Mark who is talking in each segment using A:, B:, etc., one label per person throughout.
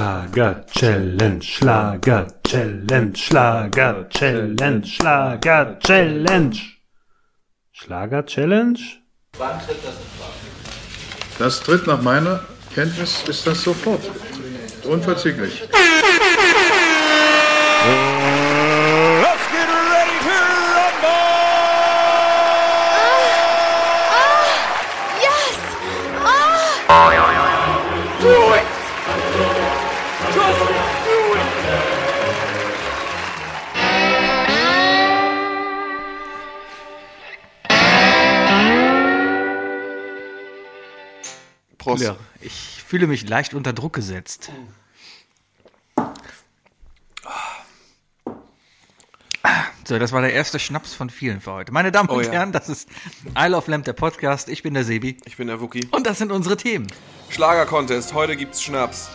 A: Schlager Challenge, Schlager Challenge, Schlager Challenge, Schlager Challenge. Schlager Challenge?
B: Das tritt nach meiner Kenntnis ist das sofort. Unverzüglich.
C: Let's get ready to rumble!
D: Yes! Ah!
E: Prost.
F: Ja, ich fühle mich leicht unter Druck gesetzt. So, das war der erste Schnaps von vielen für heute. Meine Damen und
E: Oh ja.
F: Herren, das ist Isle of Lamp, der Podcast. Ich bin der Sebi.
E: Ich bin der Wookie.
F: Und das sind unsere Themen.
E: Schlager-Contest, heute gibt's Schnaps.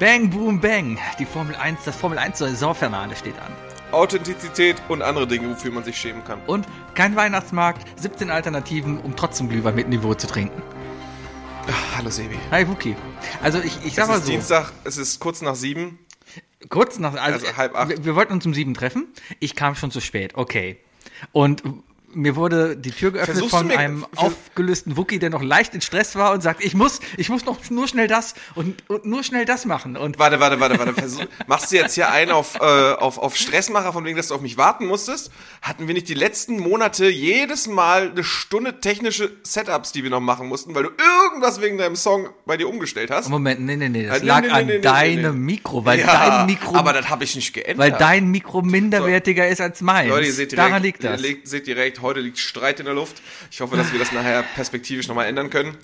F: Bang, boom, bang. Die Formel 1, das Formel 1 Saisonfinale steht an.
E: Authentizität und andere Dinge, wofür man sich schämen kann.
F: Und kein Weihnachtsmarkt, 17 Alternativen, um trotzdem Glühwein mit Niveau zu trinken.
E: Hallo Sebi.
F: Hi, Wookie. Also, ich, ich
E: Es
F: sag mal
E: ist
F: so.
E: Dienstag, es ist kurz nach sieben.
F: Kurz nach, also,
E: Also halb acht.
F: Wir, wir wollten uns um sieben treffen. Ich kam schon zu spät, okay. Und mir wurde die Tür geöffnet
E: Versuchst du
F: von
E: mir-
F: einem
E: ver-
F: aufgelösten Wookie, der noch leicht in Stress war und sagt, ich muss, ich muss noch nur schnell das und, und nur schnell das machen. Und
E: Warte, warte, warte, warte. Versuch, machst du jetzt hier einen auf, äh, auf, auf Stressmacher, von wegen, dass du auf mich warten musstest? Hatten wir nicht die letzten Monate jedes Mal eine Stunde technische Setups, die wir noch machen mussten, weil du irgendwas wegen deinem Song bei dir umgestellt hast?
F: Moment, nee, nee, nee, das
E: Äh, nee,
F: lag
E: nee, nee,
F: an
E: nee, nee,
F: deinem
E: nee.
F: Mikro, weil
E: Ja,
F: dein Mikro,
E: Aber das habe ich nicht geändert.
F: weil dein Mikro minderwertiger ist als meins.
E: Leute, ihr seht direkt,
F: Daran liegt das.
E: Ihr legt- seht direkt, heute liegt Streit in der Luft. Ich hoffe, dass wir das nachher perspektivisch nochmal ändern können.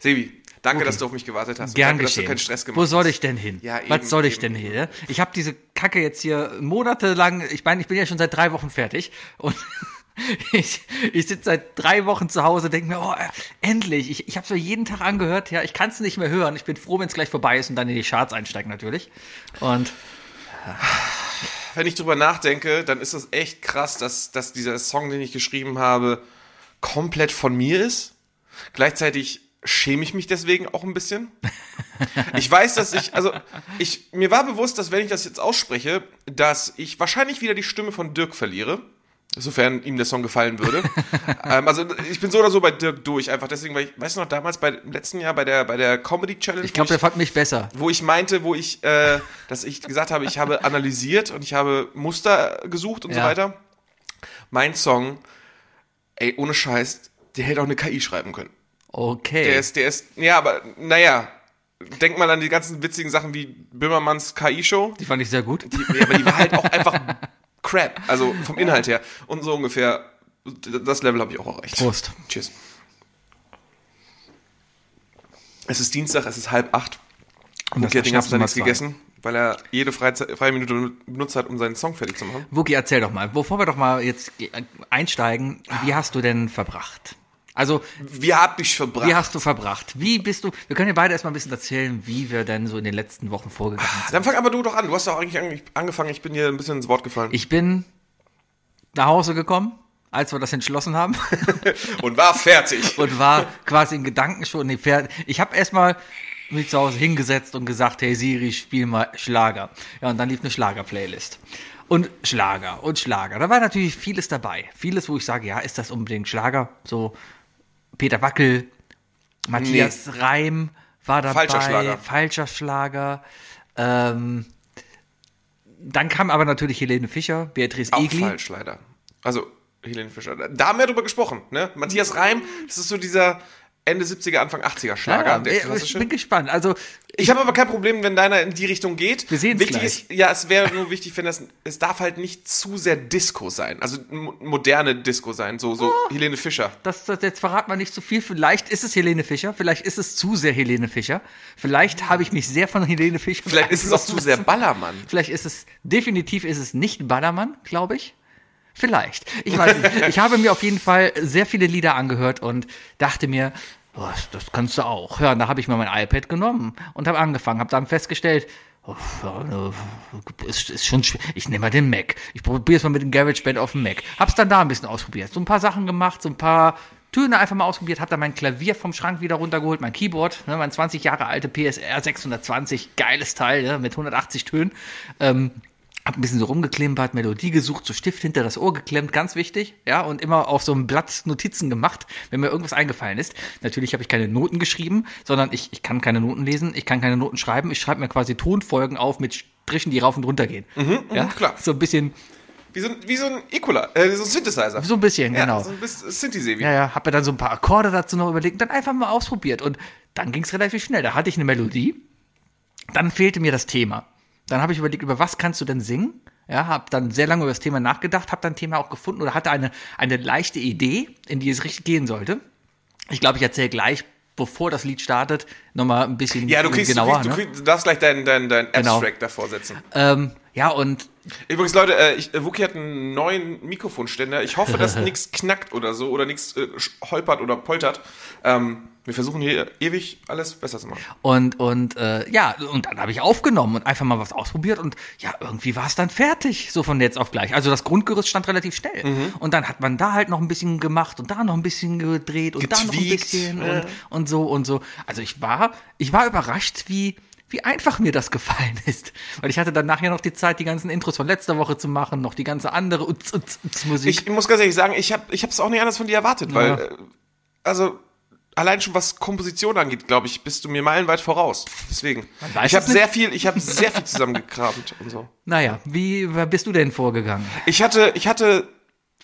E: Sebi, danke, dass du auf mich gewartet hast. und
F: Gern
E: danke, dass
F: geschehen.
E: du keinen Stress gemacht
F: Wo soll
E: hast.
F: ich denn hin?
E: Ja, eben,
F: Was soll ich
E: eben,
F: denn hier? Ich habe diese Kacke jetzt hier monatelang, ich meine, ich bin ja schon seit drei Wochen fertig und ich, ich sitze seit drei Wochen zu Hause, denke mir, oh, endlich, ich, ich habe es mir jeden Tag angehört, ja, ich kann es nicht mehr hören. Ich bin froh, wenn es gleich vorbei ist und dann in die Charts einsteigen natürlich. Und
E: Wenn ich drüber nachdenke, dann ist es echt krass, dass, dass dieser Song, den ich geschrieben habe, komplett von mir ist. Gleichzeitig schäme ich mich deswegen auch ein bisschen. Ich weiß, dass ich, also ich, mir war bewusst, dass wenn ich das jetzt ausspreche, dass ich wahrscheinlich wieder die Stimme von Dirk verliere. Sofern ihm der Song gefallen würde. ähm, also ich bin so oder so bei Dirk durch, einfach deswegen, weil ich, weißt du noch, damals bei, im letzten Jahr bei der, bei der Comedy Challenge.
F: ich glaube,
E: wo
F: der fand mich besser.
E: wo ich meinte, wo ich, äh, dass ich gesagt habe, ich habe analysiert und ich habe Muster gesucht und so
F: Ja.
E: weiter. Mein Song, ey, ohne Scheiß, der hätte auch eine KI schreiben können.
F: Okay.
E: Der ist, der ist, ja, aber naja, denk mal an die ganzen witzigen Sachen wie Böhmermanns KI-Show.
F: die fand ich sehr gut.
E: Die, aber die war halt auch einfach crap, also vom Inhalt her. Und so ungefähr, das Level habe ich auch erreicht.
F: Prost.
E: Tschüss. Es ist Dienstag, es ist halb acht.
F: Und das
E: Mucki hat den ganzen Tag nichts
F: Schnaps Nummer zwei.
E: gegessen, weil er jede Freizei- freie Minute benutzt hat, um seinen Song fertig zu machen.
F: Wookie, erzähl doch mal, bevor wir doch mal jetzt einsteigen,
E: Ah.
F: wie hast du denn verbracht? Also,
E: Wie hab ich verbracht?
F: Wie hast du verbracht? Wie bist du? Wir können ja beide erstmal ein bisschen erzählen, wie wir denn so in den letzten Wochen vorgegangen sind.
E: Dann fang aber du doch an. Du hast doch eigentlich an- angefangen. Ich bin dir ein bisschen ins Wort gefallen.
F: Ich bin nach Hause gekommen, als wir das entschlossen haben
E: und war fertig.
F: und war quasi in Gedanken schon nee, fertig. Ich habe erstmal mich zu Hause hingesetzt und gesagt, hey Siri, spiel mal Schlager. Ja, und dann lief eine Schlager-Playlist. Und Schlager und Schlager. Da war natürlich vieles dabei. Vieles, wo ich sage, ja, ist das unbedingt Schlager? So Peter Wackel, Matthias Reim war dabei.
E: Falscher Schlager.
F: Falscher Schlager. Ähm, dann kam aber natürlich Helene Fischer, Beatrice
E: Auch
F: Egli.
E: falsch, leider. Also, Helene Fischer. Da haben wir drüber gesprochen, ne? Matthias Reim, das ist so dieser Ende 70er, Anfang 80er Schlager.
F: Ja,
E: der
F: ich
E: klassische.
F: bin gespannt. Also
E: Ich habe aber kein Problem, wenn deiner in die Richtung geht.
F: Wir sehen's
E: wichtig
F: gleich.
E: ist, ja, es wäre nur wichtig, wenn das, es darf halt nicht zu sehr Disco sein. Also mo- moderne Disco sein, so, so
F: Oh.
E: Helene Fischer.
F: das, das jetzt verrat man nicht zu viel. Vielleicht ist es Helene Fischer, vielleicht ist es zu sehr Helene Fischer. Vielleicht habe ich mich sehr von Helene Fischer.
E: Ah. Vielleicht ist es auch zu
F: beeinflussen
E: sehr
F: lassen.
E: Ballermann.
F: Vielleicht ist es definitiv ist es nicht Ballermann, glaube ich. Vielleicht. Ich weiß nicht. Ich habe mir auf jeden Fall sehr viele Lieder angehört und dachte mir, oh, das kannst du auch. Ja, und da habe ich mir mein iPad genommen und habe angefangen, habe dann festgestellt, oh, ja, ne, ist, ist schon schwer. Ich nehme mal den Mac. Ich probiere es mal mit dem GarageBand auf dem Mac. Hab's dann da ein bisschen ausprobiert. So ein paar Sachen gemacht, so ein paar Töne einfach mal ausprobiert, habe dann mein Klavier vom Schrank wieder runtergeholt, mein Keyboard, ne, mein 20 Jahre alte PSR 620, geiles Teil ne, mit 180 Tönen. Ähm, hab ein bisschen so rumgeklimpert, Melodie gesucht, so Stift hinter das Ohr geklemmt, ganz wichtig, ja, und immer auf so einem Blatt Notizen gemacht, wenn mir irgendwas eingefallen ist. Natürlich habe ich keine Noten geschrieben, sondern ich, ich kann keine Noten lesen, ich kann keine Noten schreiben, ich schreibe mir quasi Tonfolgen auf mit Strichen, die rauf und runter gehen. ja,
E: Mhm, klar.
F: So ein bisschen,
E: Wie so, ein- wie so ein Equalizer, äh, so ein Synthesizer.
F: so ein bisschen, genau.
E: Ja, so ein bisschen Synthi-Sevi.
F: Ja, ja, hab mir dann so ein paar Akkorde dazu noch überlegt und dann einfach mal ausprobiert. Und dann ging's relativ schnell. Da hatte ich eine Melodie, dann fehlte mir das Thema. Dann habe ich überlegt, über was kannst du denn singen? Ja, habe dann sehr lange über das Thema nachgedacht, habe dann ein Thema auch gefunden oder hatte eine, eine leichte Idee, in die es richtig gehen sollte. Ich glaube, ich erzähle gleich, bevor das Lied startet, nochmal ein bisschen
E: Ja, du kriegst,
F: genauer.
E: du, kriegst,
F: ne?
E: du, kriegst, du darfst gleich deinen dein, dein
F: Genau.
E: Abstract davor setzen.
F: ähm, ja, und
E: Übrigens, Leute, äh, ich, äh, Wookie hat einen neuen Mikrofonständer. Ich hoffe, dass nichts knackt oder so oder nichts äh, sch- holpert oder poltert. Ähm, wir versuchen hier ewig alles besser zu machen.
F: Und, und äh, ja, und dann habe ich aufgenommen und einfach mal was ausprobiert und ja, irgendwie war es dann fertig, so von jetzt auf gleich. Also das Grundgerüst stand relativ schnell. Und dann hat man da halt noch ein bisschen gemacht und da noch ein bisschen gedreht und da noch ein
E: Getweakt,
F: bisschen und, und so und so. Also ich war, ich war überrascht, wie, wie einfach mir das gefallen ist. Weil ich hatte dann nachher noch die Zeit, die ganzen Intros von letzter Woche zu machen, noch die ganze andere Uz, Uz, Uz Musik.
E: Ich muss ganz ehrlich sagen, ich habe ich hab's auch nicht anders von dir erwartet, weil, äh, also, allein schon was Komposition angeht, glaube ich, bist du mir meilenweit voraus. Deswegen.
F: weiß
E: Ich habe
F: es nicht.
E: sehr viel, ich habe sehr viel zusammengekramt und so.
F: naja, wie bist du denn vorgegangen?
E: Ich hatte, ich hatte,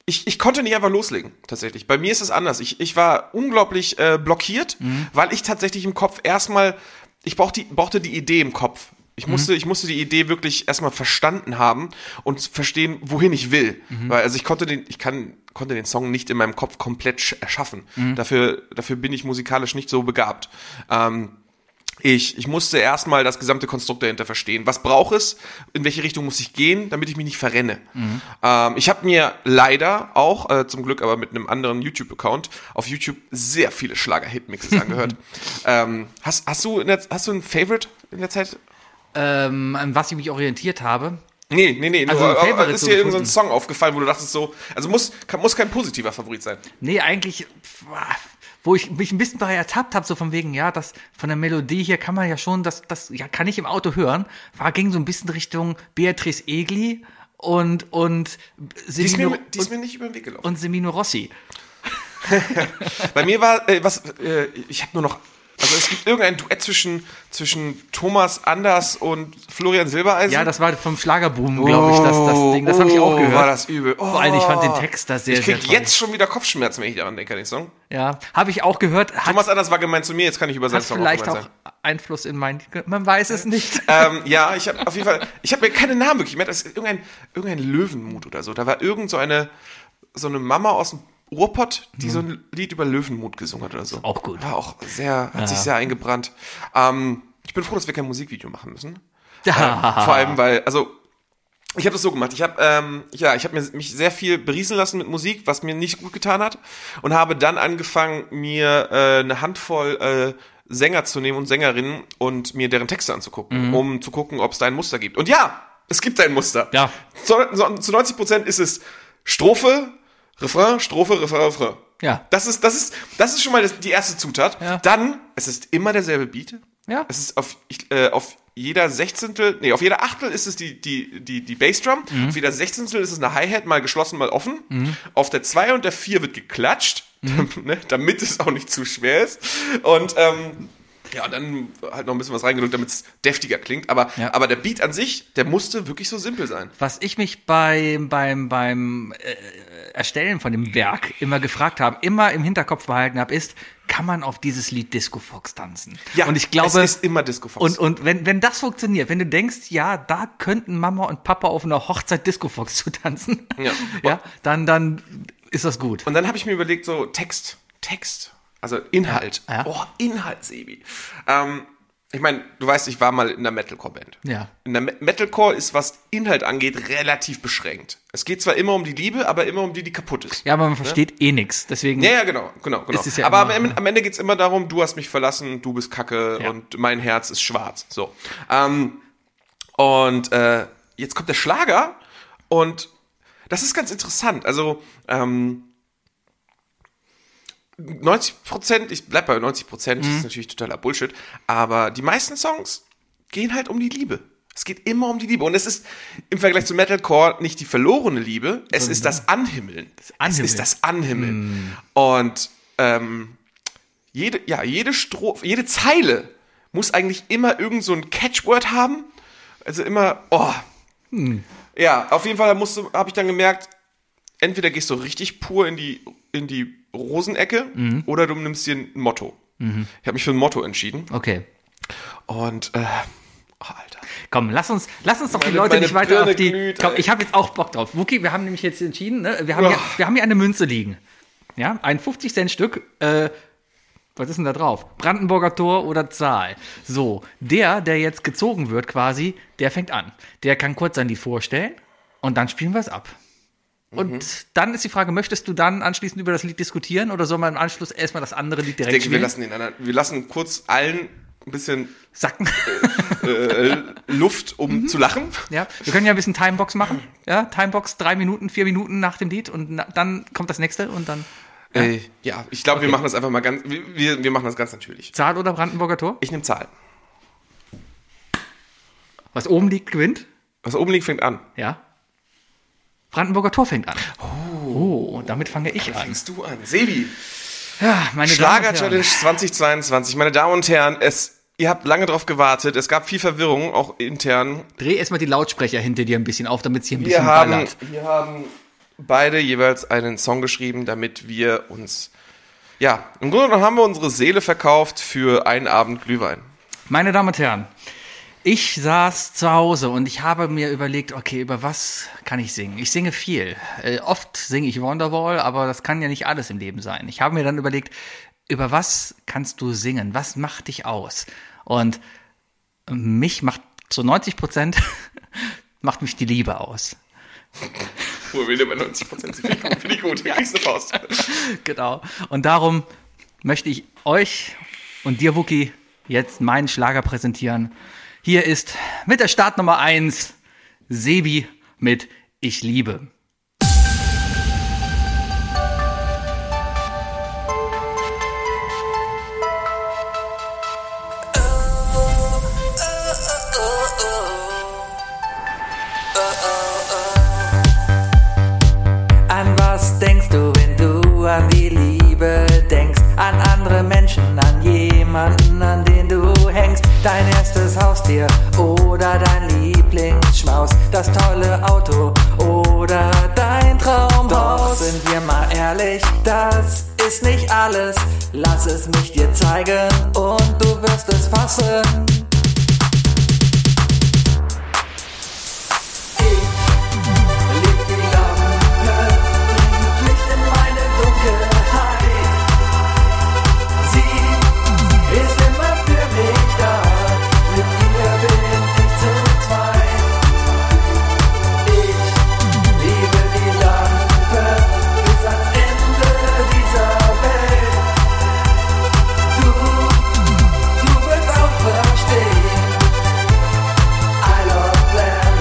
E: ich, ich konnte nicht einfach loslegen, tatsächlich. Bei mir ist es anders. Ich, ich war unglaublich äh, blockiert, weil ich tatsächlich im Kopf erstmal, ich brauchte, die- brauchte die Idee im Kopf. Ich musste, ich musste die Idee wirklich erstmal verstanden haben und verstehen, wohin ich will. Weil, also ich konnte den, ich kann, konnte den Song nicht in meinem Kopf komplett sch- erschaffen. Dafür, dafür bin ich musikalisch nicht so begabt. Ähm, ich, ich musste erstmal das gesamte Konstrukt dahinter verstehen. Was braucht es? In welche Richtung muss ich gehen, damit ich mich nicht verrenne?
F: Mhm.
E: Ähm, ich habe mir leider auch, äh, zum Glück aber mit einem anderen YouTube-Account, auf YouTube sehr viele Schlager-Hitmixes angehört. ähm, hast, hast, du in der, hast du ein Favorite in der Zeit?
F: Ähm, an was ich mich orientiert habe.
E: Nee, nee, nee.
F: Also
E: nur,
F: ein Favorite
E: äh, ist
F: so
E: dir irgendein
F: gefunden.
E: Song aufgefallen, wo du dachtest so, also muss, kann, muss kein positiver Favorit sein.
F: Nee, eigentlich, pf, ah, wo ich mich ein bisschen bei ertappt habe, so von wegen, ja, das von der Melodie hier kann man ja schon, das, das ja, kann ich im Auto hören, war, ging so ein bisschen Richtung Beatrice Egli und, und
E: Die ist
F: Semino,
E: mir, die ist mir nicht über den Weg gelaufen.
F: und Semino Rossi.
E: Bei mir war, äh, was, äh, ich habe nur noch, also es gibt irgendein Duett zwischen, zwischen Thomas Anders und Florian Silbereisen.
F: Ja, das war vom Schlagerboom, glaube ich, das, das Ding. Das habe ich auch
E: Oh,
F: gehört.
E: war das übel. Oh.
F: Vor allem, ich fand den Text da sehr,
E: Ich krieg
F: sehr toll.
E: jetzt schon wieder Kopfschmerzen, wenn ich daran denke, an den Song.
F: Ja, habe ich auch gehört. Hat,
E: Thomas Anders war gemeint zu mir, jetzt kann ich über seinen
F: hat
E: Song
F: vielleicht
E: gemeint
F: auch Einfluss in mein, man weiß es nicht.
E: ähm, ja, ich habe auf jeden Fall, ich habe mir keine Namen wirklich gemerkt. Das ist irgendein, irgendein Löwenmut oder so. Da war irgend so eine, so eine Mama aus dem Ruhrpott, die so ein Lied über Löwenmut gesungen hat oder so.
F: Auch gut.
E: War auch sehr, hat sich sehr eingebrannt. Ähm, ich bin froh, dass wir kein Musikvideo machen müssen. Vor allem, weil, also ich habe das so gemacht. Ich habe ähm, ja, ich habe mir mich sehr viel beriesen lassen mit Musik, was mir nicht gut getan hat, und habe dann angefangen, mir äh, eine Handvoll äh, Sänger zu nehmen und Sängerinnen und mir deren Texte anzugucken,
F: Mhm.
E: um zu gucken, ob es da ein Muster gibt. Und ja, es gibt ein Muster.
F: Ja.
E: Zu, so- zu 90 Prozent ist es Strophe, Refrain, Strophe, Refrain, Refrain.
F: Ja.
E: Das ist, das ist, das ist schon mal das, die erste Zutat.
F: Ja.
E: Dann, es ist immer derselbe Beat.
F: Ja.
E: Es ist auf, ich, äh, auf jeder Sechzehntel, nee, auf jeder Achtel ist es die, die, die, die Bassdrum.
F: Mhm.
E: Auf jeder Sechzehntel ist es eine Hi-Hat, mal geschlossen, mal offen. Auf der 2 und der 4 wird geklatscht,
F: Mhm.
E: ne, damit es auch nicht zu schwer ist. Und, ähm, ja, und dann halt noch ein bisschen was reingedrückt, damit es deftiger klingt. Aber,
F: Ja.
E: aber der Beat an sich, der musste wirklich so simpel sein.
F: Was ich mich beim, beim, beim äh, Erstellen von dem Werk immer gefragt habe, immer im Hinterkopf behalten habe, ist, kann man auf dieses Lied Disco Fox tanzen? und ich glaube,
E: es ist immer Disco Fox.
F: und, und wenn, wenn das funktioniert, wenn du denkst, ja, da könnten Mama und Papa auf einer Hochzeit Disco Fox zu tanzen,
E: Ja.
F: ja dann, dann ist das gut.
E: Und dann habe ich mir überlegt, so Text, Text, also Inhalt.
F: Ja.
E: Oh, Inhalt, Sebi. Ähm, ich meine, du weißt, ich war mal in der Metalcore-Band.
F: Ja.
E: In der Me- Metalcore ist, was Inhalt angeht, relativ beschränkt. Es geht zwar immer um die Liebe, aber immer um die, die kaputt ist.
F: ja, aber man versteht eh nichts. Deswegen,
E: Ja, ja, genau, genau, genau.
F: Es ist ja
E: Aber am,
F: immer-
E: Ende- am Ende geht's immer darum, du hast mich verlassen, du bist Kacke
F: Ja.
E: und mein Herz ist schwarz. So. Ähm, und äh, jetzt kommt der Schlager und das ist ganz interessant. Also, ähm, 90 Prozent, ich bleib bei 90 Prozent, das ist natürlich totaler Bullshit, aber die meisten Songs gehen halt um die Liebe. Es geht immer um die Liebe. Und es ist im Vergleich zu Metalcore nicht die verlorene Liebe, es ist das Anhimmeln.
F: Anhimmeln.
E: Es ist das Anhimmeln. Und ähm, jede, ja, jede Strophe, jede Zeile muss eigentlich immer irgend so ein Catchword haben. Also immer, oh. Ja, auf jeden Fall habe ich dann gemerkt, entweder gehst du richtig pur in die, in die Rosenecke oder du nimmst dir ein Motto. Ich habe mich für ein Motto entschieden.
F: Okay.
E: Und, äh, oh, Alter.
F: Komm, lass uns, lass uns doch die
E: Meine-
F: Leute
E: meine
F: nicht weiter
E: Birne
F: auf die.
E: glüht,
F: komm,
E: ey.
F: ich habe jetzt auch Bock drauf. Wookie, wir haben nämlich jetzt entschieden, ne? wir, haben hier,
E: Ach.
F: wir haben hier eine Münze liegen. Ja, ein 50-Cent-Stück. Äh, was ist denn da drauf? Brandenburger Tor oder Zahl? So, der, der jetzt gezogen wird quasi, der fängt an. Der kann kurz an die vorstellen und dann spielen wir es ab. Und
E: Mhm.
F: dann ist die Frage, möchtest du dann anschließend über das Lied diskutieren oder soll man im Anschluss erstmal das andere Lied direkt
E: Ich denke, wir
F: spielen?
E: lassen den anderen, wir lassen kurz allen ein bisschen
F: Sacken.
E: äh, Luft, um zu lachen.
F: Ja, wir können ja ein bisschen Timebox machen. Ja, Timebox drei Minuten, vier Minuten nach dem Lied und na, dann kommt das nächste und dann
E: Äh, ja, ich glaube, wir machen das einfach mal ganz, wir- wir, wir machen das ganz natürlich.
F: Zahl oder Brandenburger Tor.
E: Ich nehme Zahlen.
F: Was oben liegt, gewinnt.
E: Was oben liegt, fängt an.
F: Ja. Brandenburger Tor fängt an. Oh, und damit fange ich an.
E: Fängst du an? Sebi,
F: Ja, meine Damen und
E: Schlager-Challenge
F: Herren.
E: 2022. Meine Damen und Herren, es, ihr habt lange drauf gewartet. Es gab viel Verwirrung, auch intern.
F: Dreh erstmal die Lautsprecher hinter dir ein bisschen auf, damit es hier ein
E: Wir
F: bisschen
E: haben,
F: ballert.
E: wir haben beide jeweils einen Song geschrieben, damit wir uns, ja, im Grunde genommen haben wir unsere Seele verkauft für einen Abend Glühwein.
F: Meine Damen und Herren, ich saß zu Hause und ich habe mir überlegt, okay, über was kann ich singen? Ich singe viel. Äh, oft singe ich Wonderwall, aber das kann ja nicht alles im Leben sein. Ich habe mir dann überlegt, über was kannst du singen? Was macht dich aus? Und mich macht zu 90 Prozent macht mich die Liebe aus.
E: Wo wir bei 90 Prozent sind, finde ich gut, ja. kriegst du Faust.
F: Genau. Und darum möchte ich euch und dir, Wookie, jetzt meinen Schlager präsentieren. Hier ist mit der Startnummer 1 Sebi mit Ich liebe.
G: An was denkst du, wenn du an die Liebe denkst? An andere Menschen, an jemanden, an den du hängst. Dein erstes Haustier oder dein Lieblingsschmaus. Das tolle Auto oder dein Traumhaus. Doch sind wir mal ehrlich, das ist nicht alles. Lass es mich dir zeigen und du wirst es fassen. Lieb die Lampe, bringt Licht in meine Dunkelheit. Sie ist immer für mich da, mit ihr bin ich zu zweit. Ich liebe die Lampe bis ans Ende dieser Welt. Du, du wirst auch verstehen. I love Lamp.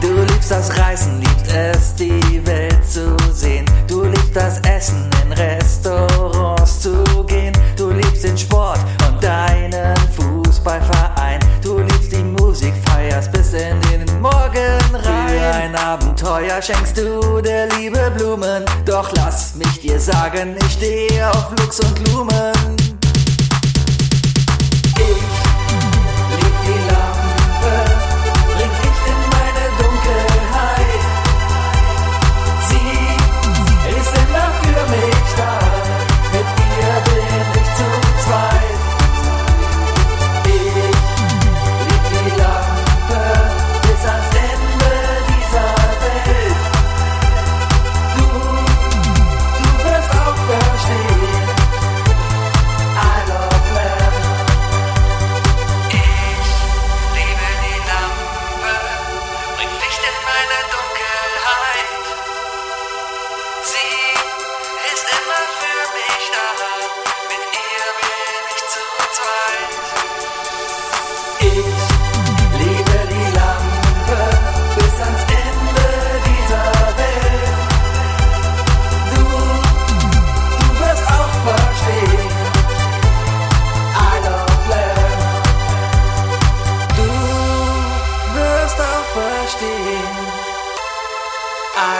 G: Du liebst das Reisen, liebst es, die Welt zu sehen. Du liebst das Essen, in Restaurants zu gehen. Du liebst den Sport und deinen Fußballverein. Du liebst die Musik, feierst bis in den Morgen rein. Für ein Abenteuer schenkst du der Liebe Blumen. Doch lass mich dir sagen, ich stehe auf Lux und Blumen. Ich lieb die Lampe, bring Licht in meine Dunkelheit. Sie ist immer für mich da, mit ihr bin ich zu zweit. Ich lieb die Lampe bis ans Ende dieser Welt. Du, du wirst auch verstehen. I love love.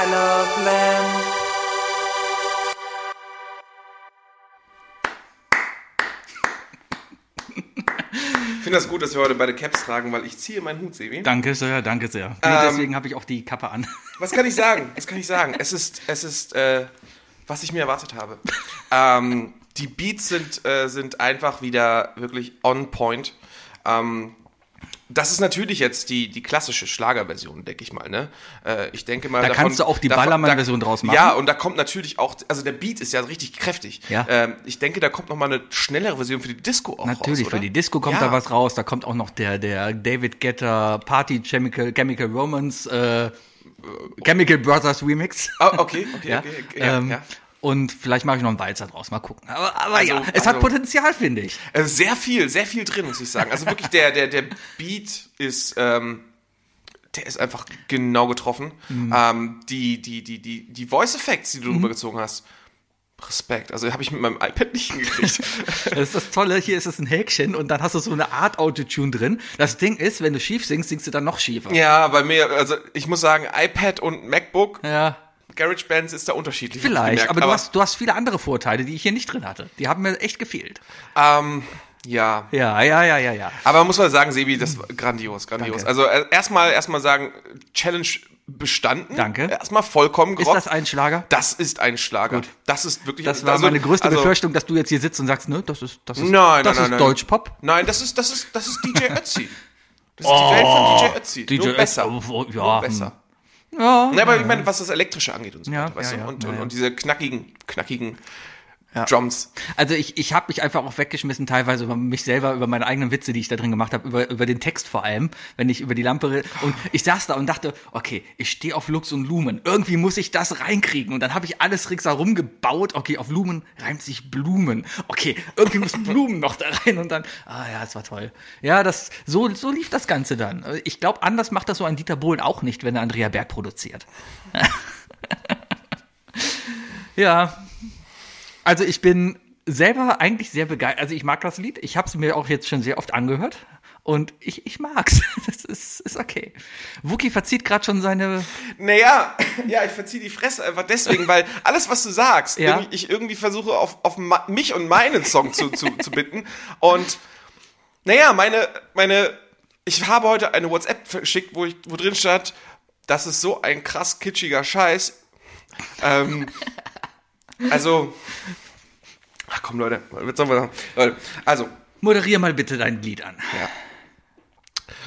G: of Lamb.
E: Ich finde das gut, dass wir heute beide Caps tragen, weil ich ziehe meinen Hut, Sebi.
F: Danke sehr, danke sehr. Nee,
E: Ähm,
F: deswegen habe ich auch die Kappe an.
E: Was kann ich sagen? Was kann ich sagen? Es ist, es ist, äh, was ich mir erwartet habe. Ähm, die Beats sind, äh, sind einfach wieder wirklich on point. Ähm, das ist natürlich jetzt die, die klassische Schlagerversion, denke ich mal. Ne? Äh, ich denke mal,
F: Da kannst du auch die
E: davon-
F: Ballermann-Version draus machen.
E: Ja, und da kommt natürlich auch, also der Beat ist ja richtig kräftig.
F: Ja.
E: Ähm, ich denke, da kommt noch mal eine schnellere Version für die Disco auch raus,
F: Natürlich, für
E: oder?
F: die Disco kommt
E: Ja.
F: da was raus. Da kommt auch noch der, der David Getter Party Chemical, Chemical Romance, äh, Chemical Brothers Remix.
E: Ah, okay, okay,
F: ja?
E: okay, okay, ja,
F: ähm,
E: ja.
F: Und vielleicht mache ich noch einen Walzer draus. Mal gucken. Aber, aber
E: Also,
F: ja, es hat
E: also-
F: Potenzial, finde ich.
E: Äh, Sehr viel, sehr viel drin, muss ich sagen. Also wirklich, der, der, der Beat ist, ähm, der ist einfach genau getroffen.
F: Mhm.
E: Ähm, die, die, die, die, die Voice Effects, die du rübergezogen hast, Respekt. Also habe ich mit meinem iPad nicht hingekriegt.
F: Das ist das Tolle, hier ist es ein Häkchen und dann hast du so eine Art Autotune drin. Das Ding ist, wenn du schief singst, singst du dann noch schiefer.
E: ja, bei mir, also ich muss sagen, iPad und MacBook,
F: ja.
E: GarageBand ist da unterschiedlich. hab ich
F: Vielleicht,
E: gemerkt.
F: aber, du, hast, du hast viele andere Vorteile, die ich hier nicht drin hatte. Die haben mir echt gefehlt.
E: Ähm, ja,
F: Ja, ja, ja, ja, ja.
E: Aber man muss mal sagen, Sebi, das war grandios, grandios.
F: Mhm. Danke.
E: Also äh, erstmal erstmal sagen, Challenge bestanden.
F: Danke.
E: Erstmal vollkommen
F: Ist
E: gerockt.
F: das ein Schlager?
E: das ist ein Schlager. Das ist wirklich
F: Das war
E: also-
F: meine größte
E: also-
F: Befürchtung, dass du jetzt hier sitzt und sagst, ne, das ist, das ist,
E: Nein,
F: das
E: nein, nein,
F: ist
E: nein.
F: Deutschpop.
E: Nein, das ist das ist das ist DJ Ötzi. Das ist die Welt von DJ Ötzi.
F: DJ
E: Nur besser.
F: Oh. Ötzi, oh, oh, ja,
E: Nur
F: hm.
E: besser.
F: Ja.
E: Na, aber ich meine, was das elektrische angeht und so
F: Ja,
E: weiter, weißt
F: ja,
E: du?
F: ja,
E: und,
F: ja,
E: und,
F: ja.
E: und diese knackigen knackigen Drums.
F: Also ich, ich habe mich einfach auch weggeschmissen, teilweise über mich selber, über meine eigenen Witze, die ich da drin gemacht habe, über, über den Text vor allem, wenn ich über die Lampe rede. Und ich saß da und dachte, okay, ich stehe auf Lux und Lumen. Irgendwie muss ich das reinkriegen. Und dann habe ich alles ringsherum gebaut. Okay, auf Lumen reimt sich Blumen. Okay, irgendwie müssen Blumen noch da rein. Und dann, ah ja, es war toll. Ja, das so, so lief das Ganze dann. Ich glaube, anders macht das so ein Dieter Bohlen auch nicht, wenn er Andrea Berg produziert. ja, also ich bin selber eigentlich sehr begeistert. Also ich mag das Lied. Ich habe es mir auch jetzt schon sehr oft angehört. Und ich, ich mag's. Das ist, ist okay. Wookie verzieht gerade schon seine.
E: Naja, ja, ich verziehe die Fresse einfach deswegen, weil alles, was du sagst,
F: Ja.
E: irgendwie, ich irgendwie versuche auf, auf ma- mich und meinen Song zu, zu, zu bitten. Und naja, meine, meine, ich habe heute eine WhatsApp verschickt, wo, ich, wo drin stand, das ist so ein krass kitschiger Scheiß. Ähm, also, ach komm Leute, was sollen wir sagen? Leute, also,
F: Moderier mal bitte dein Lied an.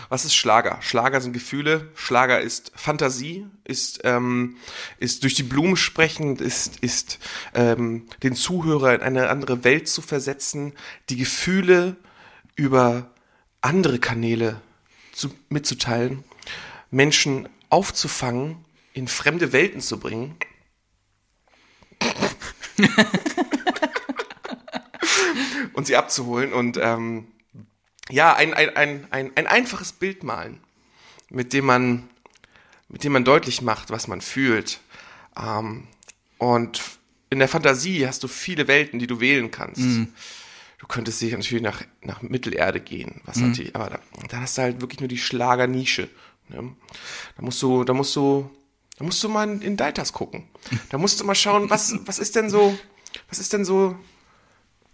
E: was ist Schlager? Schlager sind Gefühle, Schlager ist Fantasie, ist, ähm, ist durch die Blume sprechen, ist, ist ähm, den Zuhörer in eine andere Welt zu versetzen, die Gefühle über andere Kanäle zu, mitzuteilen, Menschen aufzufangen, in fremde Welten zu bringen. und sie abzuholen und ähm, ja, ein, ein, ein, ein, ein einfaches Bild malen, mit dem man, mit dem man deutlich macht, was man fühlt. Ähm, und in der Fantasie hast du viele Welten, die du wählen kannst. Du könntest sicher natürlich nach, nach Mittelerde gehen, was natürlich, aber da, da hast du halt wirklich nur die Schlagernische. Ne? Da musst du, da musst du, da musst du mal in, in Deitas gucken. Da musst du mal schauen, was, was ist denn so, was ist denn so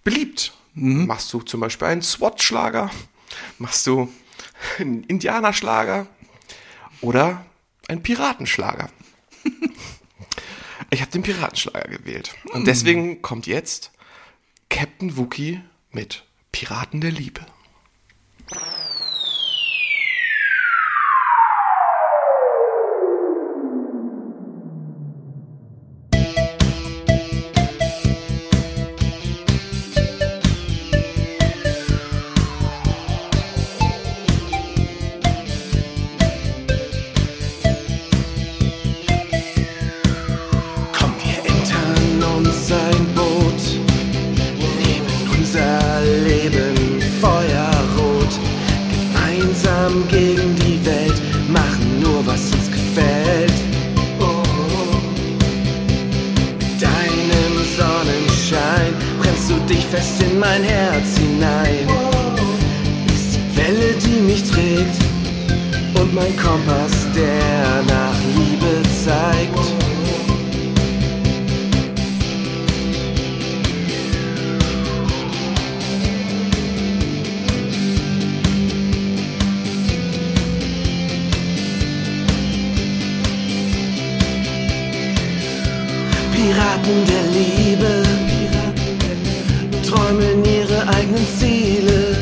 E: beliebt. Machst du zum Beispiel einen SWAT-Schlager? Machst du einen Indianerschlager? Oder einen Piratenschlager? ich habe den Piratenschlager gewählt. Und deswegen kommt jetzt Captain Wookie mit Piraten der Liebe.
H: Komm, wir entern uns ein Boot, nehmen unser Leben feuerrot. Gemeinsam gegen die Welt, machen nur, was uns gefällt. Oh, mit deinem Sonnenschein brennst du dich fest in mein Herz hinein. Bist die Welle, die mich trägt. Und mein Kompass, der nach Liebe zeigt. Piraten der Liebe träumen ihre eigenen Ziele,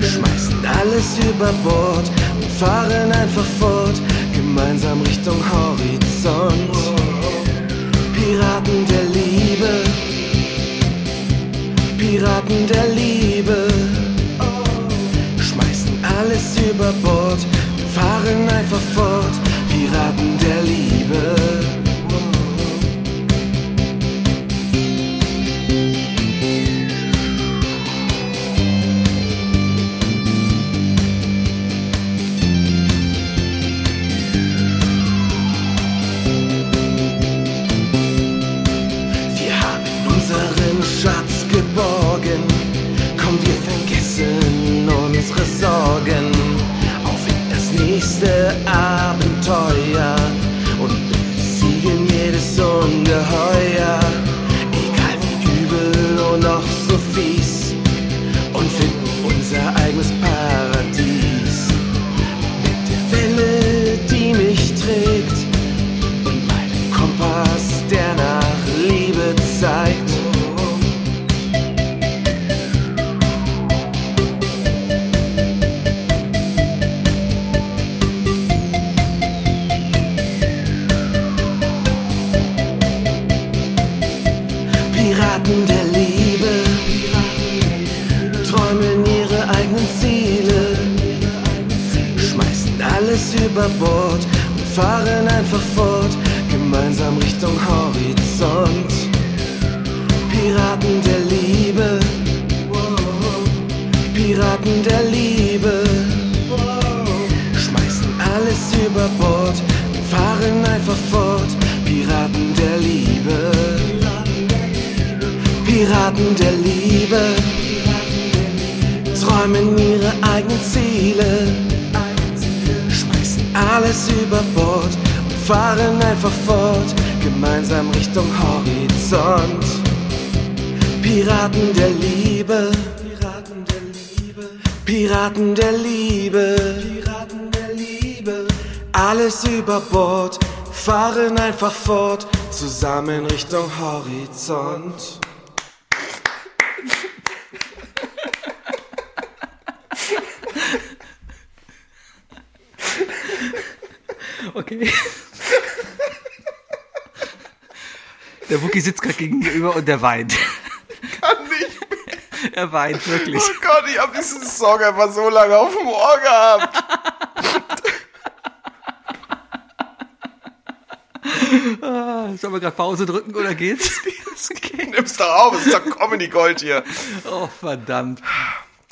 H: schmeißen alles über Bord und fahren einfach fort, gemeinsam Richtung Horizont. Piraten der Liebe, Piraten der Liebe, schmeißen alles über Bord und fahren einfach fort, Piraten der Liebe. Wir haben unseren Schatz geborgen. Komm, wir vergessen unsere Sorgen. Auf in das nächste Abenteuer und besiegen jedes Ungeheuer. Egal wie übel und noch so fies. Und finden unser eigenes Paradies. Mit der Welle, die mich trägt und meinem Kompass, der nach Liebe zeigt. Piraten der Liebe träumen ihre eigenen Ziele, schmeißen alles über Bord und fahren einfach fort, gemeinsam Richtung Horizont. Piraten der Liebe, Piraten der Liebe, schmeißen alles über Bord und fahren einfach fort, Piraten der Liebe. Piraten der Liebe träumen ihre eigenen Ziele, schmeißen alles über Bord und fahren einfach fort, gemeinsam Richtung Horizont. Piraten der Liebe, Piraten der Liebe, Piraten der Liebe, alles über Bord, fahren einfach fort, zusammen Richtung Horizont.
F: Okay. Der Wookie sitzt gerade gegenüber und der weint.
E: Kann nicht.
F: Er weint wirklich.
E: Oh Gott, ich hab diesen Song einfach so lange auf dem Ohr gehabt.
F: Sollen wir gerade Pause drücken oder geht's? Es geht.
E: Nimm's doch auf, es ist doch Comedy Gold hier.
F: Oh, verdammt.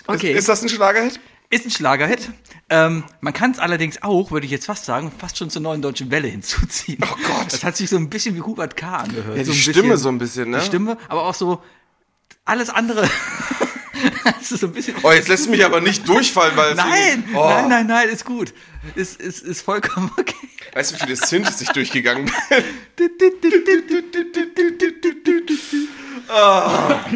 F: Okay.
E: Ist das ein Schlagerhit?
F: Ist ein Schlagerhit. Ähm, man kann es allerdings auch, würde ich jetzt fast sagen, fast schon zur neuen deutschen Welle hinzuziehen. Oh
E: Gott.
F: Das hat sich so ein bisschen wie Hubert K. angehört.
E: Ja, die
F: so ein
E: Stimme so ein bisschen, ne?
F: Die Stimme, aber auch so alles andere. das ist so ein bisschen.
E: Oh, jetzt lässt du mich aber nicht durchfallen, weil... es
F: Nein,
E: irgendwie- oh.
F: nein, nein, nein, ist gut. Ist, ist, ist vollkommen okay.
E: Oh, Weißt du, wie viele Synths ich durchgegangen bin? Ah.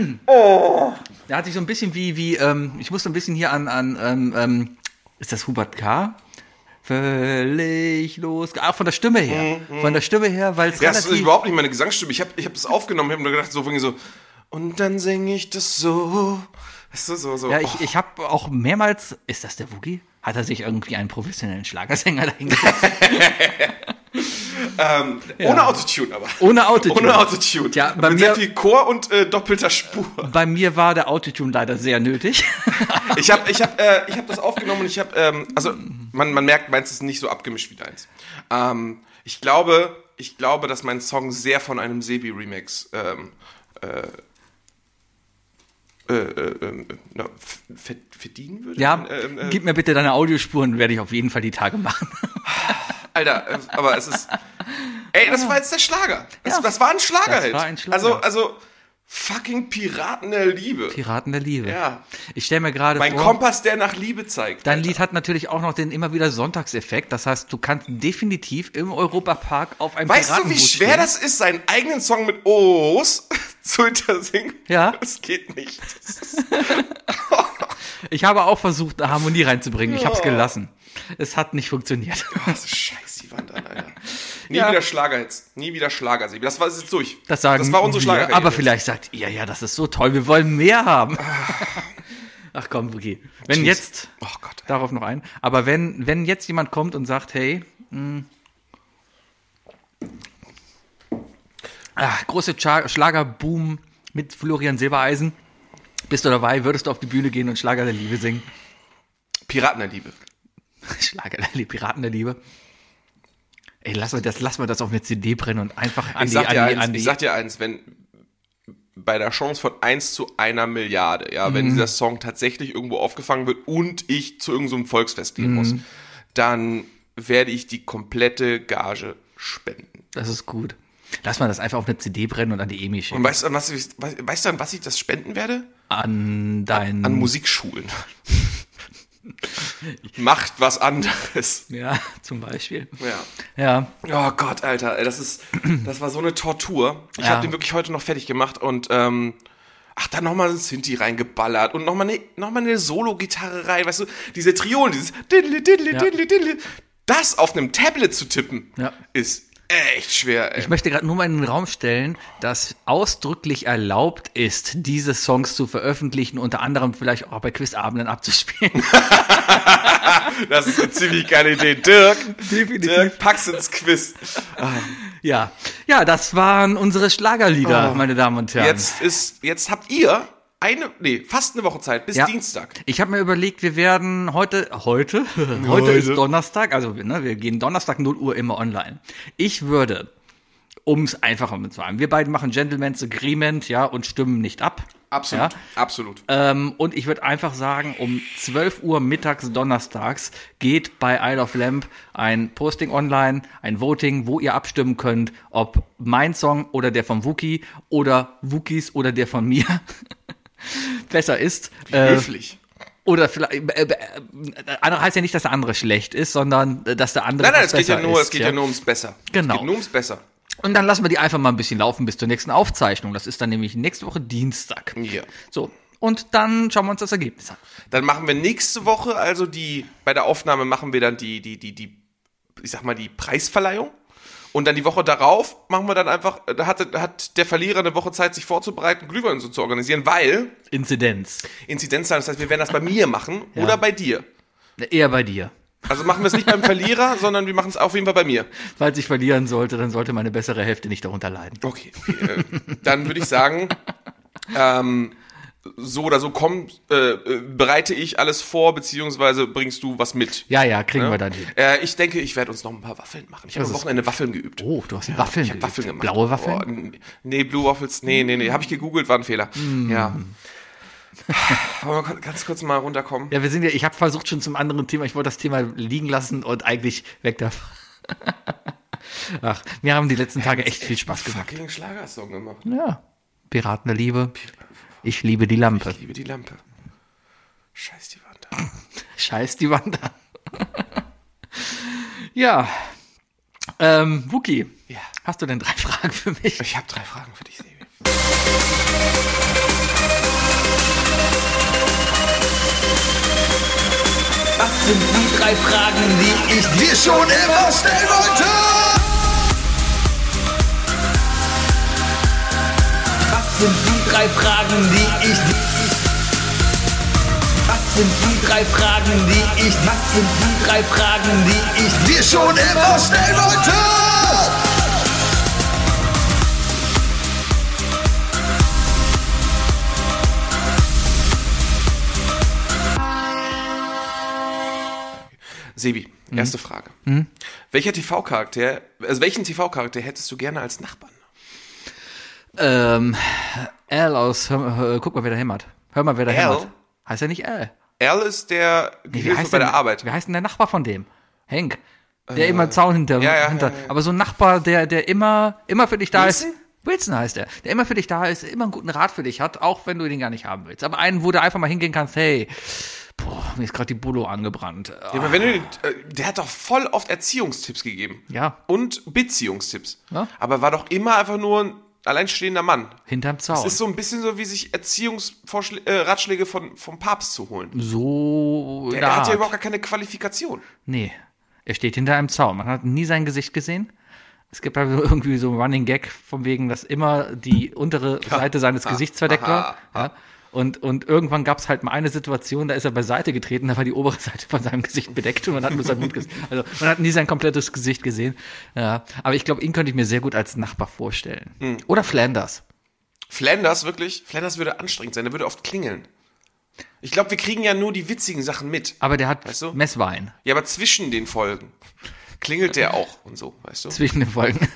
F: Da hatte ich so ein bisschen wie, wie ähm, ich musste ein bisschen hier an, an ähm, ähm, ist das Hubert K.? Völlig los. Auch von der Stimme her. Von der Stimme her, weil es
E: Ja, Mhm, das ist
F: relativ...
E: überhaupt nicht meine Gesangsstimme. Ich habe ich hab das aufgenommen, ich habe nur gedacht, so irgendwie so, und dann singe ich das so. Weißt du, so, so.
F: Ja,
E: oh,
F: ich, ich habe auch mehrmals... Ist das der Wookie? Hat er sich irgendwie einen professionellen Schlagersänger dahingesetzt?
E: Ähm, Ohne Autotune aber.
F: Ohne Autotune.
E: Ohne Autotune.
F: Tja, bei
E: Mit sehr
F: mir-
E: viel Chor und äh, doppelter Spur.
F: Bei mir war der Autotune leider sehr nötig.
E: Ich habe ich hab, äh, ich hab das aufgenommen und ich habe, ähm, also man, man merkt, meins ist nicht so abgemischt wie deins. Ähm, ich glaube, ich glaube, dass mein Song sehr von einem Sebi-Remix ähm, äh, äh, äh, äh, na, f- ver- verdienen würde.
F: ja,
E: Ähm, äh,
F: gib mir bitte deine Audiospuren, werde ich auf jeden Fall die Tage machen.
E: Alter, äh, aber es ist. Ey, das war jetzt der Schlager. Das,
F: Ja.
E: das war ein Schlagerhit.
F: Das war ein Schlager.
E: Also, also fucking Piraten der Liebe.
F: Piraten der Liebe.
E: Ja.
F: Ich stelle mir gerade
E: Mein
F: vor...
E: Kompass, der nach Liebe zeigt.
F: Dein Lied hat natürlich auch noch den immer wieder Sonntagseffekt. Das heißt, du kannst definitiv im Europapark auf einem
E: Weißt du, wie
F: Piratenboot
E: schwer
F: stehen.
E: das ist, seinen eigenen Song mit O's zu hintersingen?
F: Ja.
E: Das geht nicht. Das ist,
F: Ich habe auch versucht, eine Harmonie reinzubringen. Ich habe es gelassen. Es hat nicht funktioniert.
E: oh, so scheiße, die Wand an, Alter. Nie wieder Schlagerhits. Nie wieder Schlagersieg. Das war es jetzt durch.
F: Das sagen
E: das war unsere
F: wir,
E: Schlagerrede.
F: Aber vielleicht sagt ihr, ja, das ist so toll, wir wollen mehr haben. Ach komm, Boogie. Wenn jetzt,
E: Oh Gott.
F: darauf noch ein, aber wenn, wenn jetzt jemand kommt und sagt, hey, hm, mh, ach, ah, große Cha- Schlagerboom mit Florian Silbereisen, bist du dabei, würdest du auf die Bühne gehen und Schlager der Liebe singen?
E: Piraten der Liebe.
F: Schlager der Liebe, Piraten der Liebe. Ey, lass mal das, lass mal das auf eine CD brennen und einfach an
E: ich
F: die,
E: sag,
F: an die,
E: dir eins,
F: an die.
E: ich sag dir eins, wenn bei der Chance von 1 zu einer Milliarde, ja,
F: Mhm.
E: wenn dieser Song tatsächlich irgendwo aufgefangen wird und ich zu irgendeinem Volksfest
F: Mhm.
E: gehen muss, dann werde ich die komplette Gage spenden.
F: Das ist gut. Lass mal das einfach auf eine CD brennen und an die Emi
E: Und
F: schicken.
E: weißt du, an was ich, weißt, weißt du, an was ich das spenden werde?
F: An dein.
E: An Musikschulen. Macht was anderes.
F: ja, zum Beispiel.
E: Ja.
F: Ja,
E: Oh Gott, Alter, ey, das ist, das war so eine Tortur. Ich
F: Ja.
E: habe den wirklich heute noch fertig gemacht und ähm, ach, dann nochmal ein Sinti reingeballert und nochmal eine, noch mal eine Solo-Gitarre rein, weißt du, diese Triolen, dieses Diddle, Diddle,
F: Ja.
E: Diddle, Diddle, das auf einem Tablet zu tippen,
F: Ja.
E: ist echt schwer, ey.
F: ich möchte gerade nur mal in den Raum stellen, dass ausdrücklich erlaubt ist, diese Songs zu veröffentlichen, unter anderem vielleicht auch bei Quizabenden abzuspielen.
E: Das ist eine ziemlich geile Idee. Dirk,
F: Definitiv.
E: Dirk, pack's ins Quiz.
F: ja. Ja, das waren unsere Schlagerlieder, meine Damen und Herren.
E: Oh. Jetzt ist, jetzt habt ihr eine, nee, fast eine Woche Zeit, bis
F: Ja.
E: Dienstag.
F: Ich habe mir überlegt, wir werden heute, heute, heute, ist Donnerstag, also ne, wir gehen Donnerstag 0 Uhr immer online. Ich würde, um es einfacher zu machen, wir beiden machen Gentleman's Agreement, ja, und stimmen nicht ab.
E: Absolut, absolut.
F: Ähm, und ich würde einfach sagen, um 12 Uhr mittags donnerstags geht bei Isle of Lamp ein Posting online, ein Voting, wo ihr abstimmen könnt, ob mein Song oder der von Wookie oder Wookies oder der von mir besser ist. Äh,
E: Höflich.
F: oder vielleicht, äh, äh, äh, andere heißt ja nicht, dass der andere schlecht ist, sondern äh, dass der andere
E: Nein, nein,
F: was
E: es geht ja
F: besser
E: nur,
F: ist,
E: es geht ja. nur ums Besser.
F: Genau.
E: Es geht nur ums Besser.
F: Und dann lassen wir die einfach mal ein bisschen laufen bis zur nächsten Aufzeichnung. Das ist dann nämlich nächste Woche Dienstag.
E: Ja.
F: So. Und dann schauen wir uns das Ergebnis an.
E: Dann machen wir nächste Woche, also die, bei der Aufnahme machen wir dann die, die, die, die, ich sag mal, die Preisverleihung. Und dann die Woche darauf machen wir dann einfach, da hat, hat der Verlierer eine Woche Zeit, sich vorzubereiten, Glühwein und so zu organisieren, weil
F: Inzidenz.
E: Inzidenzzahlen, das heißt, wir werden das bei mir machen oder bei dir.
F: Eher bei dir.
E: Also machen wir es nicht beim Verlierer, sondern wir machen es auf jeden Fall bei mir.
F: Falls ich verlieren sollte, dann sollte meine bessere Hälfte nicht darunter leiden.
E: Okay, okay. äh, dann würde ich sagen, ähm, so oder so komm, äh, äh, bereite ich alles vor, beziehungsweise bringst du was mit.
F: Ja, ja, kriegen wir
E: Ne?
F: dann hin.
E: Äh, ich denke, ich werde uns noch ein paar Waffeln machen. Ich habe am Wochenende Waffeln geübt.
F: Oh, du hast Waffeln.
E: ich habe
F: geübt.
E: Waffeln gemacht.
F: Blaue Waffeln?
E: Oh, n- nee, Blue Waffles. Nee, nee, nee. Habe ich gegoogelt, war ein Fehler.
F: Mm.
E: Ja. Wollen wir ganz kurz mal runterkommen?
F: Ja, wir sind ja, ich habe versucht schon zum anderen Thema, ich wollte das Thema liegen lassen und eigentlich weg davon. Ach, mir haben die letzten Tage echt viel Spaß gemacht.
E: Fucking Schlagersong gemacht.
F: Ja. Piraten der Liebe. Ich liebe die Lampe.
E: Ich liebe die Lampe. Scheiß die Wand ab.
F: Scheiß die Wand an. ja. Ähm, Wookie,
E: Ja.
F: hast du denn drei Fragen für mich?
E: Ich habe drei Fragen für dich, Sebi.
I: Was sind die drei Fragen, die ich dir schon immer stellen wollte? Was sind die drei Fragen, die ich dir... Was sind die drei Fragen, die ich... Was sind die drei Fragen, die ich dir schon immer stellen wollte?
E: Sebi,
F: Mhm.
E: erste Frage. Welcher TV-Charakter, also welchen TV-Charakter hättest du gerne als Nachbarn?
F: Ähm, L aus, hör, äh, guck mal, wer da hämmert. Hör mal, wer da
E: Al?
F: hämmert. Heißt ja nicht L.
E: Al ist der Gehilfe bei
F: denn,
E: der Arbeit. Äh,
F: Wie heißt denn der Nachbar von dem? Henk. Der immer Zaun hinter,
E: ja, ja,
F: hinter.
E: ja, ja.
F: Aber so ein Nachbar, der, der immer, immer für dich da ist.
E: Wilson?
F: Wilson heißt er. Der immer für dich da ist, immer einen guten Rat für dich hat, auch wenn du den gar nicht haben willst. Aber einen, wo du einfach mal hingehen kannst, hey, boah, mir ist gerade die Bulo angebrannt.
E: Ja, aber wenn du, den- äh, der hat doch voll oft Erziehungstipps gegeben.
F: Ja.
E: Und Beziehungstipps.
F: Ja.
E: Aber war doch immer einfach nur ein alleinstehender Mann.
F: Hinterm
E: Das
F: Zaun.
E: ist so ein bisschen so, wie sich Erziehungsratschläge äh, Ratschläge von, vom Papst zu holen.
F: so.
E: Der,
F: in der
E: er hat ja
F: Art.
E: überhaupt gar keine Qualifikation.
F: Nee. Er steht hinter einem Zaun. Man hat nie sein Gesicht gesehen. Es gibt halt irgendwie so einen Running Gag, von wegen, dass immer die untere Seite seines Gesichts verdeckt war. Ja. Und, und irgendwann gab es halt mal eine Situation, da ist er beiseite getreten, da war die obere Seite von seinem Gesicht bedeckt und man hat nur seinen Mund gesehen. Also man hat nie sein komplettes Gesicht gesehen. Ja. Aber ich glaube, ihn könnte ich mir sehr gut als Nachbar vorstellen.
E: Hm.
F: Oder Flanders.
E: Flanders, wirklich, Flanders würde anstrengend sein, der würde oft klingeln. Ich glaube, wir kriegen ja nur die witzigen Sachen mit.
F: Aber der hat
E: Weißt du?
F: Messwein
E: Ja, aber zwischen den Folgen klingelt der auch und so, weißt du?
F: zwischen den Folgen.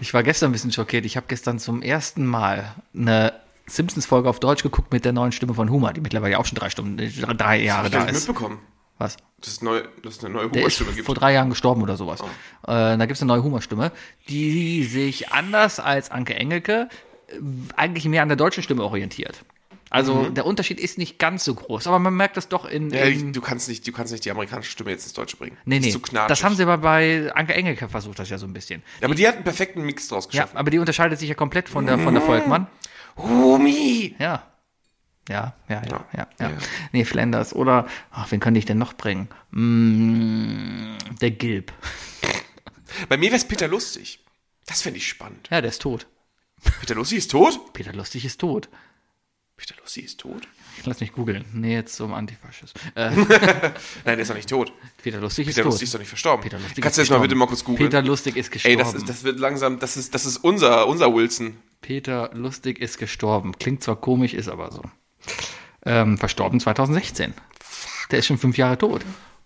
F: ich war gestern ein bisschen schockiert. Ich habe gestern zum ersten Mal eine Simpsons-Folge auf Deutsch geguckt mit der neuen Stimme von Homer, die mittlerweile auch schon drei Stunden, äh, drei Jahre
E: Ich hab
F: da
E: nicht
F: ist.
E: mitbekommen,
F: Was?
E: dass es, neu, dass es eine neue
F: Der ist
E: Humorstimme gibt.
F: vor drei Jahren gestorben oder
E: Oh.
F: sowas. Äh, da gibt es eine neue Humorstimme, die sich anders als Anke Engelke äh, eigentlich mehr an der deutschen Stimme orientiert. Also der Unterschied ist nicht ganz so groß, aber man merkt das doch in.
E: Mhm. Ja,
F: in
E: ich, du, kannst nicht, du kannst nicht die amerikanische Stimme jetzt ins Deutsche bringen.
F: Ähm, nee,
E: Ist
F: nee.
E: Zu knatschig.
F: das haben sie aber bei Anke Engelke versucht, das ja so ein bisschen.
E: Ja, aber die hat einen perfekten Mix draus
F: Ja,
E: geschaffen.
F: aber die unterscheidet sich ja komplett von der, von der Volkmann.
E: Rumi!
F: Ja. Ja, ja, ja, ja, ja.
E: Ja.
F: Nee, Flanders. Oder, ach, wen könnte ich denn noch bringen? Mm, der Gilb.
E: Bei mir wäre es Peter Lustig. Das fände ich spannend.
F: Ja, der ist tot.
E: Peter Lustig ist tot?
F: Peter Lustig ist tot.
E: Peter Lustig ist tot?
F: Lass mich googeln. Nee, jetzt zum Antifaschist. Äh,
E: Nein, der ist noch nicht tot.
F: Peter Lustig ist
E: Peter
F: tot.
E: Lustig ist doch nicht verstorben.
F: Peter Lustig
E: Kannst
F: ist
E: du jetzt mal
F: gestorben.
E: bitte mal kurz googeln?
F: Peter Lustig ist gestorben.
E: Ey, das, ist, das wird langsam, das ist, das ist unser, unser Wilson.
F: Peter Lustig ist gestorben. Klingt zwar komisch, ist aber so. Ähm, verstorben 2016. Der ist schon fünf Jahre tot.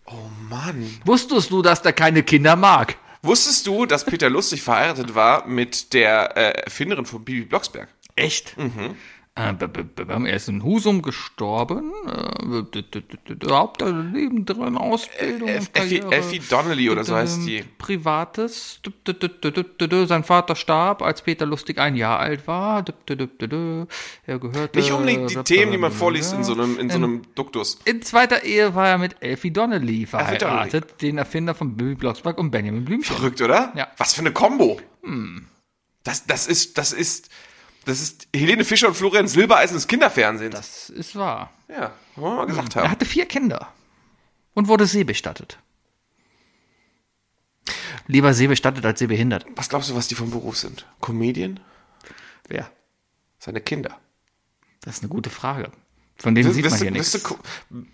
E: Oh Mann.
F: Wusstest du, dass der keine Kinder mag?
E: Wusstest du, dass Peter Lustig verheiratet war mit der äh, Erfinderin von Bibi Blocksberg?
F: Echt?
E: Mhm.
F: Äh, b- b- b- er ist in Husum gestorben. Äh, d- d- d- d- Hauptsache Leben drin, Ausbildung.
E: Elf- Elfie-
F: Karriere.
E: Elfie Äh, Donnelly oder so
F: Ähm,
E: heißt die.
F: Privates. D- d- d- d- d- d- d- Sein Vater starb, als Peter Lustig ein Jahr alt war. D- d- d- d- d- Er gehörte. ne?
E: Nicht unbedingt die Themen, die man vorliest in so einem, in so einem Duktus.
F: In zweiter Ehe war er mit Elfie Donnelly verheiratet, den Erfinder von Bibi Blocksberg und Benjamin Blümchen.
E: Verrückt, oder?
F: Ja. Hm.
E: Was für eine Combo. Das, das ist, das ist, das ist Helene Fischer und Florian Silbereisen des Kinderfernsehens.
F: Das ist wahr.
E: ja, wollen wir mal gesagt
F: Er
E: haben.
F: hatte vier Kinder und wurde seebestattet. Lieber seebestattet als seebehindert.
E: Was glaubst du, was die vom Beruf sind? Comedian?
F: Wer?
E: Seine Kinder.
F: Das ist eine gute Frage. Von dem sieht man
E: Bist du-
F: hier
E: bist
F: nichts.
E: du Co-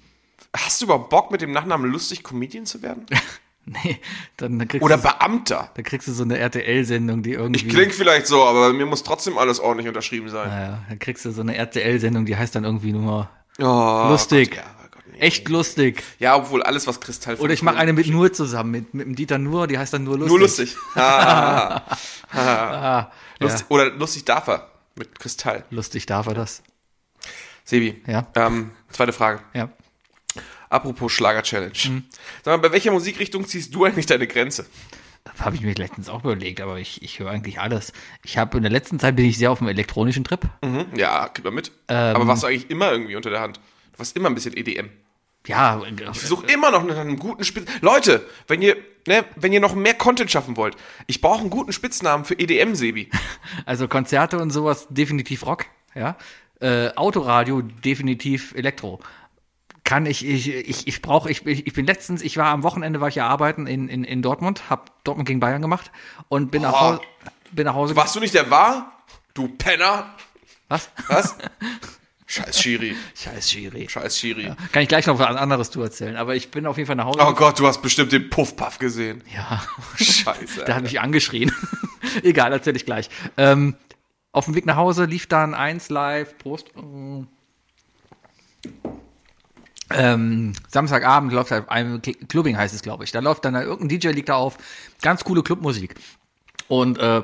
E: hast du überhaupt Bock, mit dem Nachnamen lustig Comedian zu werden?
F: Nee, dann, dann, kriegst
E: Oder
F: du,
E: Beamter?
F: dann kriegst du so eine RTL-Sendung, die irgendwie.
E: Ich klinge vielleicht so, aber bei mir muss trotzdem alles ordentlich unterschrieben sein.
F: Ja, dann kriegst du so eine RTL-Sendung, die heißt dann irgendwie nur mal
E: Oh,
F: lustig.
E: Gott, ja, oh Gott, nee.
F: Echt lustig.
E: Ja, obwohl alles, was Kristall
F: Oder ich mache eine mit Nur zusammen, mit, mit dem Dieter Nur, die heißt dann nur lustig. Ah,
E: Nur lustig. Ah. lustig. Oder lustig darf er. Mit Kristall.
F: Lustig darf er das.
E: Sebi.
F: Ja.
E: Ähm, zweite Frage.
F: Ja.
E: Apropos Schlager-Challenge.
F: Mhm.
E: Sag mal, bei welcher Musikrichtung ziehst du eigentlich deine Grenze?
F: Habe ich mir letztens auch überlegt, aber ich, ich höre eigentlich alles. Ich habe in der letzten Zeit bin ich sehr auf dem elektronischen Trip.
E: Mhm. Ja, gib mal mit.
F: Ähm.
E: Aber warst du eigentlich immer irgendwie unter der Hand? Du warst immer ein bisschen E EDM.
F: Ja,
E: Such immer noch nach einem guten Spitznamen. Leute, wenn ihr, ne, wenn ihr noch mehr Content schaffen wollt, ich brauche einen guten Spitznamen für EDM, Sebi.
F: also Konzerte und sowas definitiv Rock, ja. Äh, Autoradio definitiv Elektro. Kann ich, ich, ich, ich brauche, ich, ich ich bin letztens, ich war am Wochenende, war ich ja arbeiten in, in, in Dortmund, hab Dortmund gegen Bayern gemacht und bin, nach,
E: Boah.
F: Hause, bin nach Hause.
E: Warst du nicht der War? Du Penner.
F: Was?
E: Was? Scheiß Schiri.
F: Scheiß Schiri.
E: Scheiß Schiri.
F: Kann ich gleich noch was anderes zu erzählen, aber ich bin auf jeden Fall nach Hause.
E: Oh Gott, du hast bestimmt den Puffpuff gesehen.
F: Ja.
E: Scheiße.
F: Der hat mich angeschrien. Egal, erzähle ich gleich. Ähm, auf dem Weg nach Hause lief dann eins live, Prost. Ähm, Samstagabend läuft halt ein Cl- Clubbing heißt es, glaube ich. Da läuft dann da irgendein DJ liegt da auf, ganz coole Clubmusik. Und äh,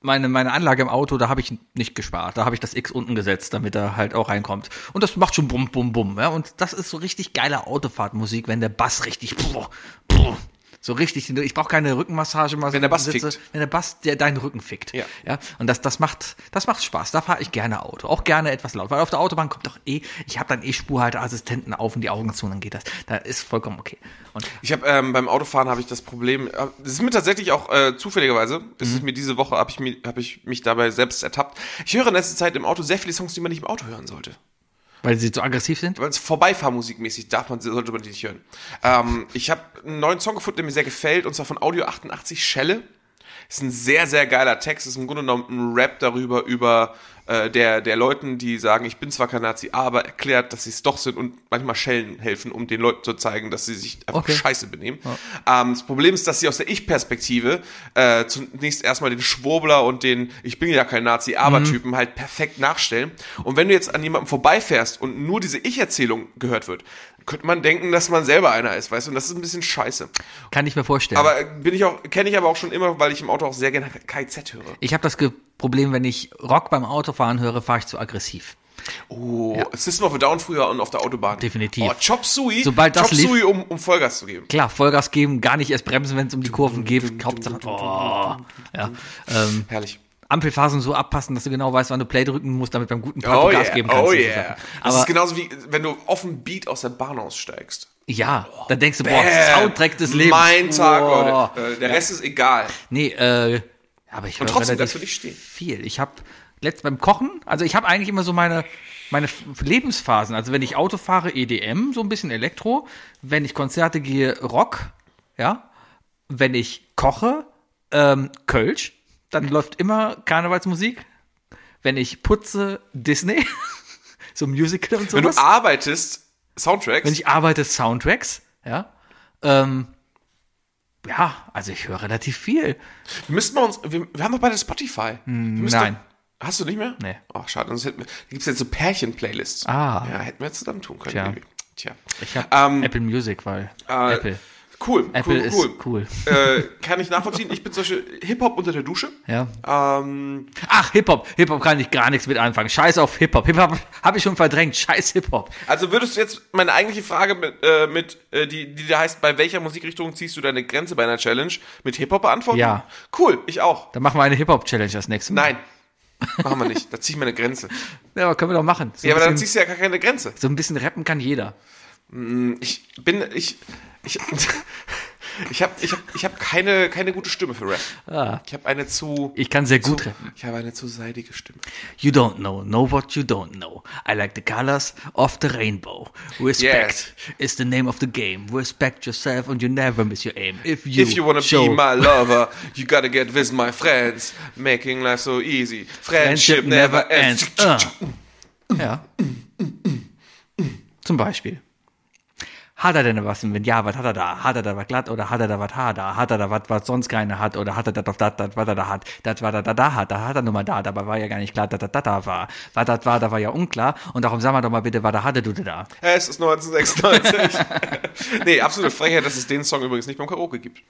F: meine, meine Anlage im Auto, da habe ich nicht gespart. Da habe ich das X unten gesetzt, damit er halt auch reinkommt. Und das macht schon bum, bum, bum. Ja? Und das ist so richtig geile Autofahrtmusik, wenn der Bass richtig. Puh, puh, so richtig. Ich brauche keine Rückenmassage.
E: Wenn der Bass fickt.
F: Wenn der Bass der deinen Rücken fickt.
E: Ja.
F: ja? Und das, das, macht, das macht Spaß. Da fahre ich gerne Auto. Auch gerne etwas laut. Weil auf der Autobahn kommt doch eh, ich habe dann eh Spurhalteassistenten auf und die Augen zu und dann geht das. Da ist vollkommen okay. Und
E: Ich habe ähm, beim Autofahren habe ich das Problem. äh, Das ist mir tatsächlich auch äh, zufälligerweise ist
F: Mhm.
E: es mir diese Woche habe ich mir habe ich mich dabei selbst ertappt. Ich höre in letzter Zeit im Auto sehr viele Songs, die man nicht im Auto hören sollte.
F: Weil sie zu aggressiv sind?
E: Wenn es Vorbeifahrmusikmäßig darf man, sollte man die nicht hören. Ähm, ich habe einen neuen Song gefunden, der mir sehr gefällt, und zwar von Audio 88 Schelle. Ist ein sehr, sehr geiler Text. Ist im Grunde genommen ein Rap darüber, über äh, der, der Leuten, die sagen, ich bin zwar kein Nazi, aber erklärt, dass sie es doch sind und manchmal Schellen helfen, um den Leuten zu zeigen, dass sie sich einfach
F: Okay.
E: scheiße benehmen. Ähm, das Problem ist, dass sie aus der Ich-Perspektive äh, zunächst erstmal den Schwurbler und den Ich bin ja kein Nazi, aber Typen halt perfekt nachstellen. Und wenn du jetzt an jemandem vorbeifährst und nur diese Ich-Erzählung gehört wird, könnte man denken, dass man selber einer ist, weißt du? Und das ist ein bisschen scheiße.
F: Kann ich mir vorstellen.
E: Aber äh, bin ich auch, kenne ich aber auch schon immer, weil ich im Auto auch sehr gerne KZ höre.
F: ich habe das Ge Problem, wenn ich Rock beim Autofahren höre, fahre ich zu aggressiv.
E: Oh, System of a Down früher und auf der Autobahn.
F: Definitiv.
E: Oh, Chop Suey.
F: Sobald das
E: Chop
F: lief-
E: Suey, um, um Vollgas zu geben.
F: Klar, Vollgas geben, gar nicht erst bremsen, wenn es um die Kurven geht. Hauptsache, oh, ja. ähm,
E: Herrlich.
F: Ampelphasen so abpassen, dass du genau weißt, wann du Play drücken musst, damit beim guten Part
E: Oh
F: du
E: yeah,
F: Gas geben kannst.
E: oh
F: und so
E: yeah.
F: Sachen.
E: Das ist
F: Aber
E: genauso wie, wenn du auf dem Beat aus der Bahn aussteigst.
F: ja, dann denkst du, boah, das ist
E: Oh, Bam.
F: Soundtrack des Lebens.
E: Mein Tag,
F: Boah.
E: Leute. Äh, Der Rest ist egal.
F: Nee, äh, aber ich höre
E: Und trotzdem
F: relativ
E: darfst du nicht stehen.
F: viel. Ich habe letzt beim Kochen, also ich habe eigentlich immer so meine meine F- Lebensphasen. Also wenn ich Auto fahre, EDM, so ein bisschen Elektro. Wenn ich Konzerte gehe, Rock. Ja. Wenn ich koche, ähm, Kölsch. Dann läuft immer Karnevalsmusik. Wenn ich putze, Disney. so Musical und
E: Wenn
F: sowas.
E: du arbeitest, Soundtracks.
F: Wenn ich arbeite, Soundtracks. Ja. Ähm, ja, also ich höre relativ viel.
E: müssen wir uns, wir, wir haben doch beide Spotify. Wir müssen
F: Hm, nein.
E: Doch, hast du nicht mehr?
F: Nee.
E: Ach, schade. Sonst hätten wir, da gibt es jetzt so Pärchen-Playlists.
F: Ah.
E: Ja, hätten wir jetzt zusammen tun können.
F: Tja.
E: irgendwie. Tja.
F: Ich habe
E: Ähm,
F: Apple Music, weil
E: äh,
F: Apple.
E: Cool,
F: Apple
E: cool,
F: ist
E: cool.
F: cool.
E: Äh, kann ich nachvollziehen. Ich bin solche Hip-Hop unter der Dusche.
F: Ja.
E: Ähm,
F: Ach, Hip-Hop. Hip-Hop kann ich gar nichts mit anfangen. Scheiß auf Hip-Hop. Hip-Hop habe ich schon verdrängt. Scheiß Hip-Hop.
E: also würdest du jetzt meine eigentliche Frage mit, äh, mit äh, die, die da heißt, bei welcher Musikrichtung ziehst du deine Grenze bei einer Challenge mit Hip-Hop beantworten?
F: Ja.
E: Cool, ich auch.
F: Dann machen wir eine Hip-Hop-Challenge das nächste Mal.
E: Nein. Machen wir nicht. Da ziehe ich meine Grenze.
F: Ja, aber können wir doch machen. So,
E: Ja, aber
F: ein
E: dann
F: bisschen,
E: ziehst du ja gar keine Grenze.
F: so ein bisschen rappen kann jeder.
E: Ich bin, ich, ich, ich habe ich hab, ich hab keine, keine gute Stimme für Rap. Ich habe eine zu,
F: Ah. Ich kann sehr gut
E: zu,
F: rappen.
E: ich habe eine zu seidige Stimme.
F: You don't know, know what you don't know. I like the colors of the rainbow. Respect is the name of the game. Respect yourself and you never miss your aim. If you,
E: If you wanna
F: show
E: be my lover, you gotta get with my friends. Making life so easy. Friendship,
F: friendship
E: never ends.
F: Ah. Ja. Zum Beispiel. Hat er denn was? Und wenn ja, was hat er da? Hat er da was glatt oder hat er da was hat da? Hat er da was, was sonst keiner hat? Oder hat er das auf das, das, was er da hat? Das war da, da, da hat. Da hat er nur mal da, dabei war ja gar nicht klar, dass das da, da war. Was das war, da war ja unklar. Und darum sag mal doch mal bitte, was da hatte du denn da?
E: Es ist 1996. nee, absolute Frechheit, dass es den Song übrigens nicht beim Karaoke gibt.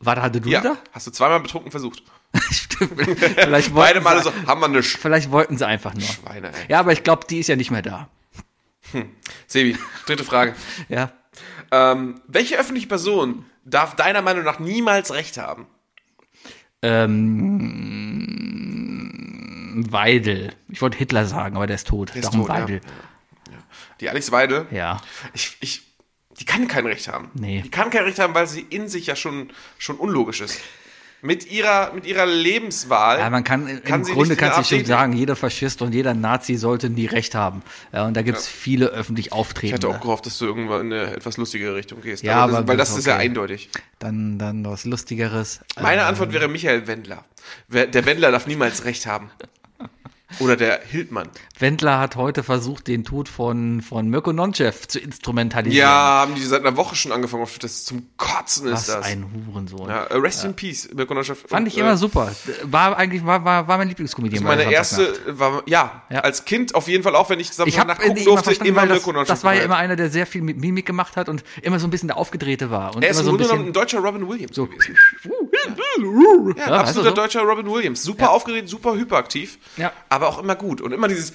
F: Was hatte du da?
E: Ja, hast du zweimal betrunken versucht.
F: Stimmt. Vielleicht wollten
E: Beide
F: sie-
E: Male so, haben wir nicht.
F: Vielleicht wollten sie einfach nur.
E: Schweine, ey.
F: Ja, aber ich glaube, die ist ja nicht mehr da.
E: Sebi, dritte Frage.
F: Ja.
E: Ähm, welche öffentliche Person darf deiner Meinung nach niemals Recht haben?
F: Ähm, Weidel. Ich wollte Hitler sagen, aber der ist tot.
E: ist
F: Darum
E: tot, ja. Äh,
F: Weidel.
E: Die Alex Weidel?
F: Ja.
E: Ich, ich, die kann kein Recht haben.
F: Nee.
E: Die kann kein Recht haben, weil sie in sich ja schon, schon unlogisch ist. Mit ihrer, mit ihrer Lebenswahl.
F: Ja, man kann,
E: Kann
F: im
E: sie
F: Grunde
E: nicht
F: kannst du
E: abwägen.
F: schon sagen, jeder Faschist und jeder Nazi sollte nie Recht haben. Ja, und da gibt es viele öffentlich
E: ich hätte auch
F: Auftretende.
E: gehofft, dass du irgendwann in eine etwas lustigere Richtung gehst.
F: ne? Ja,
E: das,
F: aber
E: weil
F: gut,
E: das ist ja
F: okay. Ähm.
E: eindeutig.
F: Dann, dann was Lustigeres.
E: Meine Antwort wäre Michael Wendler. Wer- Der Wendler darf niemals Recht haben. Oder der Hildmann.
F: Wendler hat heute versucht, den Tod von, von Mirko Nonchev zu instrumentalisieren.
E: Ja, haben die seit einer Woche schon angefangen, auf das zum Kotzen
F: Was
E: ist das.
F: ein Hurensohn.
E: ja, äh, rest in peace, äh, Mirko Nonchef.
F: Fand ich immer super. War eigentlich, war, war, war mein Lieblingskomedian. bei
E: Meine
F: Samstagnacht.
E: erste war, ja,
F: Ja.
E: als Kind auf jeden Fall, auch wenn ich
F: Ich
E: Samstag
F: habe
E: Nacht gucken durfte, immer Mirko Nonchef.
F: das, das war ja
E: gehört.
F: immer einer, der sehr viel mit Mimik gemacht hat und immer so ein bisschen der Aufgedrehte war. Und
E: Er ist
F: immer
E: im
F: so ein
E: Grunde genommen
F: bisschen.
E: ein deutscher Robin Williams.
F: So,
E: gewesen. Ja,
F: ja, weißt du
E: absoluter
F: so?
E: deutscher Robin Williams. Super aufgeregt, super hyperaktiv,
F: Ja.
E: aber auch immer gut. Und immer dieses.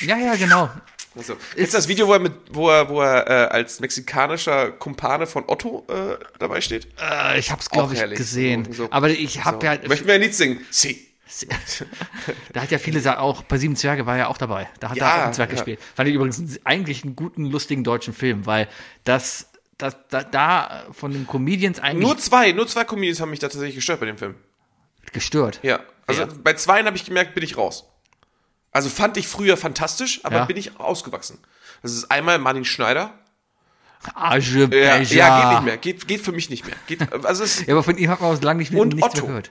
F: ja, ja, genau.
E: Also, kennst du das Video, wo er, mit, wo er, wo er äh, als mexikanischer Kumpane von Otto äh, dabei steht?
F: Äh, ich habe es,
E: Ah, Auch
F: glaube ich,
E: herrlich.
F: gesehen.
E: So, so.
F: Aber ich habe ja,
E: Möchten wir ein Lied singen? Sie.
F: da hat ja viele Sachen auch, bei Sieben Zwerge war ja auch dabei. Da hat
E: Ja,
F: er auch einen Zwerg
E: ja.
F: gespielt. Fand ich übrigens einen- eigentlich einen guten, lustigen deutschen Film, weil das, das da, da von den Comedians eigentlich
E: Nur zwei, nur zwei Comedians haben mich da tatsächlich gestört bei dem Film.
F: gestört.
E: Ja. Also
F: Ja.
E: bei zweien habe ich gemerkt, bin ich raus. Also fand ich früher fantastisch, aber
F: Ja.
E: bin ich ausgewachsen. Das ist einmal Martin Schneider. Ja,
F: Azerbaijan.
E: ja, geht nicht mehr. Geht, geht für mich nicht mehr. Geht, also es,
F: Ja, aber von ihm hat man auch lange nicht mehr,
E: Und
F: nichts
E: Otto.
F: mehr gehört.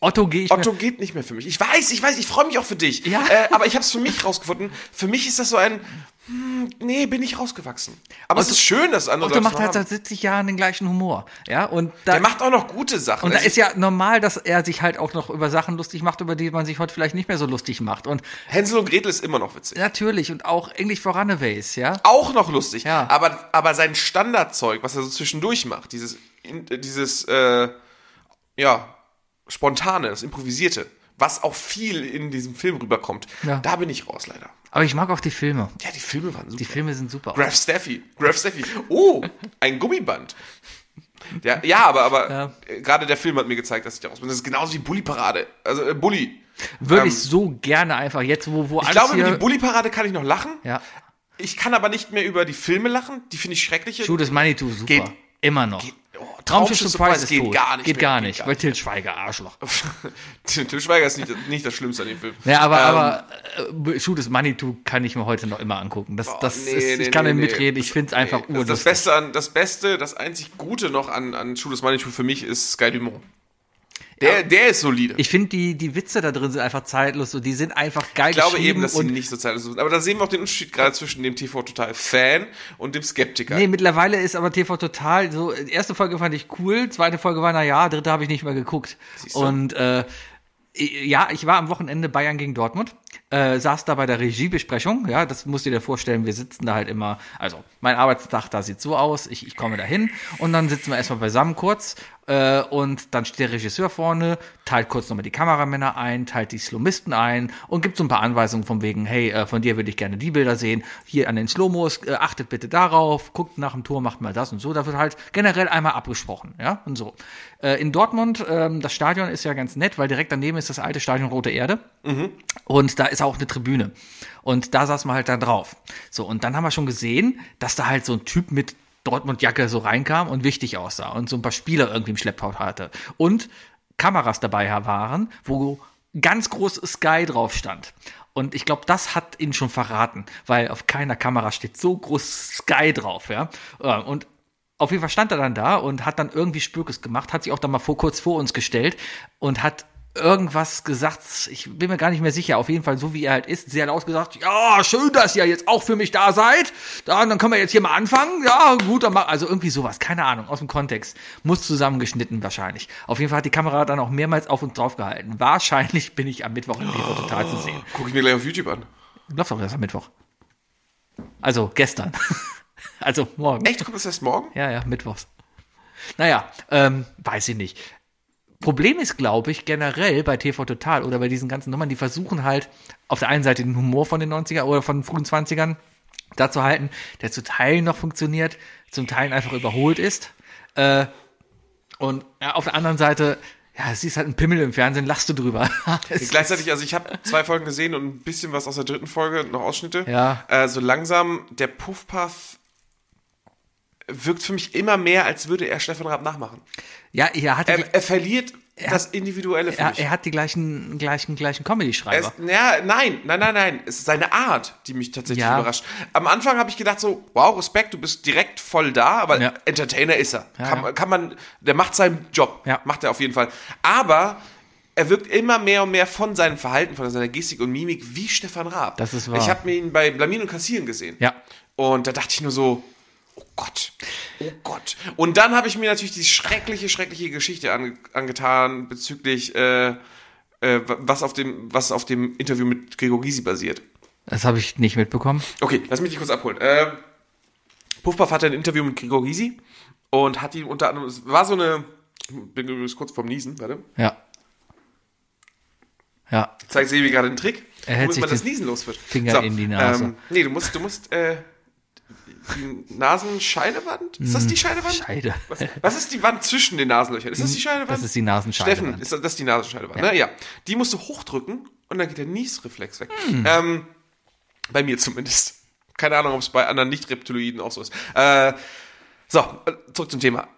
F: Otto gehe ich
E: Otto
F: Mehr.
E: geht nicht mehr für mich. Ich weiß, ich weiß, ich freue mich auch für dich.
F: Ja.
E: Äh, aber ich habe es für mich rausgefunden. Für mich ist das so ein, hm, nee, bin ich rausgewachsen. Aber es ist schön, dass andere
F: Otto
E: das
F: macht
E: noch
F: halt
E: haben.
F: seit 70 Jahren den gleichen Humor. Ja, und da,
E: Der macht auch noch gute Sachen.
F: und da
E: Also
F: ist ja normal, dass er sich halt auch noch über Sachen lustig macht, über die man sich heute vielleicht nicht mehr so lustig macht. Und
E: Hänsel und Gretel ist immer noch witzig.
F: natürlich, und auch English for Runaways, ja.
E: Auch noch lustig.
F: Ja.
E: Aber, aber sein Standardzeug, was er so zwischendurch macht, dieses, in- äh, dieses äh, ja, spontane, das improvisierte, was auch viel in diesem Film rüberkommt,
F: Ja.
E: da bin ich raus leider.
F: Aber ich mag auch die Filme.
E: Ja, die Filme waren super.
F: Die Filme sind super.
E: Graf Steffi. Graf Steffi. Oh, ein Gummiband. Ja, ja aber, aber
F: Ja.
E: äh, gerade der Film hat mir gezeigt, dass ich da raus bin. Das ist genauso wie Bulli-Parade. Also äh, Bulli.
F: Würde
E: Ähm,
F: ich so gerne einfach jetzt, wo, wo
E: Ich
F: alles
E: glaube, über die
F: hier...
E: Bulli-Parade kann ich noch lachen.
F: Ja,
E: Ich kann aber nicht mehr über die Filme lachen. Die finde ich schrecklich.
F: Shoot is Money to super.
E: Geht-
F: Immer noch.
E: oh,
F: Traumschiff
E: Traumschiff
F: Surprise
E: Surprise
F: ist
E: geht
F: tot.
E: gar nicht
F: Geht
E: mehr, Ähm,
F: gar
E: geht
F: nicht,
E: gar
F: weil Til Schweiger Arschloch.
E: Tim Schweiger ist nicht, nicht das Schlimmste an dem Film.
F: Ja, aber,
E: Ähm, Oh,
F: aber äh, Shoot is Money to kann ich mir heute noch immer angucken. Das, das
E: nee,
F: ist,
E: nee,
F: ich kann
E: nee,
F: nicht
E: nee.
F: mitreden, ich finde es einfach
E: nee, das, das
F: urlustig.
E: Beste an, das Beste, das einzig Gute noch an, an Schules Manitou für mich ist Sky Dumont. Der, der ist solide.
F: Ich finde, die, die Witze da drin sind einfach zeitlos und die sind einfach geil
E: Ich glaube
F: geschrieben
E: eben, dass sie
F: und
E: nicht so zeitlos sind. Aber da sehen wir auch den Unterschied gerade zwischen dem TV Total Fan und dem Skeptiker.
F: Nee, mittlerweile ist aber TV total so. die Erste Folge fand ich cool, zweite Folge war na ja, dritte habe ich nicht mehr geguckt. Und äh, i- ja, ich war am Wochenende Bayern gegen Dortmund, äh, saß da bei der Regiebesprechung. Ja, das musst du dir vorstellen. Wir sitzen da halt immer. Also mein Arbeitstag da sieht so aus. Ich, ich komme da hin und dann sitzen wir erstmal beisammen kurz. Äh, und dann steht der Regisseur vorne, teilt kurz nochmal die Kameramänner ein, teilt halt die Slomisten ein und gibt so ein paar Anweisungen von wegen, hey, äh, von dir würde ich gerne die Bilder sehen, hier an den Slomos, äh, achtet bitte darauf, guckt nach dem Tor, macht mal das und so. Da wird halt generell einmal abgesprochen, ja, und so. Äh, in Dortmund, ähm, das Stadion ist ja ganz nett, weil direkt daneben ist das alte Stadion Rote Erde. Und da ist auch eine Tribüne. Und da saß man halt dann drauf. So, und dann haben wir schon gesehen, dass da halt so ein Typ mit Dortmund-Jacke so reinkam und wichtig aussah und so ein paar Spieler irgendwie im Schlepphaut hatte. Und Kameras dabei waren, wo ganz groß Sky drauf stand. Und ich glaube, das hat ihn schon verraten, weil auf keiner Kamera steht so groß Sky drauf, ja. Äh, Und auf jeden Fall stand er dann da und hat dann irgendwie Spürkes gemacht, hat sich auch dann mal vor, kurz vor uns gestellt und hat irgendwas gesagt, ich bin mir gar nicht mehr sicher, auf jeden Fall so wie er halt ist, sehr laut gesagt, ja, schön, dass ihr jetzt auch für mich da seid, dann, dann können wir jetzt hier mal anfangen, ja, gut, dann mach, also irgendwie sowas, keine Ahnung, aus dem Kontext, muss zusammengeschnitten wahrscheinlich. Auf jeden Fall hat die Kamera dann auch mehrmals auf uns draufgehalten, wahrscheinlich bin ich am Mittwoch in TV total zu sehen.
E: Guck ich mir gleich auf YouTube an.
F: Läuft doch erst am Mittwoch. Also gestern. also morgen.
E: Echt, kommt das erst morgen?
F: Ja, ja, mittwochs. Naja, ähm, weiß ich nicht. Problem ist, glaube ich, generell bei TV Total oder bei diesen ganzen Nummern, die versuchen halt auf der einen Seite den Humor von den 90er oder von den frühen 20ern da zu halten, der zu Teilen noch funktioniert, zum Teil einfach überholt ist. Äh, und ja, auf der anderen Seite, ja, siehst halt einen Pimmel im Fernsehen, lachst du drüber. Es-
E: Gleichzeitig, also ich habe zwei Folgen gesehen und ein bisschen was aus der dritten Folge, noch Ausschnitte.
F: Ja.
E: Äh, so langsam, der Puffpuff wirkt für mich immer mehr, als würde er Stefan Raab nachmachen.
F: ja, er hat, die,
E: Er, er verliert das Individuelle für
F: Also er,
E: mich.
F: er hat die gleichen, gleichen, gleichen
E: Er
F: Comedy-Schreiber.
E: ist, ja, nein, nein, nein, nein. Es ist seine Art, die mich tatsächlich
F: Ja.
E: überrascht. Am Anfang habe ich gedacht so, wow, Respekt, du bist direkt voll da, aber
F: Ja.
E: Entertainer ist er.
F: Ja,
E: kann,
F: ja.
E: kann man, der macht seinen Job.
F: Ja.
E: Macht er auf jeden Fall. Aber er wirkt immer mehr und mehr von seinem Verhalten, von seiner Gestik und Mimik wie Stefan Raab.
F: Das ist wahr.
E: Ich habe ihn bei Blamin und Kassieren gesehen.
F: Ja.
E: Und da dachte ich nur so, oh Gott, oh Gott. Und dann habe ich mir natürlich die schreckliche, schreckliche Geschichte ange angetan bezüglich, äh, äh, was, auf dem, was auf dem Interview mit Gregor Gysi basiert.
F: Das habe ich nicht mitbekommen.
E: Okay, lass mich dich kurz abholen. Ähm, Puffpuff hatte ein Interview mit Gregor Gysi und hat ihm unter anderem, es war so eine, bin übrigens kurz vorm Niesen, warte.
F: Ja. Ja.
E: zeigt Sebi gerade einen Trick,
F: Er hält
E: womit
F: sich
E: man
F: den
E: das Niesen los wird. ähm,
F: Finger in die Nase.
E: nee, du musst, du musst äh, die Nasenscheidewand. Ist das die Scheidewand?
F: Hm, Scheide. Hm,
E: Was, was ist die Wand zwischen den Nasenlöchern? Ist das die Scheidewand?
F: Das ist die Nasenscheidewand.
E: Steffen, ist das, das ist die Nasenscheidewand? Ja. Ne? ja. Die musst du hochdrücken und dann geht der Niesreflex weg.
F: Hm.
E: Ähm, bei mir zumindest. Keine Ahnung, ob es bei anderen Nicht-Reptiloiden auch so ist. Äh, so, äh, zurück zum Thema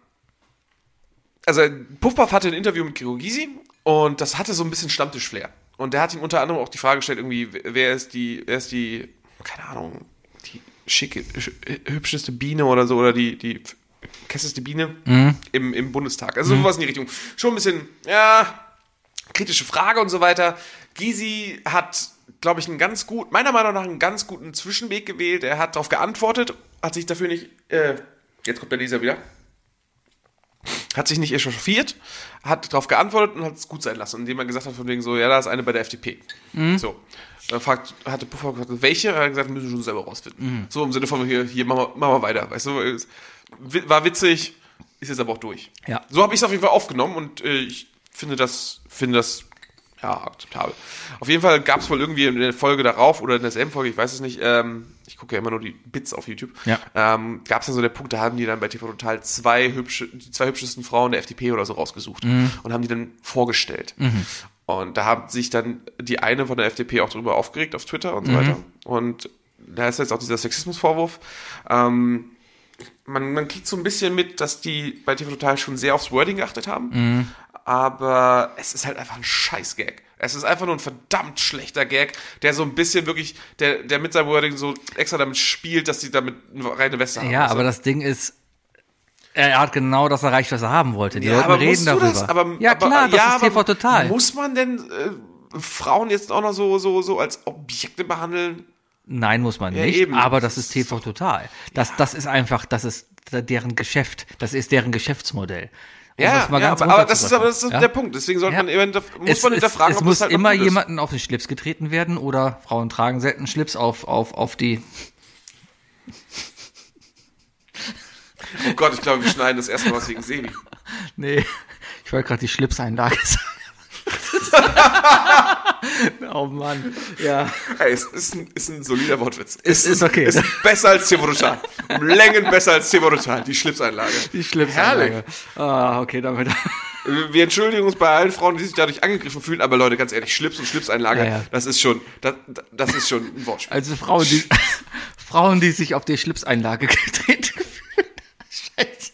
E: also Puffpuff hatte ein Interview mit Kirogisi und das hatte so ein bisschen Stammtisch-Flair. Und der hat ihm unter anderem auch die Frage gestellt, irgendwie, wer ist die, wer ist die, keine Ahnung, die schicke, hü- hübscheste Biene oder so, oder die, die kesseste Biene im, im Bundestag. Also sowas in die Richtung. Schon ein bisschen, ja, kritische Frage und so weiter. Gysi hat, glaube ich, einen ganz gut, meiner Meinung nach einen ganz guten Zwischenweg gewählt. Er hat darauf geantwortet, hat sich dafür nicht, äh, jetzt kommt der Leser wieder, hat sich nicht echauffiert, hat darauf geantwortet und hat es gut sein lassen, indem er gesagt hat, von wegen so, ja, da ist eine bei der FDP. So. Dann fragt, hatte Puffer gesagt, welche? Er hat gesagt, müssen wir schon selber rausfinden. So im Sinne von, hier, hier machen, wir, machen wir weiter. Weißt du, es wi- war witzig, ist jetzt aber auch durch.
F: Ja.
E: So habe ich es auf jeden Fall aufgenommen und äh, ich finde das, finde das ja, akzeptabel. Auf jeden Fall gab es wohl irgendwie in der Folge darauf oder in derselben Folge, ich weiß es nicht, ähm, ich gucke ja immer nur die Bits auf YouTube,
F: Ja.
E: ähm, gab es dann so den Punkt, da haben die dann bei TV Total zwei hübsche, die zwei hübschesten Frauen der FDP oder so rausgesucht und haben die dann vorgestellt. Und da haben sich dann die eine von der FDP auch drüber aufgeregt auf Twitter und so weiter. Und da ist jetzt auch dieser Sexismusvorwurf. Ähm, man, man kriegt so ein bisschen mit, dass die bei TV Total schon sehr aufs Wording geachtet haben.
F: Mhm.
E: Aber es ist halt einfach ein Scheiß-Gag. Es ist einfach nur ein verdammt schlechter Gag, der so ein bisschen wirklich, der, der mit seinem Wording so extra damit spielt, dass sie damit eine reine Weste haben.
F: Ja,
E: Also,
F: aber das Ding ist, er hat genau das erreicht, was er haben wollte. Die
E: ja,
F: Leute
E: aber
F: reden
E: musst du
F: darüber.
E: Das, aber,
F: ja,
E: aber,
F: klar, das
E: ja,
F: ist TV
E: aber
F: total.
E: Muss man denn äh, Frauen jetzt auch noch so, so, so als Objekte behandeln?
F: Nein, muss man nicht.
E: eben.
F: Aber das ist TV total. Das, das ist einfach, das ist deren Geschäft. Das ist deren Geschäftsmodell. Um das mal ganz
E: aber, aber das ist aber
F: runterzubrechen,
E: das ist
F: ja?
E: der Punkt. Deswegen sollte
F: Ja.
E: man eben, hinterf- muss
F: es,
E: man hinterfragen,
F: es, es
E: ob
F: muss
E: das halt noch
F: immer
E: gut ist.
F: jemanden auf den Schlips getreten werden oder Frauen tragen selten Schlips auf, auf, auf die.
E: Oh Gott, ich glaube, wir schneiden das erstmal was wegen Sebi.
F: Nee, ich wollte gerade die Schlipseinlage sagen. oh Mann. Ja.
E: Hey, es ist ein, ist ein solider Wortwitz.
F: Es ist okay.
E: Ist besser als Tiburutan. Um Längen besser als Tiburutan, die Schlipseinlage.
F: Die Schlipseinlage. Ah, okay, damit.
E: Wir entschuldigen uns bei allen Frauen, die sich dadurch angegriffen fühlen, aber Leute, ganz ehrlich, Schlips und Schlipseinlage,
F: Ja, ja.
E: das ist schon, das, das ist schon ein Wortspiel.
F: Also Frauen, die, Frauen, die sich auf die Schlipseinlage getreten fühlen. Scheiße.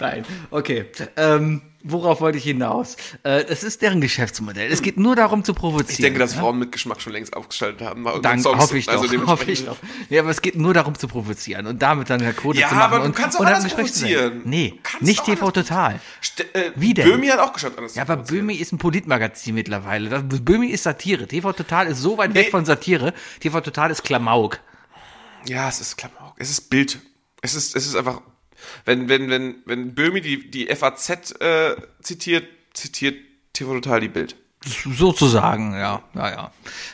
F: Nein, okay. Ähm, worauf wollte ich hinaus? Äh, es ist deren Geschäftsmodell. Es geht nur darum zu provozieren.
E: Ich denke, dass Frauen mit Geschmack schon längst aufgeschaltet haben. bei unseren
F: Dank,
E: Songs.
F: hoffe ich
E: Also
F: doch. Hoffe ich
E: dementsprechend-
F: doch. Nee, aber es geht nur darum zu provozieren und damit dann eine Quote
E: Ja,
F: zu machen.
E: aber du
F: und,
E: kannst auch
F: und dann
E: anders
F: Gespräch zu sein.
E: provozieren. Du
F: Nee,
E: kannst auch
F: nicht TV
E: anders
F: total.
E: St- äh,
F: Wie denn?
E: Böhmi hat auch geschaut anders.
F: Ja, aber Böhmi ist ein Politmagazin mittlerweile. Das, Böhmi ist Satire. TV Total ist so weit weg von Satire. TV Total ist Klamauk.
E: Ja, es ist Klamauk. Es ist Bild. Es ist, es ist einfach. Wenn, wenn, wenn, wenn Böhmi die, die FAZ äh, zitiert, zitiert TV Total die Bild.
F: Sozusagen, ja, ja, ja.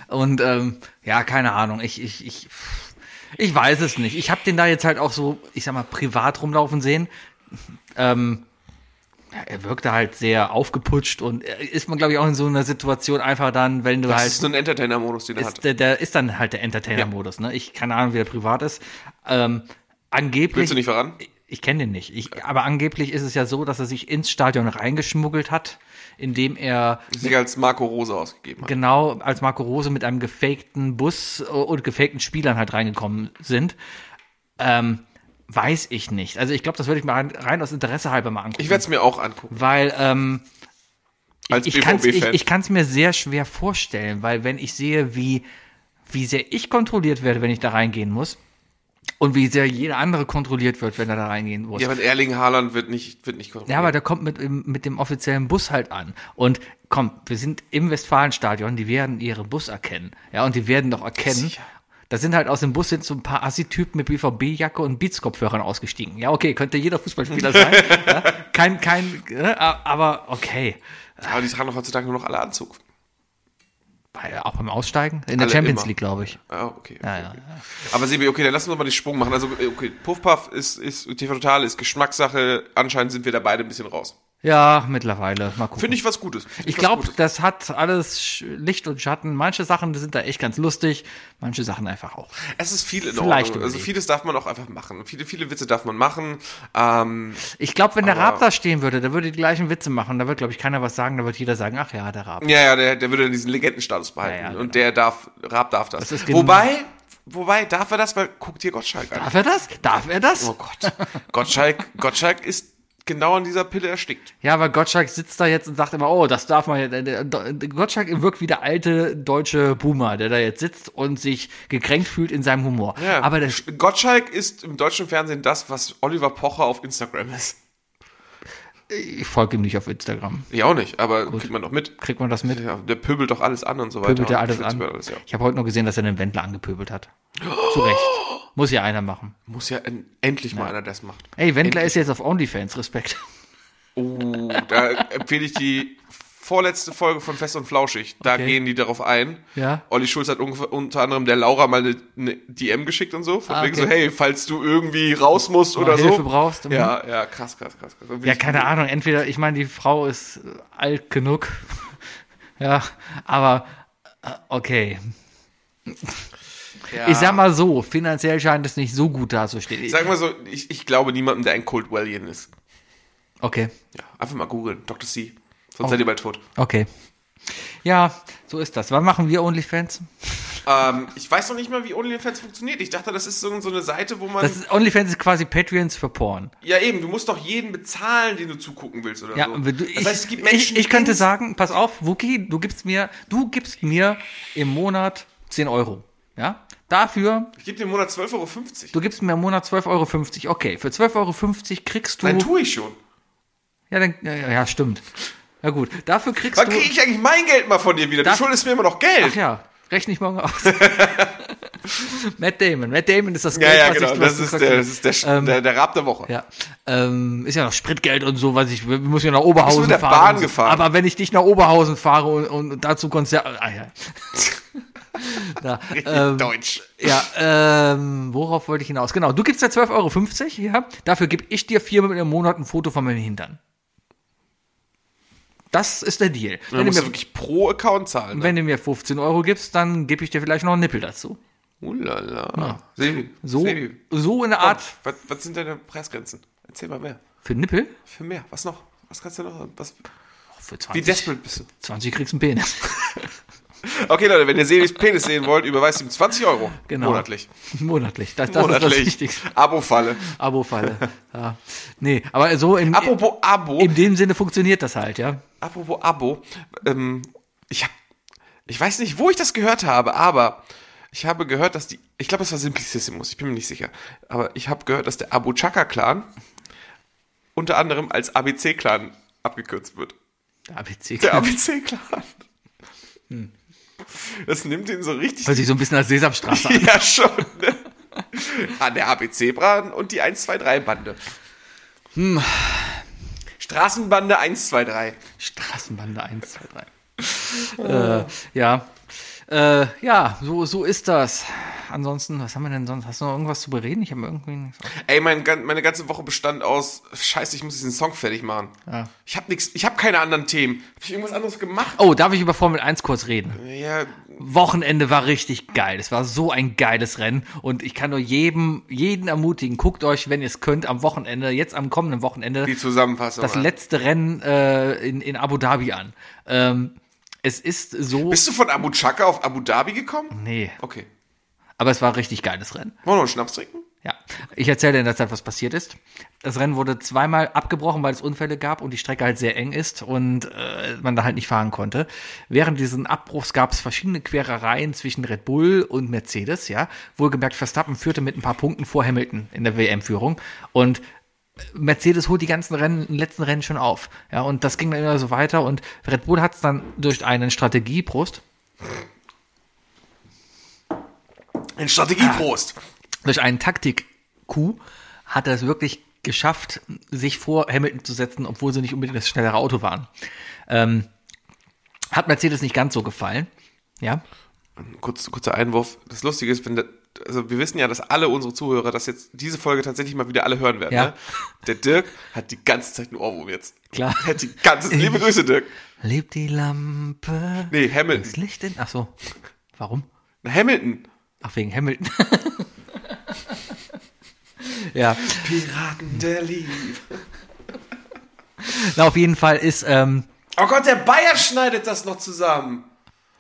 F: Und ähm, ja, keine Ahnung, ich, ich, ich, ich weiß es nicht. Ich habe den da jetzt halt auch so, ich sag mal, privat rumlaufen sehen. Ähm, ja, er wirkte halt sehr aufgeputscht und äh, ist man, glaube ich, auch in so einer Situation einfach dann, wenn du
E: Das
F: halt
E: ist nur ein Entertainer-Modus, den er hat.
F: ist, der, der ist dann halt der Entertainer-Modus, ne? Ich keine Ahnung, wie der privat ist. Ähm, angeblich.
E: Willst du nicht voran?
F: Ich, ich kenne den nicht. Ich, aber angeblich ist es ja so, dass er sich ins Stadion reingeschmuggelt hat, indem er
E: Sich als Marco Rose ausgegeben hat.
F: genau als Marco Rose mit einem gefakten Bus äh, und gefakten Spielern halt reingekommen sind. Ähm, weiß ich nicht. Also ich glaube, das würde ich mal rein, rein aus Interesse halber mal angucken.
E: Ich werde es mir auch angucken.
F: weil ähm,
E: Als
F: ich kann es ich,
E: BVB-Fan.
F: ich kann's mir sehr schwer vorstellen, weil wenn ich sehe, wie, wie sehr ich kontrolliert werde, wenn ich da reingehen muss, und wie sehr jeder andere kontrolliert wird, wenn er da reingehen muss.
E: Ja, aber Erling Haaland wird nicht, wird nicht
F: Ja, aber der kommt mit, dem- mit dem offiziellen Bus halt an. Und komm, wir sind im Westfalenstadion, die werden ihren Bus erkennen. Ja, und die werden doch erkennen. Da sind halt aus dem Bus sind so ein paar Assi-Typen mit BVB-Jacke und Beats-Kopfhörern ausgestiegen. Ja, okay, könnte jeder Fußballspieler sein. ja, kein, kein, äh, aber okay.
E: aber die tragen doch heutzutage nur noch alle Anzug.
F: Bei, auch beim Aussteigen? In der
E: Alle
F: Champions
E: immer.
F: League, glaube ich.
E: Ah, okay.
F: Ja, ja.
E: Aber Sebi, okay, dann lassen wir mal den Sprung machen. Also, okay, Puffpuff ist, ist TV Total, ist Geschmackssache. Anscheinend sind wir da beide ein bisschen raus.
F: ja, mittlerweile. Mal gucken.
E: Finde ich was Gutes. Find
F: ich
E: was
F: glaube,
E: Gutes.
F: das hat alles Sch- Licht und Schatten. Manche Sachen sind da echt ganz lustig, manche Sachen einfach auch.
E: es ist viel in
F: vielleicht
E: Ordnung. Also
F: überlegt.
E: vieles darf man auch einfach machen. Viele, viele Witze darf man machen. Ähm,
F: Ich glaube, wenn der
E: Aber-
F: Raab da stehen würde, der würde die gleichen Witze machen. Da wird, glaube ich, keiner was sagen. Da wird jeder sagen, ach ja, der Raab.
E: ja, ja, der, der würde diesen Legendenstatus behalten.
F: Ja, ja,
E: Und der darf, Raab darf das.
F: ist genau-
E: wobei, wobei, darf er das? Weil guck dir Gottschalk an.
F: Darf er das? Darf er das?
E: Oh Gott. Gottschalk, Gottschalk ist genau an dieser Pille erstickt.
F: Ja, aber Gottschalk sitzt da jetzt und sagt immer, oh, das darf man jetzt. äh, äh, Do- Gottschalk wirkt wie der alte deutsche Boomer, der da jetzt sitzt und sich gekränkt fühlt in seinem Humor.
E: Ja.
F: Aber das,
E: Gottschalk ist im deutschen Fernsehen das, was Oliver Pocher auf Instagram ist.
F: ich folge ihm nicht auf Instagram.
E: Ich auch nicht, aber kriegt man doch mit.
F: Kriegt man das mit?
E: Ja, der pöbelt doch alles an und so weiter.
F: Pöbelt er
E: und
F: alles
E: schwitzt
F: an.
E: über alles, ja.
F: Ich habe heute noch gesehen, dass er den Wendler angepöbelt hat. Zu Recht. Muss ja einer machen.
E: Muss ja en- endlich mal einer das macht.
F: Ey, Wendler ist jetzt auf OnlyFans, Respekt.
E: Oh, da empfehle ich die vorletzte Folge von Fest und Flauschig. Da
F: Okay.
E: gehen die darauf ein.
F: Ja.
E: Olli Schulz hat ungef- unter anderem der Laura mal eine, eine DM geschickt und so. Von
F: Ah,
E: wegen
F: okay. Oh,
E: so, hey, falls du irgendwie raus musst oder so.
F: Hilfe brauchst. Mhm.
E: Ja, ja, krass, krass, krass. krass.
F: Ja, keine Ahnung. Entweder, ich meine, die Frau ist äh, alt genug. ja, aber äh, okay. Ich sag mal so, finanziell scheint es nicht so gut dazustehen.
E: Sag mal so, ich, ich glaube niemandem, der ein Coldwellian ist.
F: okay,
E: Ja, einfach mal googeln. Dr. C. Sonst
F: Oh.
E: seid ihr bald tot.
F: okay. Ja, so ist das. Wann machen wir OnlyFans?
E: Ähm, ich weiß noch nicht mal, wie OnlyFans funktioniert. Ich dachte, das ist so, so eine Seite, wo man.
F: Das ist, OnlyFans ist quasi Patreons für Porn.
E: ja, eben, du musst doch jeden bezahlen, den du zugucken willst oder
F: Ja,
E: so.
F: und wenn du, ich,
E: das heißt, es gibt
F: ich,
E: Menschen,
F: ich
E: die
F: könnte
E: gehen-
F: sagen, pass auf, Wookie, du gibst mir, du gibst mir im Monat 10 Euro. Ja? Dafür,
E: Ich gebe dir im Monat 12,50 Euro.
F: du gibst mir im Monat 12,50 Euro. Okay, für 12,50 Euro kriegst du.
E: Nein, tue ich schon.
F: ja, dann, ja, ja, ja, stimmt. Na gut, dafür kriegst
E: Wann
F: du.
E: kriege ich eigentlich mein Geld mal von dir wieder? Du
F: Das-
E: schuldest mir immer noch Geld.
F: Ach ja, rechne ich morgen aus. Matt Damon. Matt Damon ist das
E: ja,
F: Geld,
E: ja,
F: was
E: genau.
F: ich, was
E: das,
F: du
E: ist
F: kriegst.
E: der, das ist der, Sch-
F: Ähm,
E: der, der Rab der Woche.
F: Ja, ähm, ist ja noch Spritgeld und so, was ich, wir müssen ja nach Oberhausen
E: Bist du mit der
F: fahren.
E: Bahn
F: und so.
E: gefahren?
F: Aber wenn ich nicht nach Oberhausen fahre und, und dazu Konzert, ah, ja. Na, ähm,
E: Deutsch.
F: ja, ähm, worauf wollte ich hinaus? Genau, du gibst ja 12,50 Euro, ja, dafür gebe ich dir viermal im Monat ein Foto von meinem Hintern. Das ist der Deal.
E: Dann
F: Wenn du
E: musst du
F: mir,
E: wirklich pro Account zahlen. Ne?
F: wenn du mir 15 Euro gibst, dann gebe ich dir vielleicht noch einen Nippel dazu.
E: Ulala. Sebi,
F: So,
E: Sebi,
F: so in der
E: komm,
F: Art
E: was, was sind deine Preisgrenzen? Erzähl mal mehr.
F: für Nippel?
E: Für mehr. Was noch? Was kannst du noch? Was,
F: Für
E: wie
F: 20,
E: desperate bist du?
F: 20 kriegst du einen Penis.
E: Okay, Leute, wenn ihr Sebis Penis sehen wollt, überweist ihm 20 Euro.
F: Genau.
E: Monatlich.
F: Monatlich. Das, das ist das
E: Monatlich.
F: Wichtigste.
E: Abo-Falle.
F: Abo-Falle. ja. Nee, aber so im,
E: Apropos Abo.
F: in dem Sinne funktioniert das halt, ja.
E: Apropos Abo, ähm, ich hab, ich weiß nicht, wo ich das gehört habe, aber ich habe gehört, dass die, ich glaube, es war Simplicissimus, ich bin mir nicht sicher, aber ich habe gehört, dass der Abu Chaka Clan unter anderem als ABC Clan abgekürzt wird.
F: Der ABC.
E: Der ABC Clan. Das nimmt ihn so richtig.
F: Hört sich so ein bisschen als Sesamstraße an.
E: Ja, schon. Ne? An der ABC-Bahn und die 123-Bande. Straßenbande 123.
F: Straßenbande 1, 2, 3. äh, ja. Äh, ja, so, so ist das. Ansonsten, was haben wir denn sonst? Hast du noch irgendwas zu bereden? Ich habe irgendwie nichts.
E: Ey, mein, gan- meine ganze Woche bestand aus, scheiße, ich muss diesen Song fertig machen. Ich hab nix, ich hab keine anderen Themen. Hab ich irgendwas anderes gemacht?
F: Oh, darf ich über Formel 1 kurz reden?
E: Ja,
F: Wochenende war richtig geil. Es war so ein geiles Rennen und ich kann nur jedem, jeden ermutigen, guckt euch, wenn ihr es könnt, am Wochenende, jetzt am kommenden Wochenende,
E: die Zusammenfassung.
F: das
E: ja.
F: letzte Rennen äh, in, in Abu Dhabi an. Ähm, es ist so.
E: Bist du von Abu Chaka auf Abu Dhabi gekommen?
F: nee,
E: Okay.
F: aber es war ein richtig geiles Rennen.
E: Wollen wir noch einen Schnaps trinken?
F: Ja. Ich erzähle dir in der Zeit, was passiert ist. Das Rennen wurde zweimal abgebrochen, weil es Unfälle gab und die Strecke halt sehr eng ist und äh, man da halt nicht fahren konnte. Während diesen Abbruchs gab es verschiedene Querereien zwischen Red Bull und Mercedes, ja. Wohlgemerkt, Verstappen führte mit ein paar Punkten vor Hamilton in der WM-Führung und Mercedes holt die ganzen Rennen, letzten Rennen schon auf. Ja, und das ging dann immer so weiter und Red Bull hat es dann durch einen Strategieprost
E: Ein Strategieprost.
F: durch einen Taktik-Coup hat er es wirklich geschafft, sich vor Hamilton zu setzen, obwohl sie nicht unbedingt das schnellere Auto waren. Ähm, hat Mercedes nicht ganz so gefallen. Ja,
E: Kurz, kurzer Einwurf. Das Lustige ist, wenn der, also wir wissen ja, dass alle unsere Zuhörer das jetzt, diese Folge tatsächlich mal wieder alle hören werden.
F: Ja.
E: Ne? Der Dirk hat die ganze Zeit einen Ohrwurm jetzt.
F: Klar.
E: Er Hat die ganze, liebe Grüße, Dirk.
F: lebt die Lampe.
E: Nee, Hamilton.
F: Das Licht in. Ach so. Warum?
E: Hamilton.
F: Ach, wegen Hamilton. ja.
E: Piraten der Liebe.
F: Na, auf jeden Fall ist, ähm,
E: Oh Gott, der Bayer schneidet das noch zusammen.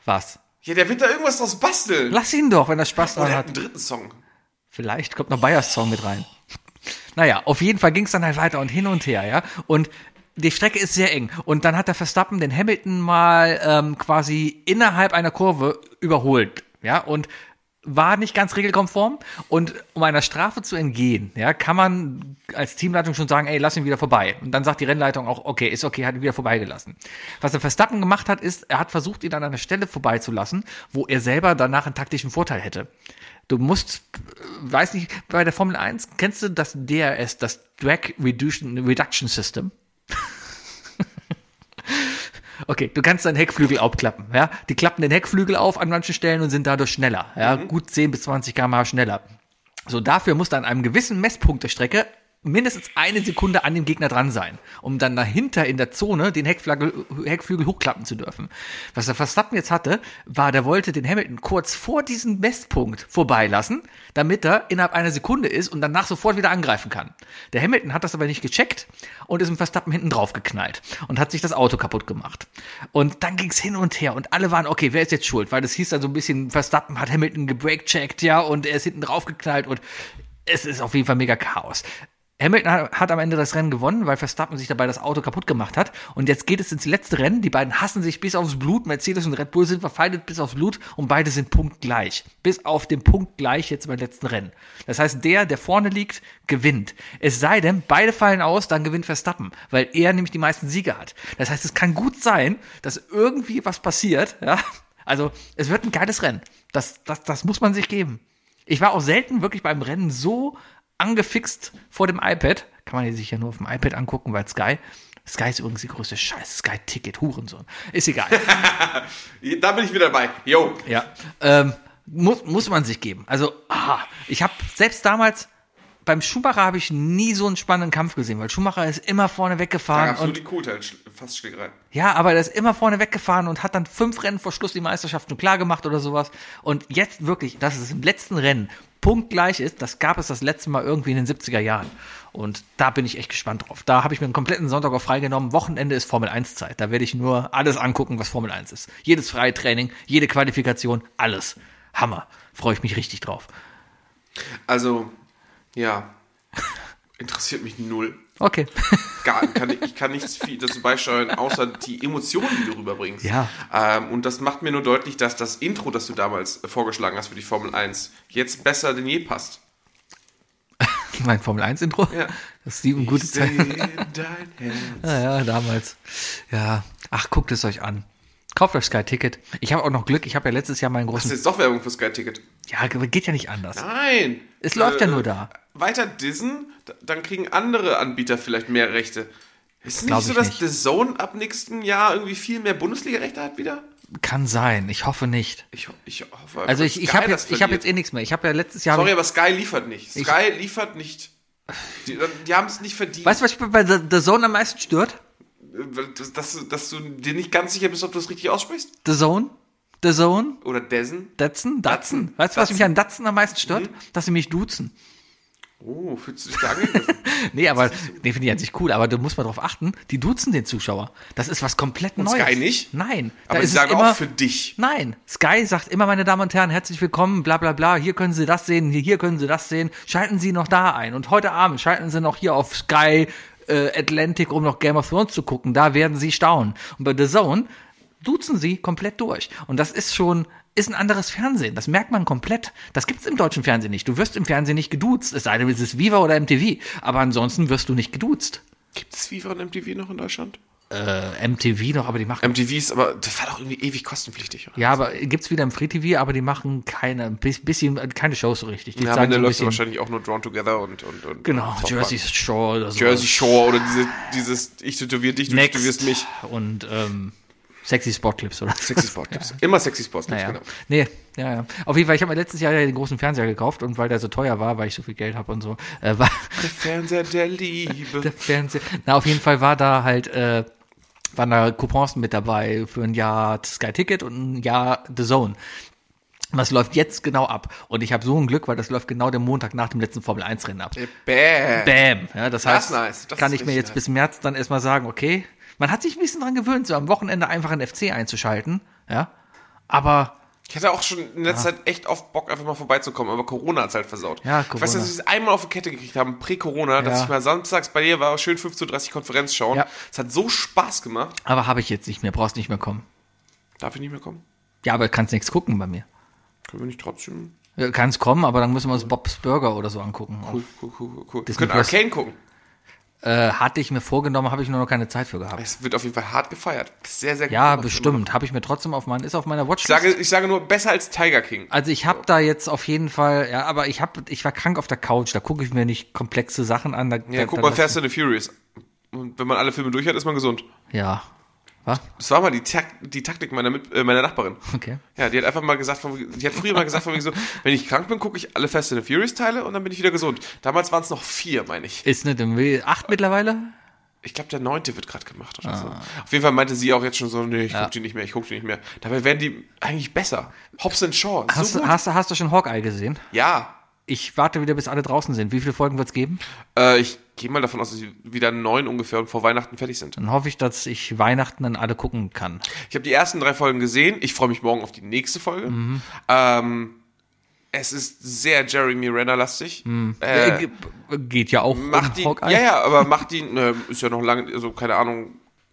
F: was?
E: Ja, der wird da irgendwas draus basteln.
F: Lass ihn doch, wenn er Spaß
E: Und
F: dran
E: er hat einen
F: hat.
E: dritten Song.
F: Vielleicht kommt noch Bayers Song mit rein. Naja, auf jeden Fall ging es dann halt weiter und hin und her, ja. Und die Strecke ist sehr eng. Und dann hat der Verstappen den Hamilton mal ähm, quasi innerhalb einer Kurve überholt, ja. Und war nicht ganz regelkonform und um einer Strafe zu entgehen, ja, kann man als Teamleitung schon sagen, ey, lass ihn wieder vorbei. Und dann sagt die Rennleitung auch, okay, ist okay, hat ihn wieder vorbeigelassen. Was der Verstappen gemacht hat, ist, er hat versucht, ihn an einer Stelle vorbeizulassen, wo er selber danach einen taktischen Vorteil hätte. Du musst, äh, weiß nicht, bei der Formel 1 kennst du das DRS, das Drag Reduction, Reduction System? Okay, du kannst deinen Heckflügel aufklappen, ja. Die klappen den Heckflügel auf an manchen Stellen und sind dadurch schneller, ja. Gut 10 bis 20 km/h schneller. So, dafür musst du an einem gewissen Messpunkt der Strecke mindestens eine Sekunde an dem Gegner dran sein, um dann dahinter in der Zone den Heckflügel, Heckflügel hochklappen zu dürfen. Was der Verstappen jetzt hatte, war, der wollte den Hamilton kurz vor diesem Messpunkt vorbeilassen, damit er innerhalb einer Sekunde ist und danach sofort wieder angreifen kann. Der Hamilton hat das aber nicht gecheckt und ist im Verstappen hinten drauf geknallt und hat sich das Auto kaputt gemacht. Und dann ging's hin und her und alle waren, okay, wer ist jetzt schuld? Weil das hieß dann so ein bisschen, Verstappen hat Hamilton gebreakcheckt, ja, und er ist hinten drauf geknallt und es ist auf jeden Fall mega Chaos. Hamilton hat, hat am Ende das Rennen gewonnen, weil Verstappen sich dabei das Auto kaputt gemacht hat. Und jetzt geht es ins letzte Rennen. Die beiden hassen sich bis aufs Blut. Mercedes und Red Bull sind verfeindet bis aufs Blut und beide sind punktgleich. Bis auf den Punkt gleich jetzt beim letzten Rennen. Das heißt, der, der vorne liegt, gewinnt. Es sei denn, beide fallen aus, dann gewinnt Verstappen, weil er nämlich die meisten Siege hat. Das heißt, es kann gut sein, dass irgendwie was passiert. Ja? Also, es wird ein geiles Rennen. Das, das, das muss man sich geben. Ich war auch selten wirklich beim Rennen so angefixt vor dem iPad. Kann man sich ja nur auf dem iPad angucken, weil Sky. Sky ist übrigens die größte Scheiße. Sky-Ticket, Hurensohn. Ist egal.
E: Da bin ich wieder dabei. Yo.
F: ja. Ähm, muss, muss man sich geben. Also, ah, ich habe selbst damals. Beim Schumacher habe ich nie so einen spannenden Kampf gesehen, weil Schumacher ist immer vorne
E: Da
F: weggefahren
E: gab's nur
F: und
E: die Kuh, halt schl- fast Schlägerei.
F: ja, aber er ist immer vorne weggefahren und hat dann fünf Rennen vor Schluss die Meisterschaften klar gemacht oder sowas. Und jetzt wirklich, dass es im letzten Rennen punktgleich ist, das gab es das letzte Mal irgendwie in den 70er Jahren. Und da bin ich echt gespannt drauf. Da habe ich mir einen kompletten Sonntag auch freigenommen. Wochenende ist Formel 1 Zeit. Da werde ich nur alles angucken, was Formel 1 ist. Jedes freie Training, jede Qualifikation, alles. Hammer. Freue ich mich richtig drauf.
E: Also, ja. Interessiert mich null.
F: Okay.
E: Gar, kann, ich- ich kann nichts viel dazu beisteuern, außer die Emotionen, die du rüberbringst.
F: Ja.
E: Ähm, und das macht mir nur deutlich, dass das Intro, das du damals äh, vorgeschlagen hast für die Formel 1, jetzt besser denn je passt.
F: mein Formel 1 Intro.
E: Ja.
F: Das ist die gute Zeit.
E: Dein Herz.
F: Ja, ja, damals. Ja. Ach, guckt es euch an. Kauft euch Sky Ticket. Ich habe auch noch Glück, ich habe ja letztes Jahr meinen
E: Das
F: großen.
E: ist jetzt doch Werbung für Sky Ticket.
F: Ja, ge- geht ja nicht anders.
E: Nein. Äh,
F: Es läuft ja nur da.
E: Weiter Dissen, d- dann kriegen andere Anbieter vielleicht mehr Rechte. Ist
F: glaub
E: nicht so,
F: ich
E: dass
F: nicht.
E: The Zone ab nächsten Jahr irgendwie viel mehr Bundesliga-Rechte hat wieder?
F: Kann sein. Ich hoffe nicht.
E: Ich, ho- ich hoffe.
F: Also
E: dass
F: ich, ich
E: Sky
F: habe
E: das
F: jetzt, ich hab
E: verliert.
F: jetzt eh nichts mehr. Ich habe ja letztes Jahr.
E: Sorry, aber Sky liefert nicht.
F: Ich-
E: Sky liefert nicht. Die, die haben es nicht verdient.
F: weißt du, was mich bei The, The Zone am meisten stört?
E: Dass, dass, dass du dir nicht ganz sicher bist, ob du es richtig aussprichst?
F: The Zone? The Zone?
E: Oder Dessen?
F: Datsen? Datsen?
E: Datsun.
F: Weißt du, was mich an Datsen am meisten stört?
E: Mhm.
F: Dass sie mich duzen.
E: Oh, fühlst du dich da angegriffen?
F: Nee, aber, nee, finde ich an sich cool, aber da muss man drauf achten, die duzen den Zuschauer. Das ist was komplett Neues.
E: Sky nicht?
F: Nein.
E: aber die
F: es
E: sagen
F: immer-
E: auch für dich.
F: Nein, Sky sagt immer, meine Damen und Herren, herzlich willkommen, bla bla bla, hier können Sie das sehen, hier, hier können Sie das sehen, schalten Sie noch da ein. Und heute Abend schalten Sie noch hier auf Sky äh, Atlantic, um noch Game of Thrones zu gucken, da werden Sie staunen. Und bei The Zone duzen Sie komplett durch. Und das ist schon, ist ein anderes Fernsehen, das merkt man komplett. Das gibt's im deutschen Fernsehen nicht, du wirst im Fernsehen nicht geduzt, es sei denn, es ist Viva oder MTV, aber ansonsten wirst du nicht geduzt.
E: Gibt es FIFA und MTV noch in Deutschland?
F: Äh, MTV noch, aber die machen...
E: MTV ist aber, das war doch irgendwie ewig kostenpflichtig, oder?
F: Ja, aber gibt's wieder im Free TV, aber die machen keine bis- bisschen keine Shows so richtig. Die
E: Ja, am Ende
F: so ein
E: läuft ja
F: bisschen-
E: wahrscheinlich auch nur Drawn Together und. und, und
F: Genau,
E: und Top
F: Jersey
E: Gun.
F: Shore oder so.
E: Jersey Shore oder diese, dieses Ich tätowier dich, du
F: Next
E: tätowierst mich.
F: Und ähm, Sexy Sportclips oder so.
E: Sexy Sport gibt's. Immer Sexy Sports gibt's,
F: Naja.
E: genau.
F: Nee, ja, ja. Auf jeden Fall, ich habe mir letztes Jahr ja den großen Fernseher gekauft und weil der so teuer war, weil ich so viel Geld habe und so, äh, war
E: Der Fernseher der Liebe.
F: der Fernseher. Na, auf jeden Fall war da halt, äh, waren da Coupons mit dabei für ein Jahr Sky Ticket und ein Jahr The Zone. Das läuft jetzt genau ab. Und ich habe so ein Glück, weil das läuft genau den Montag nach dem letzten Formel 1-Rennen ab.
E: Bäh.
F: Bam. Ja, das
E: Das
F: heißt,
E: ist nice. Das
F: kann
E: ist
F: ich mir
E: richtig
F: jetzt
E: nice.
F: bis März dann erstmal sagen, okay, man hat sich ein bisschen dran gewöhnt, so am Wochenende einfach einen FC einzuschalten, ja. Aber
E: Ich hatte auch schon in letzter Zeit echt oft Bock, einfach mal vorbeizukommen, aber Corona hat's halt versaut.
F: Ah. Ja,
E: Ich weiß,
F: Corona.
E: dass ich es einmal auf die Kette gekriegt haben, pre-Corona, dass
F: Ja.
E: ich mal samstags bei dir war, schön 15.30 Uhr Konferenz schauen.
F: Ja.
E: Es hat so Spaß gemacht.
F: Aber habe ich jetzt nicht mehr, brauchst nicht mehr kommen.
E: Darf ich nicht mehr kommen?
F: Ja, aber kannst nichts gucken bei mir.
E: Können wir nicht trotzdem?
F: Ja, Kannst kommen, aber dann müssen wir uns Bob's Burger oder so angucken.
E: Cool, cool, cool, cool, cool. Wir
F: Disney
E: können
F: Plus.
E: Arcane gucken.
F: Äh, hatte ich mir vorgenommen, habe ich nur noch keine Zeit für gehabt.
E: Es wird auf jeden Fall hart gefeiert. Sehr, sehr gut
F: Ja,
E: gemacht.
F: bestimmt. Habe ich mir trotzdem auf meinen, ist auf meiner
E: Ich
F: Watchlist.
E: sage, ich sage nur, besser als Tiger King.
F: also ich habe da jetzt auf jeden Fall, ja, aber ich habe, ich war krank auf der Couch. Da gucke ich mir nicht komplexe Sachen an. Da,
E: Ja,
F: da,
E: guck
F: da-
E: mal Fast and the Furious. Und wenn man alle Filme durch hat, ist man gesund.
F: Ja. Was?
E: Das war mal die, Tak- die Taktik meiner, Mit äh, meiner Nachbarin.
F: Okay.
E: Ja, die hat einfach mal gesagt, von- die hat früher mal gesagt, von wegen so, wenn ich krank bin, gucke ich alle Fast and the Furious Teile und dann bin ich wieder gesund. Damals waren es noch vier, meine ich.
F: Ist nicht im Will. Acht mittlerweile?
E: Ich glaube, der neunte wird gerade gemacht oder so. Auf jeden Fall meinte sie auch jetzt schon so, nee, ich
F: Ah. Ja.
E: gucke die nicht mehr, ich gucke die nicht mehr. Dabei werden die eigentlich besser. Hobbs and Shaw,
F: Hast,
E: so
F: du,
E: gut.
F: hast, du- hast du schon Hawkeye gesehen?
E: Ja,
F: Ich warte wieder, bis alle draußen sind. Wie viele Folgen wird's geben?
E: äh, ich gehe mal davon aus, dass sie wieder neun ungefähr und vor Weihnachten fertig sind.
F: Dann hoffe ich, dass ich Weihnachten dann alle gucken kann.
E: Ich habe die ersten drei Folgen gesehen. Ich freue mich morgen auf die nächste Folge. Ähm, es ist sehr Jeremy Renner-lastig. Äh,
F: Äh, geht ja auch
E: macht
F: um
E: die,
F: Hawkeye.
E: ja, ja, aber macht die, ne, ist ja noch lange, also keine Ahnung,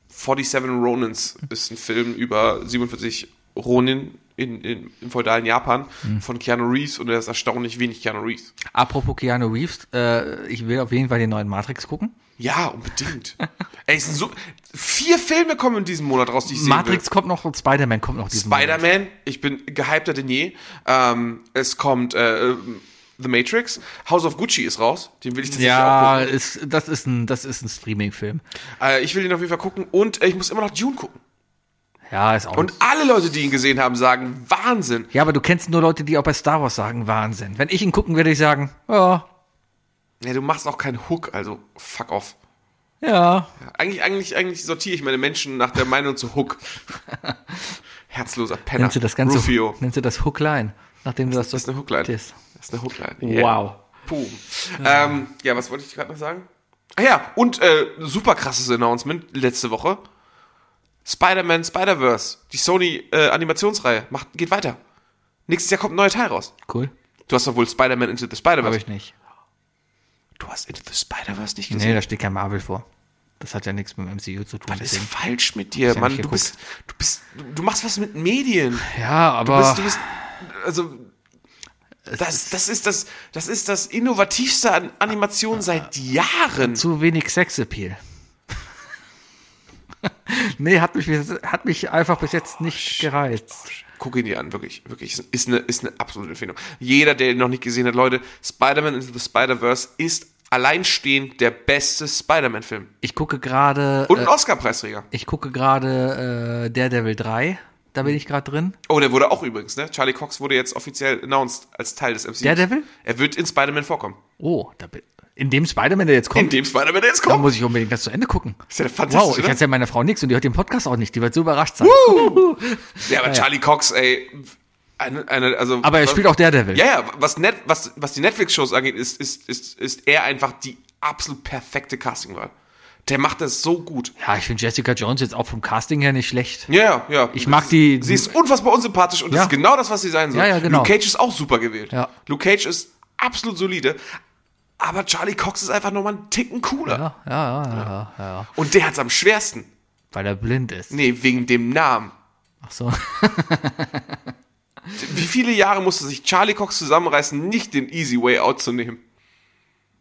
E: 47 Ronins ist ein Film über 47 Ronin in, in, im feudalen Japan
F: Mhm.
E: von Keanu Reeves und er ist erstaunlich wenig Keanu Reeves.
F: Apropos Keanu Reeves, äh, ich will auf jeden Fall den neuen Matrix gucken.
E: Ja, unbedingt. Ey, es sind so, vier Filme kommen in diesem Monat raus, die ich sehen will.
F: Matrix kommt noch und Spider-Man kommt noch diesen Monat.
E: Spider-Man, ich bin gehypter denn je. Ähm, es kommt äh, The Matrix, House of Gucci ist raus, den will ich tatsächlich
F: Ja,
E: auch gucken.
F: ist, das ist ein, das ist ein Streaming-Film.
E: Äh, ich will ihn auf jeden Fall gucken und äh, ich muss immer noch Dune gucken.
F: Ja, ist auch.
E: Und alle Leute, die ihn gesehen haben, sagen Wahnsinn.
F: ja, aber du kennst nur Leute, die auch bei Star Wars sagen, Wahnsinn. Wenn ich ihn gucken würde, ich sagen, ja,
E: Ja, du machst auch keinen Hook, also fuck off.
F: ja.
E: Genau. Eigentlich, eigentlich, eigentlich sortiere ich meine Menschen nach der Meinung zu Hook. Herzloser Penner.
F: Nennst du das ganze,
E: Rufio.
F: nennst du das Hookline, nachdem du das,
E: Das ist eine Hookline.
F: Das.
E: Das ist eine Hookline.
F: Wow.
E: Puh. Ja. Ähm, ja, was wollte ich gerade noch sagen? Ach ja, und äh, super krasses Announcement letzte Woche. Spider-Man Spider-Verse, die Sony äh, Animationsreihe, macht, geht weiter. Nächstes Jahr kommt ein neuer Teil raus.
F: Cool.
E: Du hast doch wohl Spider-Man Into the
F: Habe
E: Spider-Verse.
F: ich nicht.
E: Du hast Into the Spider-Verse nicht gesehen.
F: Nee, da steht kein Marvel vor. Das hat ja nichts mit dem MCU zu tun.
E: Das ist
F: deswegen.
E: falsch mit dir,
F: ja
E: Mann.
F: nicht
E: Du
F: geguckt.
E: bist, du bist, du- du machst was mit Medien.
F: Ja, aber.
E: Du bist, du bist, also, das, das ist das, das ist das innovativste an Animation seit Jahren.
F: zu wenig Sexappeal. nee, hat mich, bis- hat mich einfach bis jetzt nicht gereizt.
E: Guck ihn dir an, wirklich, wirklich. Ist eine, ist eine absolute Empfehlung. Jeder, der ihn noch nicht gesehen hat, Leute, Spider-Man Into the Spider-Verse ist alleinstehend der beste Spider-Man-Film.
F: Ich gucke gerade,
E: Und ein
F: äh,
E: Oscar-Preisträger.
F: ich gucke gerade äh, Daredevil 3. Da bin ich gerade drin.
E: Oh, der wurde auch übrigens, ne? Charlie Cox wurde jetzt offiziell announced als Teil des MCU.
F: Daredevil?
E: Er wird in Spider-Man vorkommen.
F: Oh, da bin, in dem Spider-Man, der jetzt
E: In
F: kommt,
E: dem Spider-Man, der jetzt
F: da
E: kommt.
F: muss ich unbedingt das zu Ende gucken.
E: Ist ja fantastisch,
F: Wow, ich
E: oder?
F: erzähle meiner Frau nichts und die hört den Podcast auch nicht. Die wird so überrascht sein.
E: Ja, aber Charlie Cox, ey. Eine, eine, also,
F: Aber er
E: was-
F: spielt auch Daredevil.
E: Ja, ja, was, net, was, was die Netflix-Shows angeht, ist, ist, ist, ist er einfach die absolut perfekte Castingwahl. Der macht das so gut.
F: ja ich finde Jessica Jones jetzt auch vom Casting her nicht schlecht.
E: Ja, ja, ja.
F: Ich mag die-
E: Sie ist unfassbar unsympathisch und
F: Ja.
E: das ist genau das, was sie sein soll.
F: Ja, ja, genau.
E: Luke Cage ist auch super gewählt.
F: Ja.
E: Luke Cage ist absolut solide. Aber Charlie Cox ist einfach nochmal einen Ticken cooler.
F: Ja, ja, ja, ja, ja.
E: Und der hat's am schwersten.
F: Weil er blind ist.
E: Nee, wegen dem Namen.
F: Ach so.
E: Wie viele Jahre musste sich Charlie Cox zusammenreißen, nicht den Easy Way Out zu nehmen?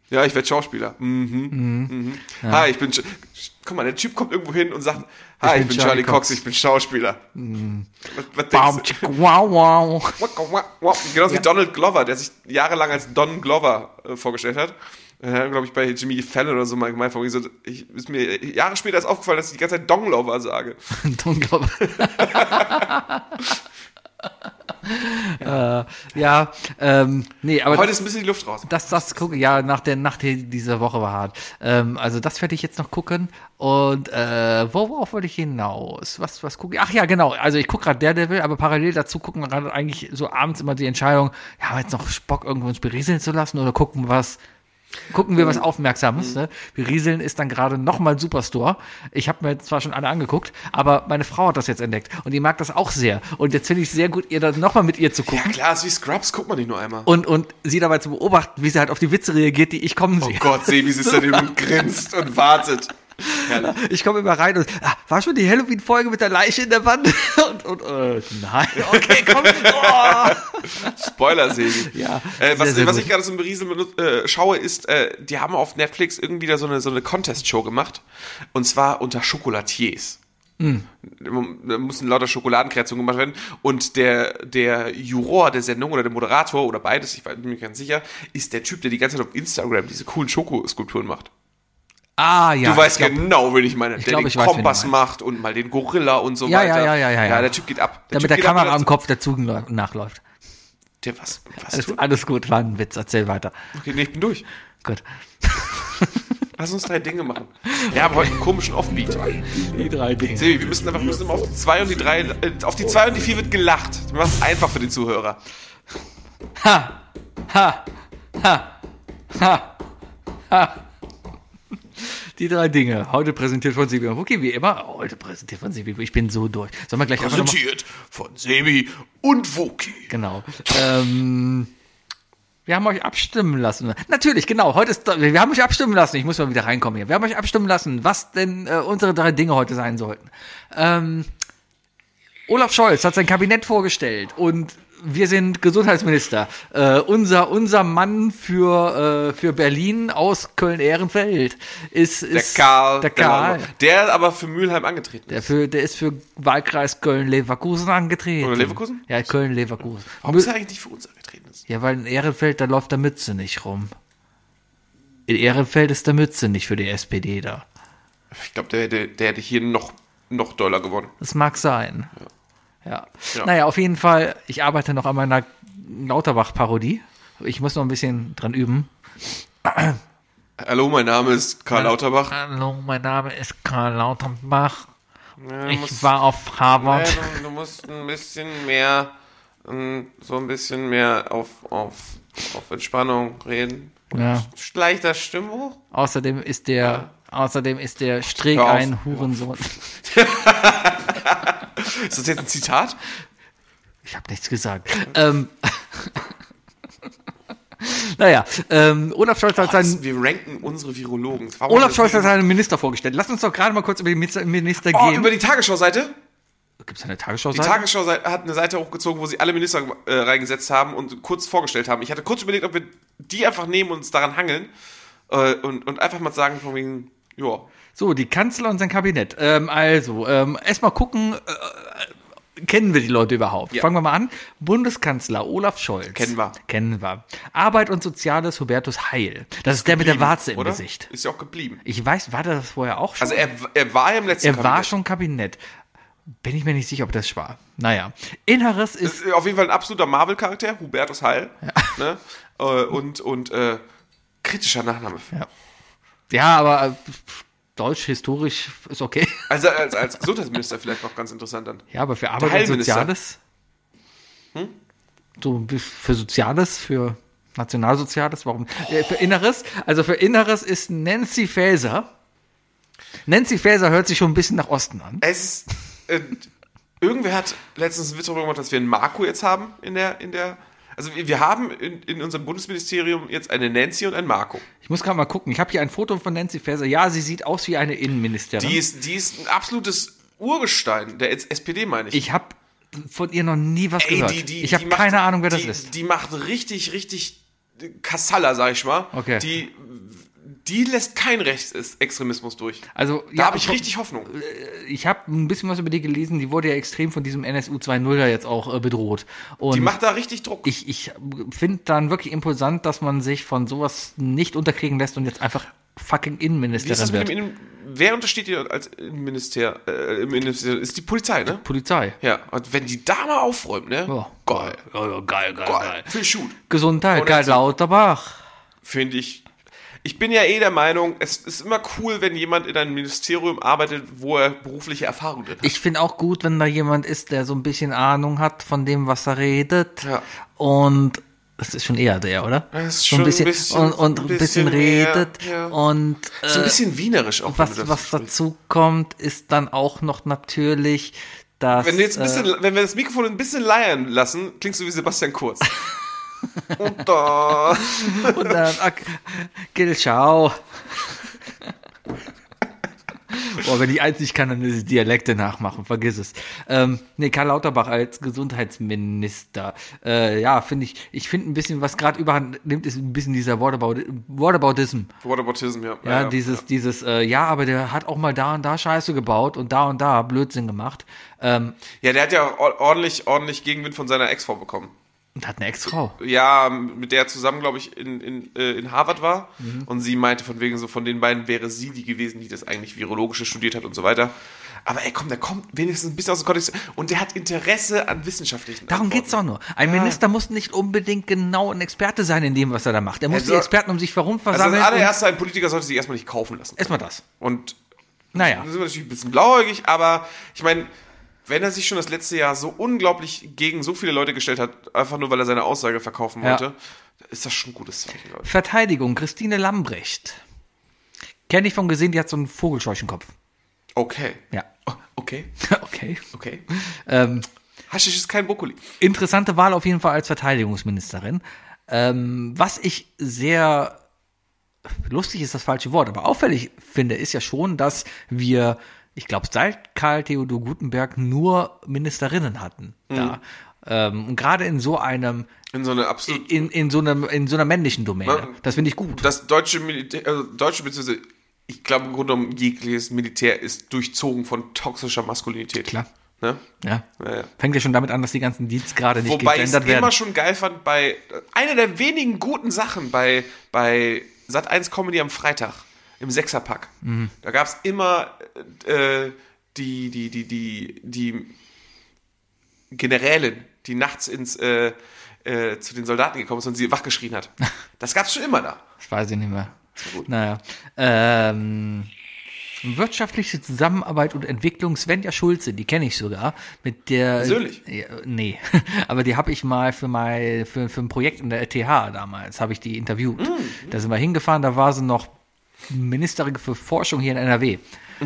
E: Ja, ich werde Schauspieler. Mhm. Mhm. Hi, ich bin. Sch- Sch- Guck mal, der Typ kommt irgendwo hin und sagt: Hi, ich bin, Charlie Cox. Mhm. ich bin Schauspieler. Was, was
F: Bam,
E: denkst
F: tschick, wow, wow.
E: du? Wacka, wack, wack. Genauso wie Donald Glover, der sich jahrelang als Don Glover äh, vorgestellt hat. Äh, glaube ich, bei Jimmy Fallon oder so mal gemeint. von wegen so, Ich, ist mir Jahre später ist aufgefallen, dass ich die ganze Zeit Don Glover sage.
F: Don Glover. äh, ja, ähm, nee, aber
E: Heute ist ein bisschen die Luft raus.
F: das, das gucke, ja, nach der Nacht hier dieser Woche war hart. Ähm, also das werde ich jetzt noch gucken. Und äh, worauf wollte ich hinaus? Was, was gucke ich? Ach ja, genau. Also ich gucke gerade Daredevil, aber parallel dazu gucken wir gerade eigentlich so abends immer die Entscheidung, ja, haben wir jetzt noch Bock, irgendwo uns berieseln zu lassen oder gucken was Gucken wir was Aufmerksames. Ne? Wir rieseln ist dann gerade nochmal Superstore. Ich habe mir zwar schon alle angeguckt, aber meine Frau hat das jetzt entdeckt und die mag das auch sehr. Und jetzt finde ich es sehr gut, ihr dann nochmal mit ihr zu gucken
E: Klar, ist wie Scrubs, guckt man nicht nur einmal.
F: und, und sie dabei zu beobachten, wie sie halt auf die Witze reagiert, die ich kommen
E: Oh
F: sehe.
E: Gott, Sebi sitzt daneben und grinst und wartet. Herrlich.
F: Ich komme immer rein und ah, war schon die Halloween-Folge mit der Leiche in der Wand? Und, und äh, nein, okay, komm. Oh.
E: Spoiler Sebi.
F: Ja,
E: Äh, was
F: sehr, sehr
E: was
F: gut.
E: ich gerade zum Berieseln benut- äh, schaue, ist, äh, die haben auf Netflix irgendwie da so eine, so eine Contest-Show gemacht. Und zwar unter Schokolatiers.
F: Hm.
E: Da müssen lauter Schokoladenkreationen gemacht werden. Und der, der Juror der Sendung oder der Moderator oder beides, ich weiß- bin mir nicht ganz sicher, ist der Typ, der die ganze Zeit auf Instagram diese coolen Schokoskulpturen macht.
F: Ah, ja.
E: Du weißt
F: ich glaub,
E: genau, wen ich meine. der
F: glaub,
E: den
F: ich weiß, wen du
E: Kompass
F: meinst.
E: macht und mal den Gorilla und so
F: Ja, ja,
E: weiter.
F: ja, ja, ja,
E: ja,
F: ja.
E: der Typ geht ab.
F: damit
E: Typ
F: der
E: geht ab.
F: Kamera am Kopf der Zug nachläuft.
E: Der, was, was
F: Alles,
E: tut?
F: alles gut, war ein Witz, erzähl weiter.
E: Okay, nee, ich bin durch.
F: Gut.
E: Lass uns drei Dinge machen. Wir haben heute einen komischen Offbeat.
F: Die drei Dinge.
E: Sebi, wir müssen einfach wir müssen immer auf die zwei und die drei, äh, auf die zwei und die vier wird gelacht. Wir machen es einfach für den Zuhörer.
F: Die drei Dinge. Heute präsentiert von Sibi. und Wookie, wie immer. Heute präsentiert von Sibi. Ich bin so durch. Sollen wir gleich einfach nochmal...
E: Präsentiert von Sebi und Wookie.
F: Genau. Ähm, wir haben euch abstimmen lassen. Natürlich, genau. Heute ist, wir haben euch abstimmen lassen. Ich muss mal wieder reinkommen hier. Wir haben euch abstimmen lassen, was denn äh, unsere drei Dinge heute sein sollten. Ähm, Olaf Scholz hat sein Kabinett vorgestellt und wir sind Gesundheitsminister. Äh, unser, unser Mann für, äh, für Berlin aus Köln-Ehrenfeld ist,
E: Der
F: ist
E: Karl.
F: Der Karl.
E: Der, der aber für Mülheim angetreten
F: Der,
E: ist.
F: für, der ist für Wahlkreis Köln-Leverkusen angetreten.
E: Oder Leverkusen?
F: Ja, Köln-Leverkusen.
E: Warum ist er eigentlich nicht für uns angetreten? Ist?
F: Ja, weil in Ehrenfeld, da läuft der Mütze nicht rum. In Ehrenfeld ist der Mütze nicht für die SPD da.
E: Ich glaube, der, der, der hätte hier noch, noch doller gewonnen.
F: Das mag sein. Ja.
E: Ja.
F: Naja, auf jeden Fall, ich arbeite noch an meiner Lauterbach-Parodie. Ich muss noch ein bisschen dran üben.
E: Hallo, mein Name ist Karl Lauterbach.
F: Hallo, mein Name ist Karl Lauterbach.
E: Ja,
F: Ich war auf Harvard.
E: du, du musst ein bisschen mehr, ähm, so ein bisschen mehr auf, auf, auf Entspannung reden.
F: Ja.
E: Schleichter Stimmbuch?
F: Außerdem ist der, außerdem ist der Streeck
E: Hör auf.
F: ein Hurensohn.
E: Ist das jetzt ein Zitat?
F: Ich habe nichts gesagt. ähm, naja, ähm, Olaf Scholz hat seinen
E: Das, wir ranken unsere Virologen. Warum
F: Olaf
E: das
F: Scholz hat
E: nicht-
F: seinen Minister vorgestellt. Lass uns doch gerade mal kurz über den Minister, Minister
E: Oh,
F: gehen.
E: über die Tagesschau-Seite?
F: Gibt es eine Tagesschau?
E: Die Tagesschau hat eine Seite hochgezogen, wo sie alle Minister äh, reingesetzt haben und kurz vorgestellt haben. Ich hatte kurz überlegt, ob wir die einfach nehmen und uns daran hangeln äh, und, und einfach mal sagen, von wegen, ja,
F: so, die Kanzler und sein Kabinett. Ähm, also, ähm, erstmal gucken, äh, kennen wir die Leute überhaupt? Fangen wir mal an. Bundeskanzler Olaf Scholz.
E: Kennen wir.
F: Kennen wir. Arbeit und Soziales Hubertus Heil. Das ist der mit der Warze im
E: oder?
F: Gesicht.
E: Ist ja auch geblieben.
F: Ich weiß, war das vorher auch schon?
E: Also er, er war ja im letzten
F: er war
E: Kabinett.
F: schon Kabinett. Bin ich mir nicht sicher, ob das war. Naja. Inneres ist
E: ist auf jeden Fall ein absoluter Marvel-Charakter, Hubertus Heil. Ne? Äh, und und äh, kritischer Nachname.
F: Ja, aber äh, deutsch, historisch ist okay.
E: Also als, als Gesundheitsminister vielleicht noch ganz interessant dann.
F: Ja, aber für Arbeit und
E: Heilminister. Hm?
F: Soziales. So für Soziales, für Nationalsoziales, warum? Äh, für Inneres, also für Inneres ist Nancy Faeser. Nancy Faeser hört sich schon ein bisschen nach Osten an.
E: Es ist, äh, irgendwer hat letztens einen Witz darüber gemacht, dass wir einen Marco jetzt haben in der, in der. Also wir, wir haben in, in unserem Bundesministerium jetzt eine Nancy und einen Marco.
F: Ich muss gerade mal gucken. Ich habe hier ein Foto von Nancy Faeser. Ja, sie sieht aus wie eine Innenministerin.
E: Die ist, die ist ein absolutes Urgestein, der S- SPD meine ich.
F: ich habe von ihr noch nie was gehört.
E: die, die,
F: ich habe
E: die macht-
F: keine Ahnung, wer das
E: die,
F: ist.
E: Die macht richtig, richtig Kassala, sag ich mal.
F: Okay.
E: Die, die lässt keinen Rechtsextremismus durch.
F: Also, äh,
E: Da habe ich richtig Hoffnung.
F: ich habe ein bisschen was über die gelesen, die wurde ja extrem von diesem NSU 2.0 da jetzt auch äh, bedroht. Und
E: Die macht da richtig Druck.
F: ich, ich finde dann wirklich impulsant, dass man sich von sowas nicht unterkriegen lässt und jetzt einfach fucking
E: Wie ist das
F: Innenministerin
E: mit dem
F: wird.
E: Innen Wer untersteht dir als Innenminister? Äh, im Innenminister ist die Polizei, ne?
F: Polizei.
E: Ja, und wenn die da mal aufräumt, ne?
F: Ja.
E: Geil.
F: Ja, ja, geil, geil,
E: Geil. Für Shoot.
F: Gesundheit,
E: Oder
F: geil,
E: sie-
F: Lauterbach.
E: Finde ich. Ich bin ja eh der Meinung, es ist immer cool, wenn jemand in einem Ministerium arbeitet, wo er berufliche Erfahrung drin hat.
F: Ich finde auch gut, wenn da jemand ist, der so ein bisschen Ahnung hat von dem, was er redet
E: Ja.
F: und Das ist schon eher der, oder?
E: Das ist
F: So
E: schon ein bisschen-
F: und, und ein
E: bisschen
F: bisschen,
E: mehr,
F: redet
E: ja.
F: und äh,
E: So ein bisschen wienerisch auch. wenn du
F: was,
E: das
F: was
E: sprichst.
F: dazu kommt, ist dann auch noch natürlich, dass
E: Wenn, du jetzt ein
F: äh,
E: bisschen, wenn wir das Mikrofon ein bisschen leiern lassen, klingst du wie Sebastian Kurz. Und da.
F: Und dann, ak, Gil, ciao. Boah, wenn ich eins nicht kann, dann ist es Dialekte nachmachen, vergiss es. Ähm, nee, Karl Lauterbach als Gesundheitsminister. Äh, ja, finde ich, ich finde ein bisschen, was gerade überhand nimmt, ist ein bisschen dieser Wortabout, Wortaboutism.
E: Whataboutism, ja.
F: Ja, dieses, dieses, äh, ja, aber der hat auch mal da und da Scheiße gebaut und da und da Blödsinn gemacht. Ähm,
E: Ja, der hat ja or- ordentlich, ordentlich Gegenwind von seiner Ex-Frau bekommen.
F: und hat eine Ex-Frau.
E: Ja, mit der er zusammen, glaube ich, in, in, äh, in Harvard war.
F: Mhm.
E: Und sie meinte von wegen so, von den beiden wäre sie die gewesen, die das eigentlich Virologische studiert hat und so weiter. Aber ey, komm, der kommt wenigstens ein bisschen aus dem Kontext. Und der hat Interesse an wissenschaftlichen
F: Darum
E: Antworten.
F: geht's doch nur. Ein Minister muss nicht unbedingt genau ein Experte sein in dem, was er da macht. Er muss
E: Also-
F: die Experten um sich herum
E: Also
F: versammeln.
E: das
F: und-
E: allererste, ein Politiker sollte sich erstmal nicht kaufen lassen.
F: Erstmal das.
E: Und
F: Naja.
E: Da sind wir natürlich ein bisschen blauäugig, aber ich meine, wenn er sich schon das letzte Jahr so unglaublich gegen so viele Leute gestellt hat, einfach nur weil er seine Aussage verkaufen
F: Ja.
E: wollte, ist das schon ein gutes Zeichen, Leute.
F: Verteidigung, Christine Lambrecht. Kenne ich von gesehen, die hat so einen Vogelscheuchenkopf.
E: Okay.
F: Ja.
E: O- Okay,
F: Okay.
E: okay.
F: Ähm,
E: Haschisch ist kein Brokkoli.
F: interessante Wahl auf jeden Fall als Verteidigungsministerin. Ähm, was ich sehr lustig ist das falsche Wort, aber auffällig finde, ist ja schon, dass wir, ich glaube, seit Karl Theodor Gutenberg nur Ministerinnen hatten
E: Mhm.
F: da. Ähm, und gerade in so einem,
E: In so eine absolut.
F: in, in so einem, in so einer männlichen Domäne.
E: Man-
F: Das finde ich gut.
E: Das deutsche Militär, also deutsche beziehungsweise, ich glaube im Grunde genommen, jegliches Militär ist durchzogen von toxischer Maskulinität.
F: Klar.
E: Ne?
F: Ja.
E: Ja, ja.
F: Fängt ja schon damit an, dass die ganzen Dienstgrade nicht
E: Wobei ich es
F: gegendert werden.
E: immer schon geil fand bei einer der wenigen guten Sachen bei, bei Sat 1 Comedy am Freitag im Sechserpack.
F: Mhm.
E: Da gab es immer äh, die, die, die, die, die Generälin, die nachts ins äh, äh, zu den Soldaten gekommen ist und sie wachgeschrien hat. Das gab's schon immer da.
F: Ich weiß ich nicht mehr. Naja. Ähm, wirtschaftliche Zusammenarbeit und Entwicklung Svenja Schulze, die kenne ich sogar. Mit der.
E: Persönlich?
F: Ja, nee. Aber die habe ich mal für mein, für, für ein Projekt in der LTH damals, habe ich die interviewt. Da sind wir hingefahren, da war sie noch Ministerin für Forschung hier in NRW. Äh,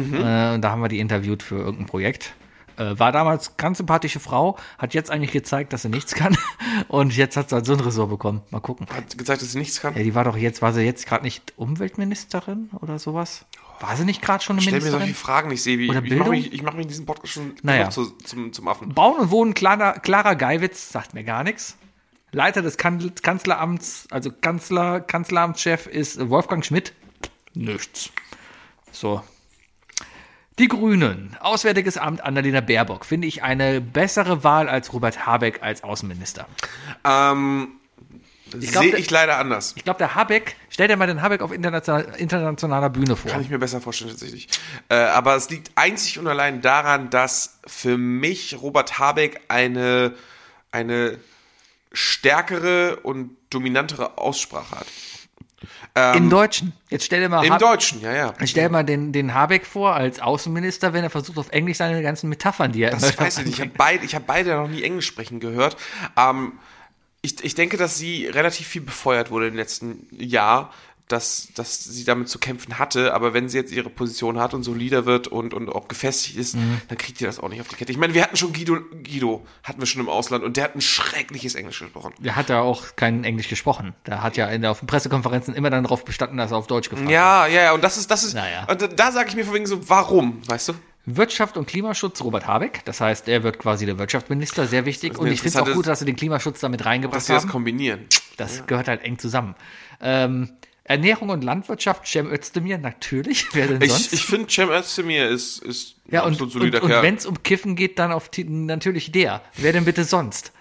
F: und da haben wir die interviewt für irgendein Projekt. Äh, war damals ganz sympathische Frau, hat jetzt eigentlich gezeigt, dass sie nichts kann. Und jetzt hat sie halt so ein Ressort bekommen. Mal gucken.
E: Hat gezeigt, dass sie nichts kann.
F: Ja, die war doch jetzt, war sie jetzt gerade nicht Umweltministerin oder sowas? War sie nicht gerade schon eine
E: Stell mir solche
F: Ministerin?
E: Fragen nicht, Sebi.
F: Oder
E: ich mache
F: Bildung?
E: mich, ich mach mich in diesem Podcast schon
F: Naja.
E: immer zu, zum, zum Affen.
F: Bauen und Wohnen, Clara, Clara Geiwitz, sagt mir gar nichts. Leiter des kan Kanzleramts, also Kanzler, Kanzleramtschef ist äh, Wolfgang Schmidt. Nichts. So. Die Grünen. Auswärtiges Amt Annalena Baerbock. Finde ich eine bessere Wahl als Robert Habeck als Außenminister.
E: Ähm,
F: glaub,
E: Sehe
F: der-
E: ich leider anders.
F: Ich glaube, der Habeck, stell dir mal den Habeck auf international, internationaler Bühne vor.
E: Kann ich mir besser vorstellen, tatsächlich. Äh, aber es liegt einzig und allein daran, dass für mich Robert Habeck eine, eine stärkere und dominantere Aussprache hat.
F: Im Deutschen. Jetzt stell dir mal
E: Im
F: Hab-
E: Deutschen, ja, ja.
F: Ich stell mal den, den Habeck vor als Außenminister, wenn er versucht, auf Englisch seine ganzen Metaphern, die er
E: Das weiß ich nicht. Ich habe beide, ich hab beide noch nie Englisch sprechen gehört. Ähm, ich, ich denke, dass sie relativ viel befeuert wurde im letzten Jahr, dass, dass sie damit zu kämpfen hatte. Aber wenn sie jetzt ihre Position hat und solider wird und, und auch gefestigt ist,
F: Mhm.
E: dann kriegt ihr das auch nicht auf die Kette. Ich meine, wir hatten schon Guido, Guido hatten wir schon im Ausland und der hat ein schreckliches Englisch gesprochen.
F: Der hat ja auch kein Englisch gesprochen. Der hat ja in der, auf den Pressekonferenzen immer dann darauf bestanden, dass er auf Deutsch gefragt hat.
E: Ja, ja, ja. Und das ist, das ist,
F: Naja.
E: und da, da sage ich mir von wegen so, warum, weißt du?
F: Wirtschaft und Klimaschutz Robert Habeck. Das heißt, er wird quasi der Wirtschaftsminister, sehr wichtig. Und
E: eine
F: ich finde es auch
E: interessante-
F: gut, dass sie den Klimaschutz damit
E: Dass
F: reingebracht
E: sie das
F: haben.
E: kombinieren.
F: Das gehört halt eng zusammen. Ähm, Ernährung und Landwirtschaft, Cem Özdemir, natürlich. Wer denn sonst?
E: Ich, ich finde, Cem Özdemir ist, ist ein
F: ja, und,
E: absolut
F: und,
E: solider
F: und
E: Kerl.
F: wenn es um Kiffen geht, dann auf die, natürlich der. Wer denn bitte sonst?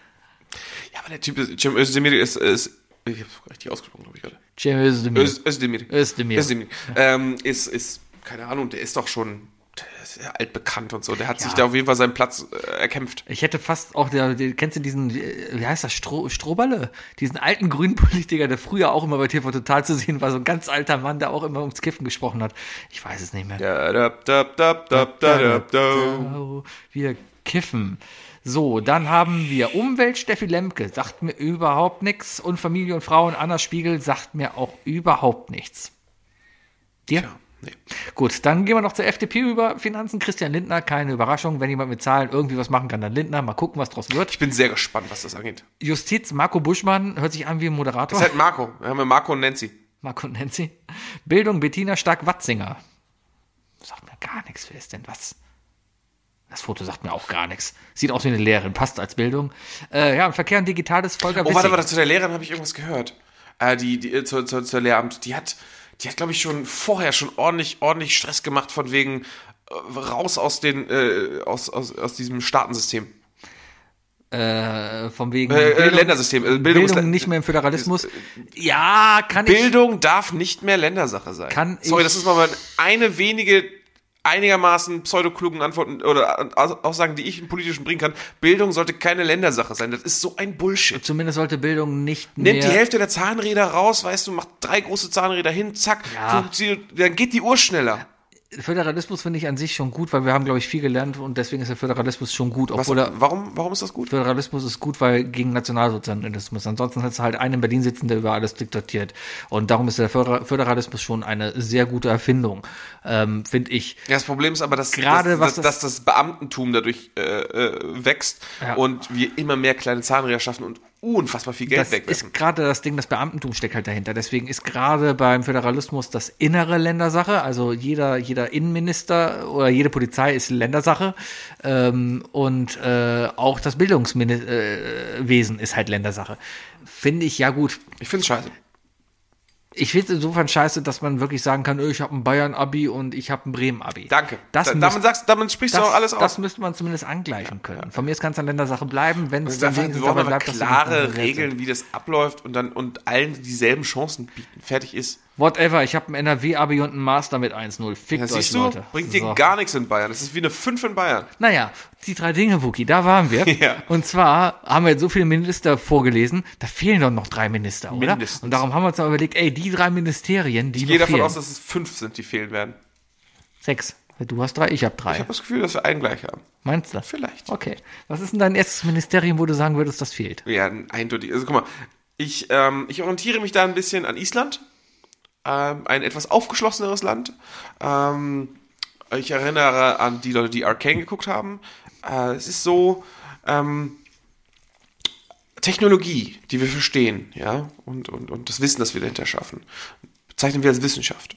E: Ja, aber der Typ ist, Cem Özdemir ist, ist ich hab's richtig ausgesprochen, glaube ich gerade.
F: Cem Özdemir.
E: Öz, Özdemir.
F: Özdemir.
E: Özdemir. Ähm, ist, ist, keine Ahnung, der ist doch schon der ist ja altbekannt und so. Der hat sich da auf jeden Fall seinen Platz äh, erkämpft.
F: Ich hätte fast auch, der, der, kennst du diesen, äh, wie heißt das, Stroh, Strohballe? Diesen alten grünen Politiker, der früher auch immer bei TV Total zu sehen war, so ein ganz alter Mann, der auch immer ums Kiffen gesprochen hat. Ich weiß es nicht mehr.
E: Da, da, da, da, da, da, da, da.
F: Wir genau. kiffen. So, dann haben wir Umwelt Steffi Lemke, sagt mir überhaupt nichts. Und Familie und Frauen Anna Spiegel sagt mir auch überhaupt nichts. Dir?
E: Nee.
F: Gut, dann gehen wir noch zur FDP über. Finanzen, Christian Lindner, keine Überraschung. Wenn jemand mit Zahlen irgendwie was machen kann, dann Lindner. Mal gucken, was draus wird.
E: Ich bin sehr gespannt, was das angeht.
F: Justiz, Marco Buschmann, hört sich an wie ein
E: Das
F: Moderator.
E: ist halt Marco. Wir haben ja Marco und Nancy.
F: Marco und Nancy. Bildung, Bettina Stark-Watzinger. Sagt mir gar nichts. Wer ist denn was? Das Foto sagt mir auch gar nichts. Sieht aus wie eine Lehrerin, passt als Bildung. Äh, ja, im Verkehr und Digitales Volker
E: Oh, warte,
F: Wissing.
E: warte, zu der Lehrerin habe ich irgendwas gehört. Äh, die, die, äh, zur, zur, zur Lehramt. Die hat, die hat, glaube ich, schon vorher schon ordentlich, ordentlich Stress gemacht von wegen äh, raus aus den, äh, aus, aus, aus diesem Staatensystem.
F: Äh, vom wegen
E: Äh, äh, Ländersystem. Äh, Bildung
F: Bildung,
E: ist- Äh,
F: nicht mehr im Föderalismus. ja, kann ich.
E: Bildung darf nicht mehr Ländersache sein.
F: Kann
E: Sorry,
F: ich-
E: das ist mal meine- eine wenige einigermaßen pseudoklugen Antworten oder Aus- Aussagen, die ich im Politischen bringen kann. Bildung sollte keine Ländersache sein. Das ist so ein Bullshit.
F: Zumindest sollte Bildung nicht mehr.
E: Nehmt die Hälfte der Zahnräder raus, weißt du, macht drei große Zahnräder hin, zack,
F: Ja.
E: funktioniert, dann geht die Uhr schneller.
F: Föderalismus finde ich an sich schon gut, weil wir haben, glaube ich, viel gelernt und deswegen ist der Föderalismus schon gut.
E: Was,
F: Obwohl er,
E: warum, warum ist das gut?
F: Föderalismus ist gut, weil gegen Nationalsozialismus. Ansonsten hat es halt einen in Berlin sitzen, der über alles diktiert. Und darum ist der Föder- Föderalismus schon eine sehr gute Erfindung, ähm, finde ich.
E: Ja, das Problem ist aber, dass,
F: Gerade
E: dass,
F: was
E: dass,
F: das-
E: dass das Beamtentum dadurch äh, äh, wächst
F: Ja.
E: und wir immer mehr kleine Zahnräder schaffen und unfassbar viel Geld
F: Das
E: wegwerfen.
F: ist gerade das Ding, das Beamtentum steckt halt dahinter. Deswegen ist gerade beim Föderalismus das innere Ländersache. Also jeder, jeder Innenminister oder jede Polizei ist Ländersache. Ähm, und äh, auch das Bildungswesen äh, Wesen ist halt Ländersache. Finde ich ja gut.
E: Ich finde es scheiße.
F: Ich finde insofern scheiße, dass man wirklich sagen kann, "Öh, ich habe ein Bayern-Abi und ich habe ein Bremen-Abi.
E: Danke.
F: Das,
E: da,
F: müsst-
E: damit, sagst, damit sprichst du
F: das,
E: auch alles
F: das
E: aus.
F: müsste man zumindest angleichen können. Von mir ist ganz an Ländersache bleiben, wenn es
E: Wir
F: dann
E: brauchen
F: wenigstens dabei
E: aber
F: bleibt, dass wir
E: klare
F: miteinander reden.
E: Regeln, wie das abläuft und dann und allen dieselben Chancen bieten. Fertig ist.
F: Whatever, ich habe ein NRW-Abi und einen Master mit 1-0. Fickt
E: Das
F: euch,
E: siehst du,
F: Leute.
E: bringt
F: So.
E: dir gar nichts in Bayern. Das ist wie eine 5 in Bayern.
F: Naja, die drei Dinge, Wookie, da waren wir.
E: Ja.
F: Und zwar haben wir jetzt so viele Minister vorgelesen, da fehlen doch noch drei Minister, oder?
E: Mindestens.
F: Und darum haben wir uns mal überlegt, ey, die drei Ministerien, die
E: Ich
F: noch
E: gehe davon
F: fehlen.
E: aus, dass es 5 sind, die fehlen werden.
F: Sechs. Du hast drei, ich habe drei.
E: Ich habe das Gefühl, dass wir einen gleich haben.
F: Meinst du?
E: Vielleicht.
F: Okay. Was ist denn dein erstes Ministerium, wo du sagen würdest, das fehlt?
E: Ja, eindeutig. Also guck mal, ich, ähm, ich orientiere mich da ein bisschen an Island. Ähm, ein etwas aufgeschlosseneres Land. Ähm, ich erinnere an die Leute, die Arcane geguckt haben. Äh, es ist so, ähm, Technologie, die wir verstehen, ja, und, und, und das Wissen, das wir dahinter schaffen, bezeichnen wir als Wissenschaft.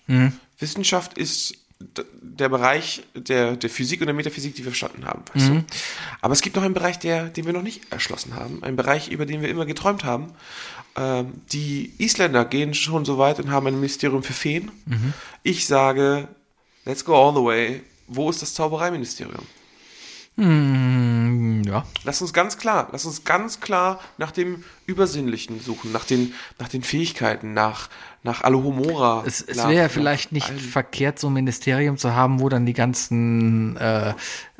E: Wissenschaft ist d- der Bereich der, der Physik und der Metaphysik, die wir verstanden haben. Weißt du? Aber es gibt noch einen Bereich, der, den wir noch nicht erschlossen haben, einen Bereich, über den wir immer geträumt haben. Ähm, die Isländer gehen schon so weit und haben ein Ministerium für Feen.
F: Mhm.
E: Ich sage, let's go all the way. Wo ist das Zaubereiministerium?
F: Ja.
E: Lass uns ganz klar, lass uns ganz klar nach dem Übersinnlichen suchen, nach den, nach den Fähigkeiten, nach, nach Alohomora.
F: Es, es
E: nach-
F: wäre ja
E: nach
F: vielleicht nicht
E: allem.
F: verkehrt, so ein Ministerium zu haben, wo dann die ganzen, äh,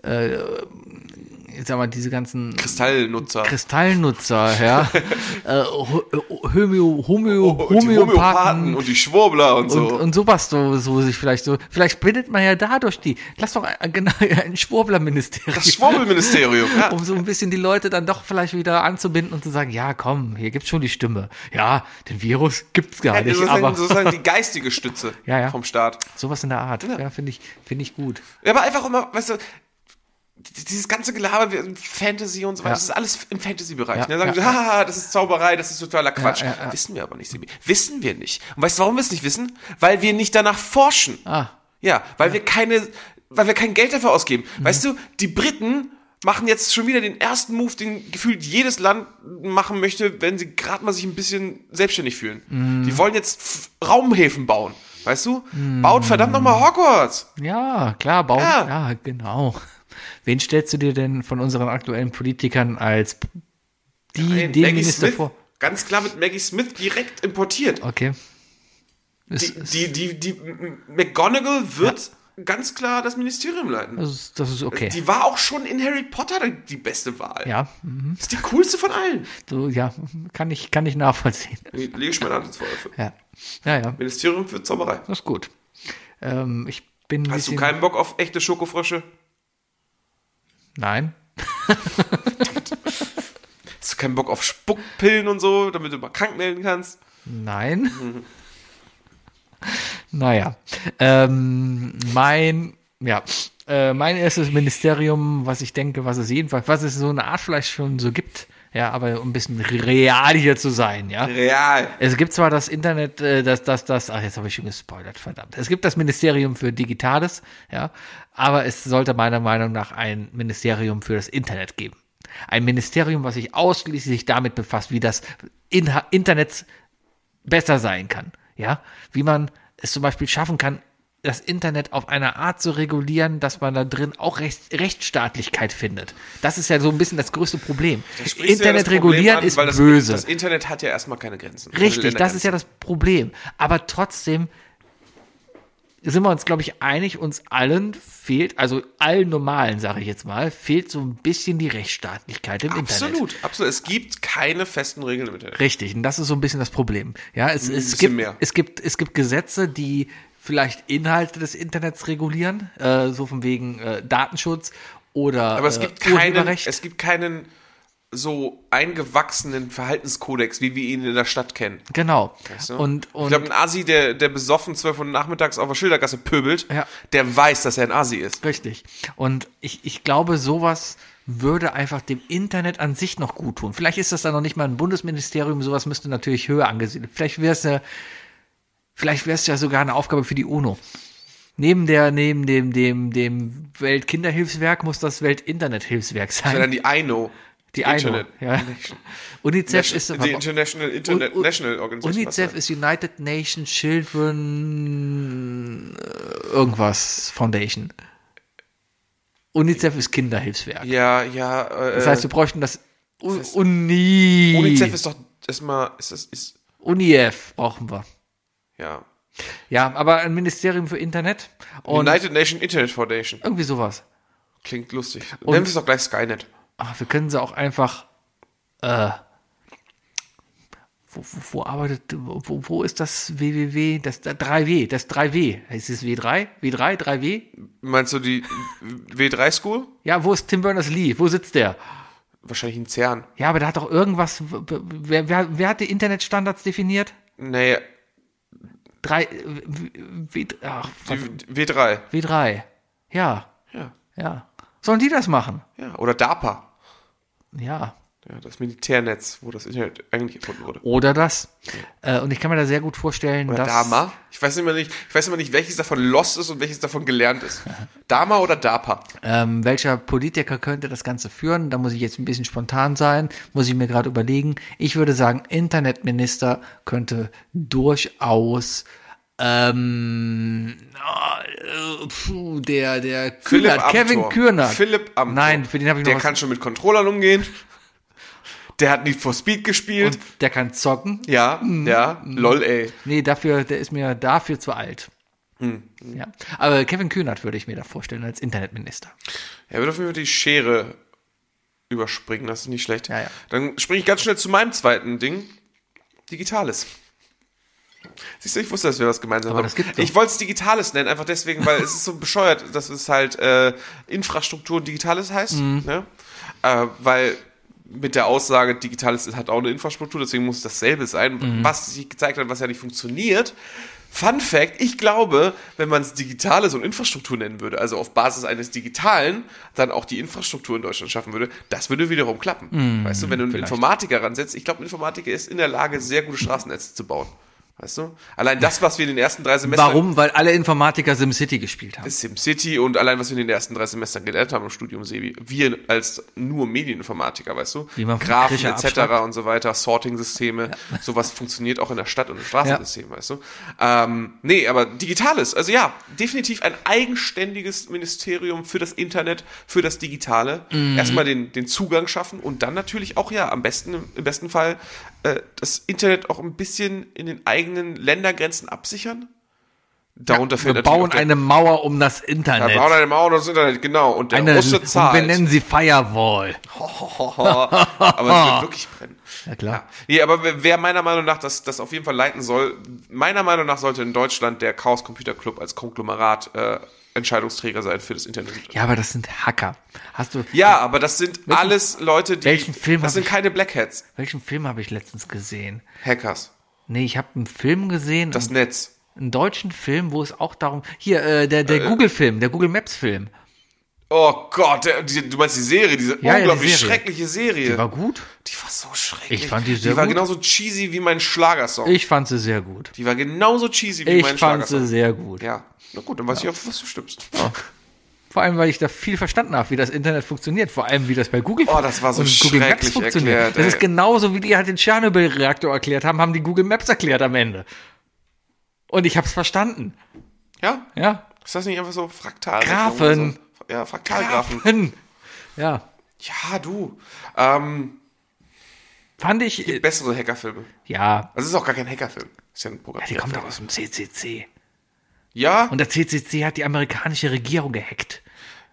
F: äh, ich sag mal, diese ganzen
E: Kristallnutzer.
F: Kristallnutzer, ja, äh, Ho- Homö, Homö,
E: und Oh, die Homöopathen
F: Homöopathen
E: und die Schwurbler und so.
F: und, und sowas so, so sich vielleicht so. Vielleicht bildet man ja dadurch die. Lass doch ein, genau, ein Schwurblerministerium.
E: das Schwurbelministerium. ja.
F: um so ein bisschen die Leute dann doch vielleicht wieder anzubinden und zu sagen, ja, komm, hier gibt's schon die Stimme. Ja, den Virus gibt's gar
E: Das
F: nicht,
E: ist
F: aber
E: sozusagen die geistige Stütze
F: Ja, ja.
E: vom Staat.
F: sowas in der Art. Ja, finde ich, finde ich gut.
E: Ja, aber einfach immer, weißt du, d- dieses ganze Gelaber, wir- Fantasy und so weiter,
F: Ja.
E: das ist alles im Fantasy-Bereich.
F: Ja,
E: ne? Sagen
F: ja,
E: sie, haha, das ist Zauberei, das ist totaler Quatsch.
F: ja, ja.
E: Wissen wir aber nicht, Sebi. Wissen wir nicht. Und weißt du, warum wir es nicht wissen? Weil wir nicht danach forschen.
F: Ah.
E: Ja, weil wir keine, weil wir kein Geld dafür ausgeben.
F: Mhm.
E: Weißt du, die Briten machen jetzt schon wieder den ersten Move, den gefühlt jedes Land machen möchte, wenn sie gerade mal sich ein bisschen selbstständig fühlen.
F: Mhm.
E: Die wollen jetzt F- Raumhäfen bauen. Weißt du? Baut verdammt nochmal Hogwarts.
F: Ja, klar, Baum. Ja.
E: Ja.
F: genau. Wen stellst du dir denn von unseren aktuellen Politikern als die,
E: Nein,
F: den
E: Maggie
F: Minister
E: Smith,
F: vor?
E: Ganz klar mit Maggie Smith direkt importiert.
F: Okay.
E: Die,
F: Ist,
E: die, die, die M- M- McGonagall wird ganz klar das Ministerium leiten.
F: das, ist, das ist Also, okay.
E: Die war auch schon in Harry Potter die beste Wahl.
F: ja, mhm.
E: Ist die coolste von allen.
F: so, ja, kann ich, kann ich nachvollziehen.
E: Lege ich meine Hand ins Feuer für.
F: Ja, ja, ja
E: Ministerium für Zauberei.
F: das ist gut. Ähm, ich bin ein
E: Hast du
F: bisschen,
E: keinen Bock auf echte Schokofrösche?
F: Nein.
E: du keinen Bock auf Spuckpillen und so, damit du mal krank melden kannst?
F: Nein. naja. Ähm, mein, ja. Äh, mein erstes Ministerium, was ich denke, was es jedenfalls, was es so eine Art vielleicht schon so gibt, ja, aber um ein bisschen real hier zu sein, ja.
E: Real.
F: Es gibt zwar das Internet, äh, das, das, das, ach, jetzt habe ich schon gespoilert, verdammt. Es gibt das Ministerium für Digitales, ja, aber es sollte meiner Meinung nach ein Ministerium für das Internet geben. Ein Ministerium, was sich ausschließlich damit befasst, wie das Inha Internet besser sein kann, ja. Wie man es zum Beispiel schaffen kann, das Internet auf eine Art zu regulieren, dass man da drin auch Recht, Rechtsstaatlichkeit findet. Das ist ja so ein bisschen das größte Problem.
E: Sprichst du ja das
F: Internet
E: Problem
F: regulieren
E: an,
F: ist
E: weil das,
F: böse.
E: Das Internet hat ja erstmal keine Grenzen.
F: Richtig, das ist ja das Problem. Aber trotzdem sind wir uns, glaube ich, einig, uns allen fehlt, also allen Normalen, sage ich jetzt mal, fehlt so ein bisschen die Rechtsstaatlichkeit im Internet.
E: Absolut, absolut. Es gibt keine festen Regeln im Internet.
F: Richtig, und das ist so ein bisschen das Problem. Ja, es, es,
E: bisschen
F: gibt,
E: mehr.
F: es, gibt, es gibt Gesetze, die vielleicht Inhalte des Internets regulieren, äh, so von wegen äh, Datenschutz oder
E: Aber es
F: äh,
E: gibt keinen,
F: Urheberrecht.
E: es gibt keinen so eingewachsenen Verhaltenskodex, wie wir ihn in der Stadt kennen.
F: genau.
E: du?
F: Und, und
E: ich glaube, ein Asi, der, der besoffen 12 Uhr nachmittags auf der Schildergasse pöbelt,
F: Ja.
E: der weiß, dass er ein Asi ist.
F: Richtig. Und ich, ich glaube, sowas würde einfach dem Internet an sich noch gut tun. Vielleicht ist das dann noch nicht mal ein Bundesministerium, sowas müsste natürlich höher angesiedelt. Vielleicht wäre es ja, vielleicht wäre es ja sogar eine Aufgabe für die UNO. Neben der, neben dem, dem, dem Weltkinderhilfswerk muss das Weltinternethilfswerk
E: Wenn dann
F: sein.
E: die INO,
F: Die
E: Internet.
F: INO, ja. UNICEF ist
E: die International Internet
F: Un- Un-
E: National Organization.
F: UNICEF ist United Nations Children äh, irgendwas Foundation. UNICEF ist Kinderhilfswerk.
E: Ja, ja. Äh,
F: Das heißt, wir bräuchten das U Uni.
E: UNICEF ist doch erstmal, ist das, ist,
F: UNIF brauchen wir.
E: ja.
F: Ja, aber ein Ministerium für Internet und
E: United Nation Internet Foundation.
F: irgendwie sowas.
E: Klingt lustig. Nennen wir es doch gleich Skynet.
F: Ach, wir können sie auch einfach. Äh, wo, wo, wo arbeitet, wo, wo ist das WWW, das 3W, das 3W, heißt es W3, W3, 3W,
E: Meinst du die W3 School?
F: Ja, wo ist Tim Berners-Lee? Wo sitzt der?
E: Wahrscheinlich in CERN.
F: Ja, aber da hat doch irgendwas. w- w- Wer, wer, wer hat die Internetstandards definiert?
E: Nee,
F: Drei. äh, W, w, ach,
E: die
F: was,
E: W3.
F: W3. Ja,
E: Ja,
F: ja. Sollen die das machen?
E: ja. Oder DARPA.
F: Ja.
E: Ja, das Militärnetz, wo das Internet eigentlich erfunden wurde.
F: Oder das. Äh, und ich kann mir da sehr gut vorstellen,
E: Oder
F: dass.
E: Dama. Ich weiß immer nicht, ich weiß immer nicht, welches davon lost ist und welches davon gelernt ist. Dama oder DARPA?
F: Ähm, welcher Politiker könnte das Ganze führen? Da muss ich jetzt ein bisschen spontan sein, muss ich mir gerade überlegen. Ich würde sagen, Internetminister könnte durchaus ähm, ah, äh, pfuh, der, der Kühnert,
E: Amthor.
F: Kevin Kühnert.
E: Philipp Amthor.
F: Nein, für den habe ich noch
E: Der
F: was-
E: kann schon mit Controllern umgehen. Der hat Need for Speed gespielt.
F: Und Mhm. der kann zocken.
E: ja, ja. Lol, ey.
F: Nee, dafür, der ist mir dafür zu alt.
E: Hm.
F: Ja. Aber Kevin Kühnert würde ich mir da vorstellen als Internetminister.
E: Ja, wir dürfen über die Schere überspringen, das ist nicht schlecht.
F: Ja, ja.
E: Dann springe ich ganz schnell zu meinem zweiten Ding. Digitales. Siehst du, ich wusste, dass wir was gemeinsam haben.
F: das gibt's doch.
E: ich wollte es Digitales nennen, einfach deswegen, weil es ist so bescheuert, dass es halt äh, Infrastruktur und Digitales heißt. Ne? Äh, weil mit der Aussage, Digitales hat auch eine Infrastruktur, deswegen muss es dasselbe sein. Was sich gezeigt hat, was ja nicht funktioniert. Fun Fact, ich glaube, wenn man es Digitales und Infrastruktur nennen würde, also auf Basis eines Digitalen, dann auch die Infrastruktur in Deutschland schaffen würde, das würde wiederum klappen. weißt du, wenn du einen Informatiker ransetzt, ich glaube, ein Informatiker ist in der Lage, sehr gute Straßennetze zu bauen. Weißt du? Allein das, was wir in den ersten drei Semestern
F: Warum? Weil alle Informatiker SimCity gespielt haben.
E: SimCity und allein, was wir in den ersten drei Semestern gelernt haben im Studium, Sebi, wir als nur Medieninformatiker, weißt du?
F: Wie man von
E: Graphen
F: Krischer
E: etc.
F: abschreibt.
E: und so weiter, Sorting-Systeme, sowas funktioniert auch in der Stadt und im Straßensystem, weißt du? Ähm, nee, aber Digitales, also ja, definitiv ein eigenständiges Ministerium für das Internet, für das Digitale.
F: Mhm.
E: Erstmal den, den Zugang schaffen und dann natürlich auch, ja, am besten, im besten Fall äh, das Internet auch ein bisschen in den eigenen Ländergrenzen absichern. Darunter fällt
F: Wir
E: natürlich auch
F: bauen
E: der-
F: eine Mauer um das Internet.
E: wir bauen eine Mauer und das Internet, genau. Und der
F: Eine,
E: Russe
F: und
E: zahlt.
F: wir nennen sie Firewall.
E: aber es wird wirklich brennen.
F: Ja, klar.
E: Nee, aber wer- wer meiner Meinung nach das, das auf jeden Fall leiten soll, meiner Meinung nach sollte in Deutschland der Chaos Computer Club als Konglomerat äh, Entscheidungsträger sein für das Internet.
F: Ja, aber das sind Hacker. Hast du,
E: Ja, aber das sind alles Leute, die.
F: welchen Film
E: das
F: hab
E: sind
F: ich-
E: keine Black Hats.
F: welchen Film habe ich letztens gesehen?
E: Hackers.
F: Nee, ich habe einen Film gesehen,
E: Das ne-
F: einen,
E: Netz.
F: einen deutschen Film, wo es auch darum, hier, äh, der, der Google-Film, der Google Maps-Film.
E: Oh Gott, der, die, du meinst die Serie, diese
F: Ja, ja, die
E: unglaublich
F: Serie.
E: schreckliche Serie.
F: War gut.
E: Die war so schrecklich.
F: Ich fand die sehr
E: Die war
F: gut.
E: genauso cheesy wie mein Schlagersong.
F: Ich fand sie sehr gut.
E: die war genauso cheesy wie
F: Ich
E: mein
F: fand sie
E: Schlagersong.
F: sehr gut.
E: Ja, na gut, dann weiß ich, auf was du stimmst.
F: Vor allem, weil ich da viel verstanden habe, wie das Internet funktioniert. Vor allem, wie das bei Google
E: Oh, das war so
F: und
E: schrecklich erklärt,
F: das
E: ey.
F: ist genauso, wie die halt den Tschernobyl-Reaktor erklärt haben, haben die Google Maps erklärt am Ende. Und ich habe es verstanden.
E: Ja?
F: Ja.
E: Ist das nicht einfach so fraktal?
F: Graphen.
E: So- Ja, Fraktalgrafen.
F: Hm. Ja.
E: Ja, du. Ähm,
F: Fand ich. äh,
E: bessere Hackerfilme.
F: Ja.
E: Also es ist auch gar kein Hackerfilm. Ist ja ein Programm.
F: Die kommt doch aus dem CCC.
E: Ja,
F: Und der CCC hat die amerikanische Regierung gehackt.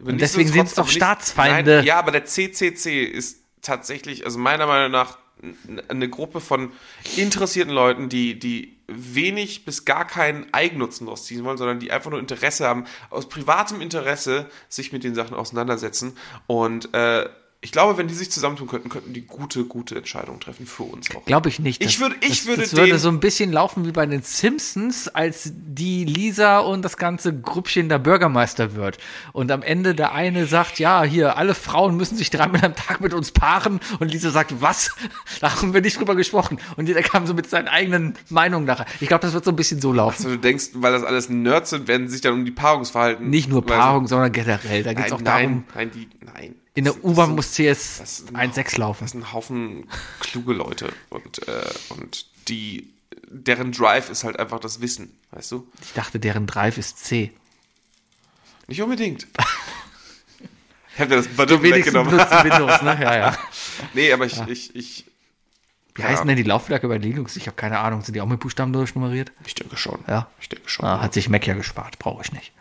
E: aber nicht
F: deswegen
E: so
F: sind's
E: trotzdem
F: doch
E: nicht-
F: Staatsfeinde.
E: Nein, ja, aber der CCC ist tatsächlich, also meiner Meinung nach, n- eine Gruppe von interessierten Leuten, die, die wenig bis gar keinen Eigennutzen draus ziehen wollen, sondern die einfach nur Interesse haben, aus privatem Interesse sich mit den Sachen auseinandersetzen. Und äh, ich glaube, wenn die sich zusammentun könnten, könnten die gute, gute Entscheidungen treffen für uns auch.
F: Glaube ich nicht.
E: Ich würd- ich
F: das,
E: würde
F: das würde
E: den-
F: so ein bisschen laufen wie bei den Simpsons, als die Lisa und das ganze Grüppchen der Bürgermeister wird. Und am Ende der eine sagt, ja, hier, alle Frauen müssen sich dreimal am Tag mit uns paaren. Und Lisa sagt, was? Da haben wir nicht drüber gesprochen. Und jeder kam so mit seinen eigenen Meinungen nachher. Ich glaube, das wird so ein bisschen so laufen.
E: Also du denkst, weil das alles Nerds sind, werden sie sich dann um die Paarungsverhalten.
F: nicht nur
E: Weil-
F: Paarung, sondern generell. Da geht es
E: also Nein,
F: auch darum,
E: nein, nein, die, nein.
F: in
E: Das
F: der
E: sind-
F: U-Bahn
E: das
F: muss CS
E: sind- das sind-
F: 1.6 laufen.
E: Das sind ein Haufen kluge Leute und, äh, und die, deren Drive ist halt einfach das Wissen, weißt du?
F: Ich dachte, deren Drive ist C.
E: Nicht unbedingt. ich hab dir das Badum
F: Wenigstens
E: weggenommen.
F: benutzen Windows, ne? Ja, ja.
E: nee, aber ich, ich, ich,
F: Wie heißen denn die Laufwerke bei Linux? Ich habe keine Ahnung. Sind die auch mit Buchstaben durchnummeriert?
E: ich denke schon.
F: Ja.
E: Ich denke schon.
F: Ah, hat sich Mac ja gespart. Brauche ich nicht.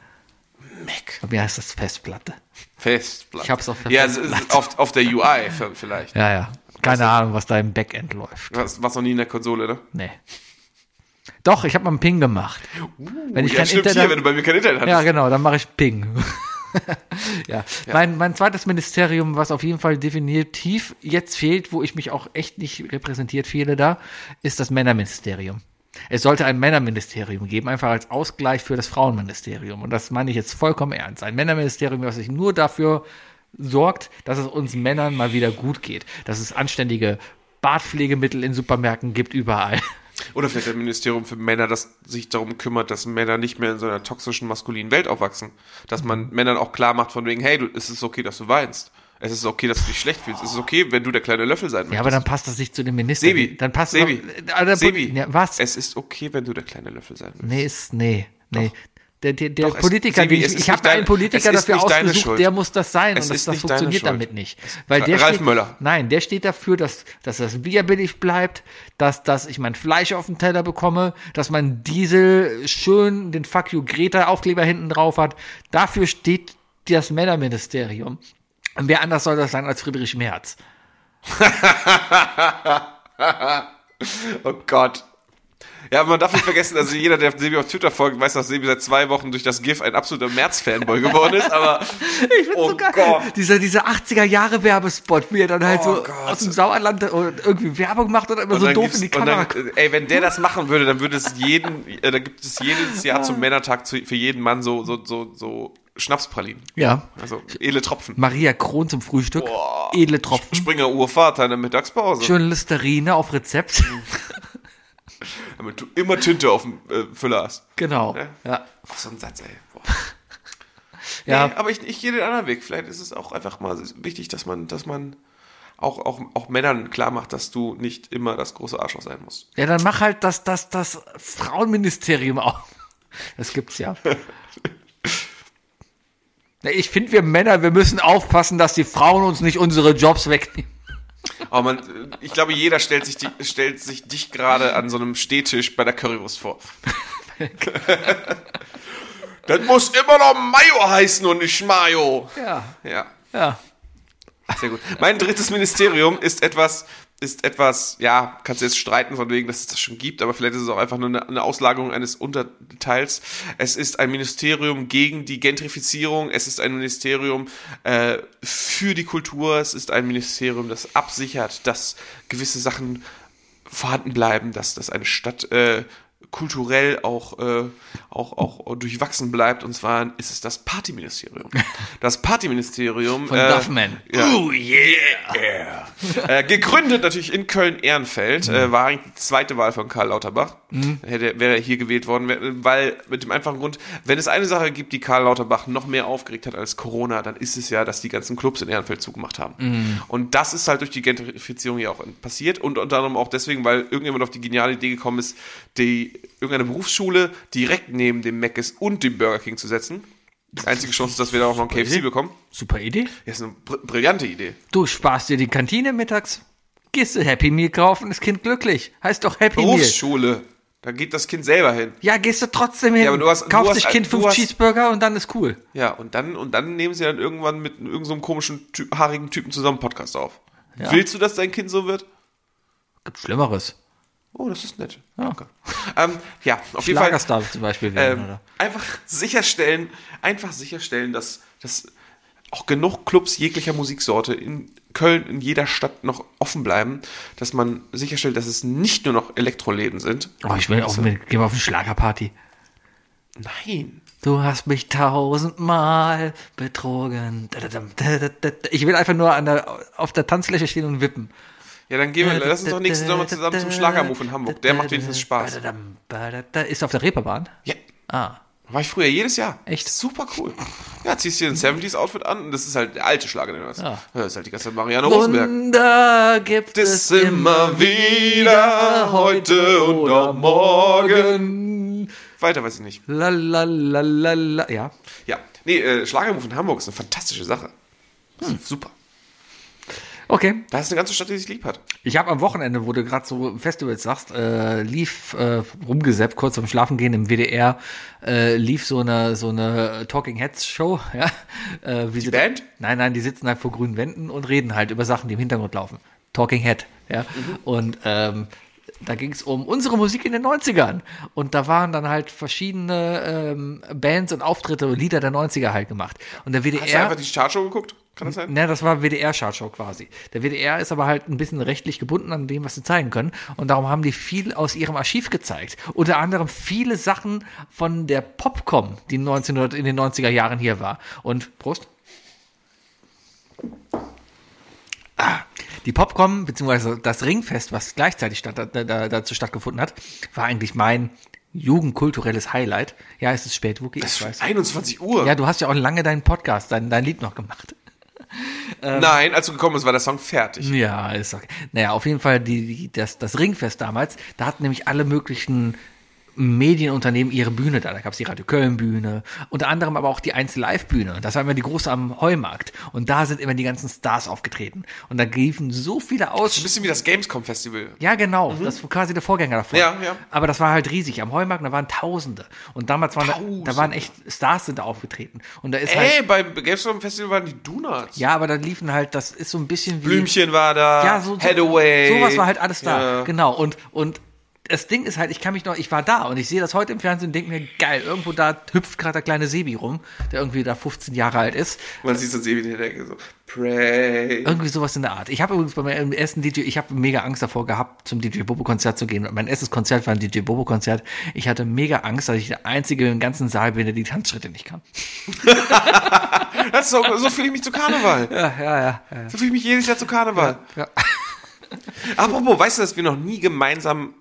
E: Mac.
F: Bei mir heißt das Festplatte.
E: Festblatt.
F: Ich hab's auf der
E: Ja, es ist auf, auf der UI f- vielleicht.
F: Ja, ja. Keine Ahnung, was da im Backend läuft.
E: Was, was noch nie in der Konsole, ne?
F: Nee. Doch, ich habe mal einen Ping gemacht. wenn ich
E: ja,
F: kein
E: stimmt
F: Internet,
E: hier, wenn du bei mir kein Internet hattest.
F: Ja, genau, dann mache ich Ping. ja. Mein, mein zweites Ministerium, was auf jeden Fall definitiv jetzt fehlt, wo ich mich auch echt nicht repräsentiert fehle da, ist das Männerministerium. Es sollte ein Männerministerium geben, einfach als Ausgleich für das Frauenministerium. Und das meine ich jetzt vollkommen ernst. Ein Männerministerium, was sich nur dafür sorgt, dass es uns Männern mal wieder gut geht. Dass es anständige Bartpflegemittel in Supermärkten gibt, überall.
E: Oder vielleicht ein Ministerium für Männer, das sich darum kümmert, dass Männer nicht mehr in so einer toxischen maskulinen Welt aufwachsen. Dass
F: Mhm.
E: man Männern auch klar macht von wegen, hey, du, es ist okay, dass du weinst. Es ist okay, dass du dich schlecht fühlst. Es ist okay, wenn du der kleine Löffel sein
F: Ja,
E: möchtest.
F: aber dann passt das nicht zu dem Minister.
E: Sebi,
F: dann passt
E: Sebi,
F: Doch, äh, dann-
E: Sebi,
F: ja, was?
E: Es ist okay, wenn du der kleine Löffel sein willst.
F: Nee, ist, nee, nee. Der, der, der
E: Doch, es-
F: Politiker,
E: Sebi,
F: den
E: es
F: ich,
E: ist
F: ich habe
E: nicht dein-
F: einen
E: es
F: Politiker
E: ist
F: dafür
E: nicht deine
F: ausgesucht,
E: Schuld.
F: der muss das sein
E: Es
F: und das,
E: ist
F: das
E: nicht deine
F: funktioniert
E: Schuld.
F: damit nicht. Weil der
E: Ralf
F: steht,
E: Möller.
F: Nein, der steht dafür, dass, dass das Bier billig bleibt, dass, dass ich mein Fleisch auf den Teller bekomme, dass mein Diesel schön den Fuck you Greta Aufkleber hinten drauf hat. Dafür steht das Männerministerium. Und wer anders soll das sein als Friedrich Merz?
E: Oh Gott. Ja, aber man darf nicht vergessen, also jeder, der Sebi auf Twitter folgt, weiß, dass Sebi seit zwei Wochen durch das GIF ein absoluter März-Fanboy geworden ist, aber oh Gott.
F: Dieser, dieser 80er Jahre Werbespot, wie er dann halt
E: Oh
F: so
E: Gott.
F: aus dem Sauerland und irgendwie Werbung macht und immer so
E: dann
F: doof
E: gibt's-
F: in die
E: und
F: Kamera.
E: Dann, äh, ey, wenn der das machen würde, dann würde es jeden, äh, dann gibt es jedes Jahr zum Männertag zu, für jeden Mann so, so, so, so Schnapspralinen.
F: ja.
E: Also edle Tropfen.
F: Maria Kron zum Frühstück, edle Tropfen,
E: Springer Urvater in der Mittagspause.
F: schöne Listerine auf Rezept.
E: Mhm. Damit du immer Tinte auf dem äh, Füller hast.
F: genau.
E: Ja.
F: Ja.
E: Ach, so ein Satz, ey. Boah.
F: Ja.
E: Nee, aber ich, ich gehe den anderen Weg. Vielleicht ist es auch einfach mal wichtig, dass man, dass man auch, auch, auch Männern klar macht, dass du nicht immer das große Arschloch sein musst.
F: ja, dann mach halt das, das, das Frauenministerium auf. Das gibt's ja. Na, Ich finde, wir Männer, wir müssen aufpassen, dass die Frauen uns nicht unsere Jobs wegnehmen.
E: Aber man, ich glaube, jeder stellt sich, die, stellt sich dich gerade an so einem Stehtisch bei der Currywurst vor. das muss immer noch Mayo heißen und nicht Mayo.
F: Ja,
E: Ja,
F: ja.
E: sehr gut. Mein drittes Ministerium ist etwas, ist etwas, ja, kannst du jetzt streiten von wegen, dass es das schon gibt, aber vielleicht ist es auch einfach nur eine, eine Auslagerung eines Unterteils. Es ist ein Ministerium gegen die Gentrifizierung, es ist ein Ministerium äh, für die Kultur, es ist ein Ministerium, das absichert, dass gewisse Sachen vorhanden bleiben, dass, dass eine Stadt äh, kulturell auch, äh, auch, auch durchwachsen bleibt. Und zwar ist es das Partyministerium. Das Partyministerium. äh,
F: Von Duffman.
E: Ja.
F: Oh yeah!
E: Äh, gegründet natürlich in Köln-Ehrenfeld, äh, war eigentlich die zweite Wahl von Karl Lauterbach. Hätte, wäre er hier gewählt worden, wär- weil mit dem einfachen Grund, wenn es eine Sache gibt, die Karl Lauterbach noch mehr aufgeregt hat als Corona, dann ist es ja, dass die ganzen Clubs in Ehrenfeld zugemacht haben. Und das ist halt durch die Gentrifizierung ja auch passiert und unter anderem auch deswegen, weil irgendjemand auf die geniale Idee gekommen ist, die irgendeine Berufsschule direkt neben dem Mac ist und dem Burger King zu setzen. Die einzige Chance ist, dass wir da auch noch ein KFC bekommen.
F: Super Idee.
E: Das ist eine br brillante Idee.
F: Du sparst dir die Kantine mittags, gehst du Happy Meal kaufen, das Kind glücklich. Heißt doch Happy Meal.
E: Berufsschule. Da geht das Kind selber hin.
F: Ja, gehst du trotzdem hin,
E: Ja, aber du hast- du
F: kaufst
E: hast-
F: dich Kind
E: du
F: fünf
E: hast-
F: Cheeseburger und dann ist cool.
E: Ja, und dann, und dann nehmen sie dann irgendwann mit irgendeinem so einem komischen, Ty- haarigen Typen zusammen einen Podcast auf. Willst du, dass dein Kind so wird?
F: Gibt Schlimmeres.
E: Oh, das ist nett. Danke. Ähm, ja, auf jeden Fall.
F: Lagerstar zum Beispiel werden,
E: Ähm,
F: oder?
E: einfach sicherstellen, einfach sicherstellen, dass, dass auch genug Clubs jeglicher Musiksorte in Köln, in jeder Stadt noch offen bleiben, dass man sicherstellt, dass es nicht nur noch Elektroläden sind.
F: Oh, ich will auch mit, gehen wir auf eine Schlagerparty.
E: Nein.
F: Du hast mich tausendmal betrogen. Dadadam, dadadada. Ich will einfach nur an der, auf der Tanzfläche stehen und wippen.
E: Ja, dann gehen wir, lass uns doch nächsten Sommer zusammen zum Schlagermove in Hamburg. Der macht wenigstens Spaß.
F: Badadam, badada. Ist auf der Reeperbahn?
E: Ja.
F: Ah.
E: War ich früher jedes Jahr.
F: Echt?
E: Super cool. Ja, ziehst dir ein 70s-Outfit an und das ist halt der alte Schlager, den du hast.
F: Ja.
E: Das ist halt die ganze Zeit Marianne Rosenberg.
F: Wunder gibt
E: Das
F: es
E: immer wieder, heute und auch morgen.
F: morgen.
E: Weiter weiß ich nicht.
F: La la la la la. Ja.
E: Ja, nee, äh, Schlagermove in Hamburg ist eine fantastische Sache.
F: Hm.
E: Super.
F: Okay.
E: Da ist eine ganze Stadt, die sich lieb hat.
F: Ich habe am Wochenende, wo du gerade so Festivals sagst, äh, lief äh, rumgesäppt, kurz vorm Schlafen gehen im WDR, äh, lief so eine so eine Talking Heads Show, ja. Äh, wie die
E: Band?
F: Nein, nein, die sitzen halt vor grünen Wänden und reden halt über Sachen, die im Hintergrund laufen. Talking Head, ja.
E: Mhm.
F: Und ähm, da ging es um unsere Musik in den 90ern. Und da waren dann halt verschiedene ähm, Bands und Auftritte und Lieder der 90er halt gemacht. Und der WDR.
E: Hast du einfach die Chartshow geguckt? Kann das sein?
F: Ne, das war WDR-Chartshow quasi. Der WDR ist aber halt ein bisschen rechtlich gebunden an dem, was sie zeigen können. Und darum haben die viel aus ihrem Archiv gezeigt. Unter anderem viele Sachen von der Popcom, die 1900, in den 90er Jahren hier war. Und Prost. Ah, Die Popcom, beziehungsweise das Ringfest, was gleichzeitig statt, da, da, dazu stattgefunden hat, war eigentlich mein jugendkulturelles Highlight. Ja, es ist spät, Wookie, ich weiß.
E: 21 Uhr.
F: Ja, du hast ja auch lange deinen Podcast, dein, dein Lied noch gemacht. ähm.
E: Nein, als du gekommen bist, war der Song fertig.
F: Ja, ist okay. Naja, auf jeden Fall die, die, das, das Ringfest damals, da hatten nämlich alle möglichen Medienunternehmen ihre Bühne da. Da gab's die Radio Köln-Bühne, unter anderem aber auch die 1Live-Bühne. Das war immer die große am Heumarkt. Und da sind immer die ganzen Stars aufgetreten. Und da liefen so viele
E: Ein
F: aus.
E: bisschen wie das Gamescom-Festival.
F: Ja, genau. Das war quasi der Vorgänger davon.
E: Mhm. Ja, ja.
F: Aber das war halt riesig. Am Heumarkt, da waren Tausende. Und damals waren da, da waren echt Stars sind da aufgetreten. Und da ist halt.
E: Ey, beim Gamescom-Festival waren die Donuts.
F: Ja, aber da liefen halt, das ist so ein bisschen wie.
E: Blümchen war da.
F: Ja, so, so
E: Hathaway.
F: sowas war halt alles da.
E: Ja.
F: Genau. Und, und das Ding ist halt, ich kann mich noch, ich war da und ich sehe das heute im Fernsehen und denke mir, geil, irgendwo da hüpft gerade der kleine Sebi rum, der irgendwie da 15 Jahre alt ist.
E: Man sieht so Sebi in der Decke so. Pray.
F: Irgendwie sowas in der Art. Ich habe übrigens bei meinem ersten DJ, ich habe mega Angst davor gehabt, zum DJ Bobo-Konzert zu gehen. Mein erstes Konzert war ein DJ Bobo-Konzert. Ich hatte mega Angst, dass ich der Einzige im ganzen Saal bin, der die Tanzschritte nicht kann.
E: Das ist so, so fühle ich mich zu Karneval. Ja, ja, ja. So fühle ich mich jedes Jahr zu Karneval.
F: Ja,
E: Apropos, weißt du, dass wir noch nie gemeinsam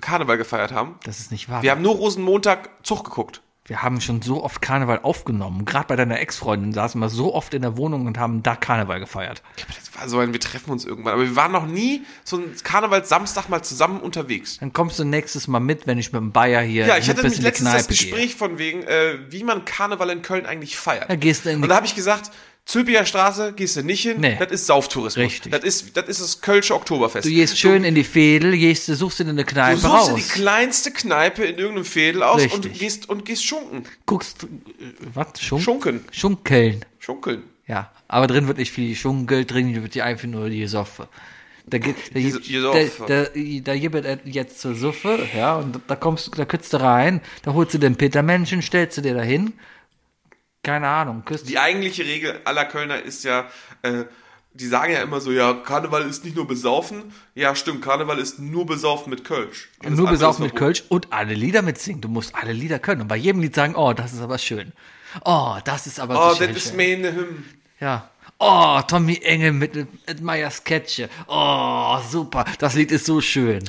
E: Karneval gefeiert haben?
F: das ist nicht wahr.
E: Wir haben nur Rosenmontag Zug geguckt.
F: Wir haben schon so oft Karneval aufgenommen. Gerade bei deiner Ex-Freundin saßen wir so oft in der Wohnung und haben da Karneval gefeiert.
E: Das war so ein, wir treffen uns irgendwann. Aber wir waren noch nie so ein Karnevalssamstag mal zusammen unterwegs.
F: Dann kommst du nächstes Mal mit, wenn ich mit dem Bayer hier
E: Ja, ich hatte
F: ein bisschen
E: nämlich
F: in die
E: letztens das
F: Kneipe gehe.
E: Gespräch von wegen, äh, wie man Karneval in Köln eigentlich feiert.
F: Da gehst du in die-
E: Und da habe ich gesagt, Zülpiger Straße gehst du nicht hin,
F: Nee.
E: das ist Sauftourismus.
F: Richtig.
E: Das ist, das ist das Kölsche Oktoberfest.
F: Du gehst schön in die Fädel, gehst, suchst dir
E: Du
F: eine Kneipe
E: suchst
F: raus.
E: dir die kleinste Kneipe in irgendeinem Fädel aus und
F: Richtig.
E: gehst, und gehst schunken.
F: Guckst, äh, was? Schunk
E: Schunken.
F: Schunkeln.
E: Schunkeln.
F: Ja, aber drin wird nicht viel geschunkelt, drin wird die einfach nur die Soffe. Da geht, da,
E: Diese-
F: gibt-
E: diese Opfer.
F: da, da, da gibt es jetzt zur Suffe, ja, und da kommst, du- da kürzt du rein, da holst du den Petermenschen, stellst du dir da hin. Keine Ahnung, küsst
E: Die eigentliche Regel aller Kölner ist ja, äh, die sagen ja immer so, ja, Karneval ist nicht nur besaufen. Ja, stimmt, Karneval ist nur besaufen mit Kölsch. Alles
F: nur
E: andere
F: besaufen
E: ist
F: mit
E: verboten.
F: Kölsch und alle Lieder mitsingen. Du musst alle Lieder können und bei jedem Lied sagen, oh, das ist aber schön. Oh, das ist aber
E: Oh,
F: so schön.
E: das ist meine Hymn.
F: Ja. Oh, Tommy Engel mit, mit Meyers Sketche. Oh, super. Das Lied ist so schön.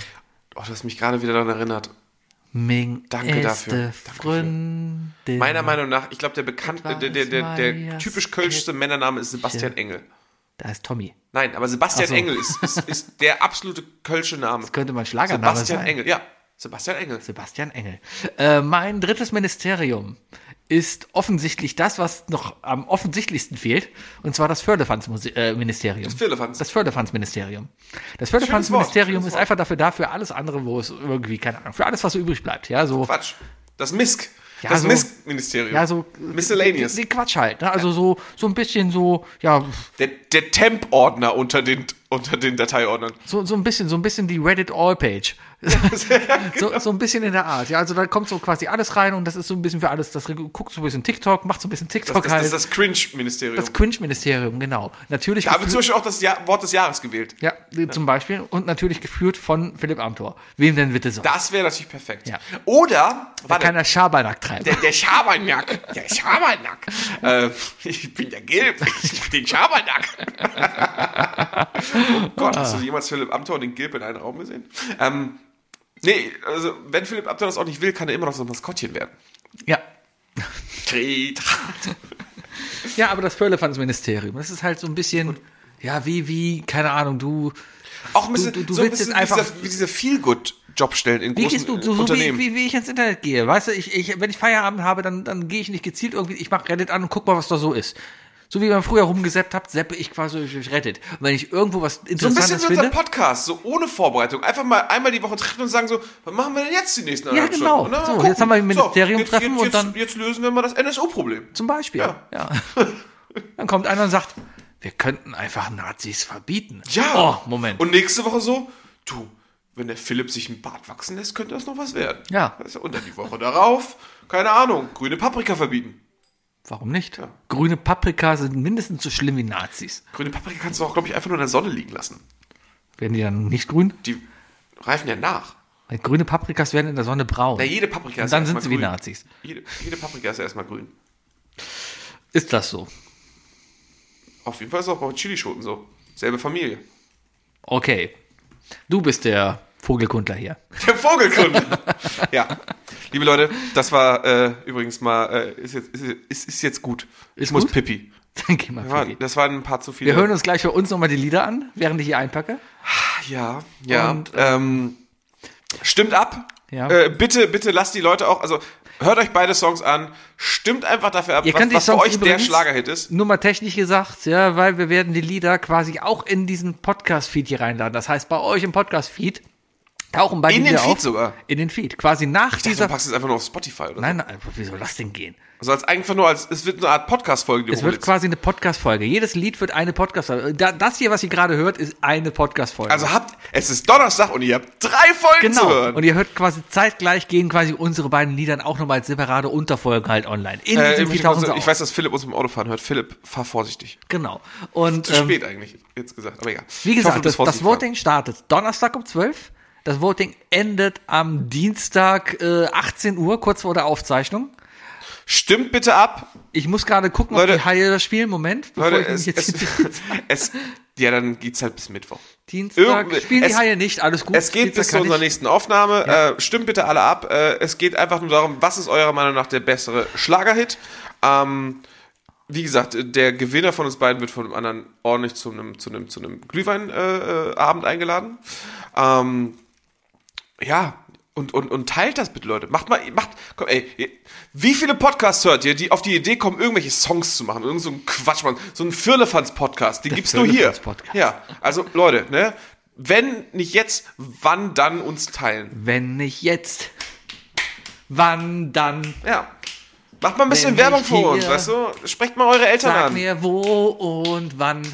E: Oh, du hast mich gerade wieder daran erinnert.
F: Ming
E: Danke
F: ist
E: dafür.
F: de
E: Danke dafür.
F: Freundin.
E: Meiner Meinung nach, ich glaube, der bekannte, der, der, der, der
F: Meyers
E: typisch kölschste Männername ist Sebastian Engel.
F: Da ist Tommy.
E: Nein, aber Sebastian Engel ist, ist, ist der absolute kölsche Name.
F: Könnte mein Schlagername
E: Sebastian
F: sein.
E: Engel, ja. Sebastian Engel.
F: Sebastian Engel. Äh, mein drittes Ministerium ist offensichtlich das, was noch am offensichtlichsten fehlt, und zwar das Förderfandsministerium.
E: Das Firlefanz.
F: Das Förderfandsministerium. Das
E: Schönes
F: Förderfandsministerium
E: Wort,
F: ist
E: schönes
F: einfach dafür da, für alles andere, wo es irgendwie, keine Ahnung, für alles, was so übrig bleibt. Ja, so.
E: Quatsch. Das MISK.
F: Ja,
E: das
F: so-
E: MISK-Ministerium.
F: Ja, so.
E: Miscellaneous.
F: Die, die Quatsch halt. Ne? Also so, so ein bisschen so, ja,
E: Der, der Temp-Ordner unter den, unter den Dateiordnern.
F: so, so ein bisschen, so ein bisschen die Reddit All-Page. so, so ein bisschen in der Art. Ja, also da kommt so quasi alles rein und das ist so ein bisschen für alles. Das regu- guckt so ein bisschen TikTok, macht so ein bisschen
E: Das,
F: TikTok
E: das, das
F: halt.
E: ist das Cringe-Ministerium.
F: Das Cringe-Ministerium, genau. Natürlich
E: Da haben wir
F: geführt-
E: zum Beispiel auch das Jahr, Wort des Jahres gewählt.
F: ja, zum Beispiel. Und natürlich geführt von Philipp Amthor. Wem denn bitte sonst?
E: Das wäre natürlich perfekt.
F: Ja.
E: Oder,
F: Da
E: warte,
F: kann der Schabernack treiben.
E: der, der Schabernack. Der Schabernack. äh, ich bin der Gilb. Ich bin den Schabernack. oh Gott, hast du jemals Philipp Amthor und den Gilb in einem Raum gesehen? Ähm, nee, also, wenn Philipp Amthor das auch nicht will, kann er immer noch so ein Maskottchen werden.
F: ja.
E: Tretrat.
F: ja, aber das Förderfandsministerium, das ist halt so ein bisschen, ja, wie, wie, keine Ahnung, du,
E: Auch ein bisschen,
F: du- du
E: so ein
F: willst
E: bisschen
F: jetzt einfach-
E: dieser, wie diese Feel-Good-Jobstellen in
F: wie
E: großen
F: gehst du, du so wie,
E: Unternehmen.
F: wie, wie ich ins Internet gehe, weißt du, ich, ich, wenn ich Feierabend habe, dann, dann gehe ich nicht gezielt irgendwie, ich mache Reddit an und guck mal, was da so ist. So wie man früher rumgesäppt hat, seppe ich quasi durch Reddit. Und wenn ich irgendwo was
E: So ein
F: Interessantes
E: bisschen wie unser
F: finde,
E: Podcast, so ohne Vorbereitung. Einfach mal einmal die Woche treffen und sagen so, was machen wir denn jetzt die nächsten
F: Ja,
E: anderthalb
F: genau.
E: Stunden? Und dann
F: So,
E: mal gucken.
F: jetzt haben wir ein Ministerium
E: jetzt,
F: treffen
E: jetzt,
F: und
E: jetzt,
F: dann-
E: Jetzt lösen wir mal das NSU-Problem.
F: Zum Beispiel. Ja. Dann kommt einer und sagt, wir könnten einfach Nazis verbieten.
E: Ja.
F: Oh, Moment.
E: Und nächste Woche so, du, wenn der Philipp sich einen Bart wachsen lässt, könnte das noch was werden.
F: Ja.
E: Das ist ja- Und dann die Woche darauf, keine Ahnung, grüne Paprika verbieten.
F: Warum nicht? Grüne Paprika sind mindestens so schlimm wie Nazis.
E: Grüne Paprika kannst du auch, glaube ich, einfach nur in der Sonne liegen lassen.
F: Werden die dann nicht grün?
E: Die reifen ja nach.
F: Weil grüne Paprikas werden in der Sonne braun.
E: Na, jede Paprika
F: und
E: ist
F: dann
E: erstmal
F: sind sie wie
E: grün.
F: Nazis.
E: Jede, jede Paprika ist ja erstmal grün.
F: Ist das so?
E: Auf jeden Fall ist es auch bei Chilischoten so. Selbe Familie.
F: Okay. Du bist der Vogelkundler hier.
E: Der Vogelkunde. ja. Liebe Leute, das war äh, übrigens mal, äh, ist, jetzt, ist, ist, ist jetzt gut. ich
F: Ist
E: muss
F: gut?
E: pipi.
F: Dann geh mal.
E: Ja,
F: Pippi.
E: das waren ein paar zu viele.
F: Wir hören uns gleich für uns nochmal die Lieder an, während ich hier einpacke.
E: Ja, ja.
F: Und, äh,
E: ähm, stimmt ab.
F: Ja.
E: Äh, bitte, bitte lasst die Leute auch, also hört euch beide Songs an. Stimmt einfach dafür ab,
F: Ihr
E: was,
F: könnt die
E: was für
F: Songs
E: euch der
F: übrigens-
E: Schlagerhit ist.
F: Nur mal technisch gesagt, ja, weil wir werden die Lieder quasi auch in diesen Podcast-Feed hier reinladen. Das heißt, bei euch im Podcast-Feed tauchen beide
E: In den
F: Lieder
E: Feed
F: auf.
E: sogar?
F: In den Feed. Quasi nach
E: Ich dachte,
F: dieser.
E: du packst es einfach nur auf Spotify oder
F: Nein, nein, wie soll das denn gehen?
E: so. Also als einfach nur als, es wird eine Art Podcast-Folge, die
F: Es wird
E: hochlädst.
F: quasi eine Podcast-Folge. Jedes Lied wird eine Podcast-Folge. Da- Das hier, was ihr gerade hört, ist eine Podcast-Folge.
E: Also habt, es ist Donnerstag und ihr habt drei Folgen zu
F: genau.
E: hören.
F: Und ihr hört quasi zeitgleich gehen quasi unsere beiden Liedern auch nochmal als separate Unterfolgen halt online.
E: Äh,
F: In diesem
E: übrigens,
F: Feed tauchen sie
E: ich
F: auf.
E: weiß, dass Philipp uns beim Autofahren hört. Philipp, fahr vorsichtig.
F: Genau. Und
E: Zu
F: ähm,
E: spät eigentlich, jetzt gesagt. Aber egal.
F: Wie
E: Ich hoffe,
F: gesagt,
E: du bist
F: das, das
E: vorsichtig
F: Voting startet Donnerstag um 12. Das Voting endet am Dienstag äh, 18 Uhr, kurz vor der Aufzeichnung.
E: fahren. Stimmt bitte ab.
F: Ich muss gerade gucken,
E: Leute-
F: ob die Haie das spielen. Moment, bevor
E: Leute,
F: ich mich
E: es,
F: jetzt
E: es, es, ja, dann geht's halt bis Mittwoch.
F: Dienstag
E: irgendwie-
F: spielen die
E: es-
F: Haie nicht. Alles gut.
E: Es geht
F: Dienstag
E: bis zu
F: kann
E: unserer
F: ich-
E: nächsten Aufnahme. Äh, stimmt bitte alle ab. Äh, es geht einfach nur darum, was ist eurer Meinung nach der bessere Schlagerhit? Ähm, wie gesagt, der Gewinner von uns beiden wird von dem anderen ordentlich zu einem, zu einem, zu einem Glühweinabend äh, Abend eingeladen. Ähm, ja, und, und, und teilt das bitte, Leute. Macht mal, macht, komm, ey, ihr- wie viele Podcasts hört ihr, die auf die Idee kommen, irgendwelche Songs zu machen? Irgend so ein Quatsch, Mann. So ein Firlefanz-Podcast, den gibt's nur hier.
F: Firlefanz-Podcast.
E: Ja, also Leute, ne? Wenn nicht jetzt, wann dann uns teilen?
F: Wenn nicht jetzt, wann dann?
E: Ja. Macht mal ein bisschen
F: Wenn
E: Werbung
F: nicht
E: für uns,
F: hier,
E: weißt du? Sprecht mal eure Eltern
F: Sag
E: an.
F: mir wo und wann. Oh,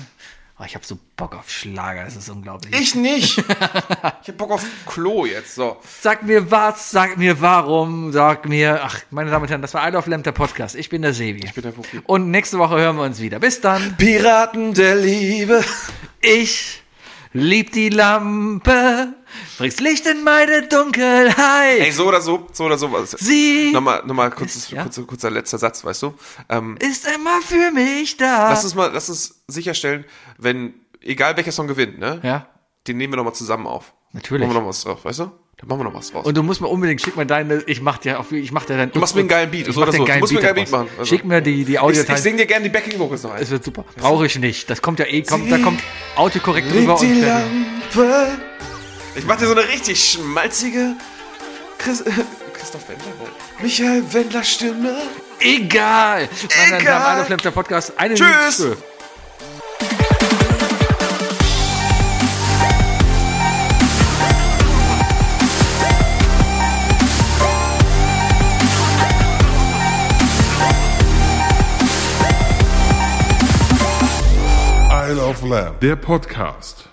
F: Oh, ich habe so Bock auf Schlager, das ist unglaublich.
E: Ich nicht. ich hab Bock auf Klo jetzt. So.
F: Sag mir was, sag mir warum, sag mir. Ach, meine Damen und Herren, das war I Love Lamp, der Podcast. Ich bin der Sebi. Ich
E: bin der Wookie.
F: Und nächste Woche hören wir uns wieder. Bis dann.
E: Piraten der Liebe.
F: Ich lieb die Lampe, bringst Licht in meine
E: Ey,
F: Dunkelheit.
E: so oder so, so oder so. Was-
F: Sie
E: Nochmal, nochmal kurzes,
F: Ja.
E: kurzer, kurzer letzter Satz, weißt du? Ähm,
F: ist immer für mich da.
E: lass uns mal, lass uns sicherstellen, wenn, egal welcher Song gewinnt, ne?
F: ja,
E: Den nehmen wir nochmal zusammen auf.
F: natürlich.
E: Machen wir noch was drauf, weißt du? Dann machen wir noch was draus.
F: Und du musst mir unbedingt, schick mir deine, ich mach dir auf, ich mach dir dann.
E: Du machst mir einen geilen Beat,
F: Ich
E: so
F: mach
E: oder so.
F: dir einen
E: Du
F: geilen
E: musst mir
F: Beat
E: einen geilen
F: daraus.
E: Beat machen, also.
F: Schick mir die, die
E: ich,
F: Audio.
E: ich sing dir gerne die Backing Vocals noch ein.
F: Es wird super. Brauche ich nicht. Das kommt ja eh, kommt, da kommt autokorrekt drüber und fertig.
E: Lampe. Ich mach dir so eine richtig schmalzige Chris, Christoph Wendler. Michael Wendler Stimme.
F: Egal. Meine
E: Egal.
F: Damen und Herren, der Podcast. Eine
E: Tschüss.
F: Minute.
J: Der Podcast.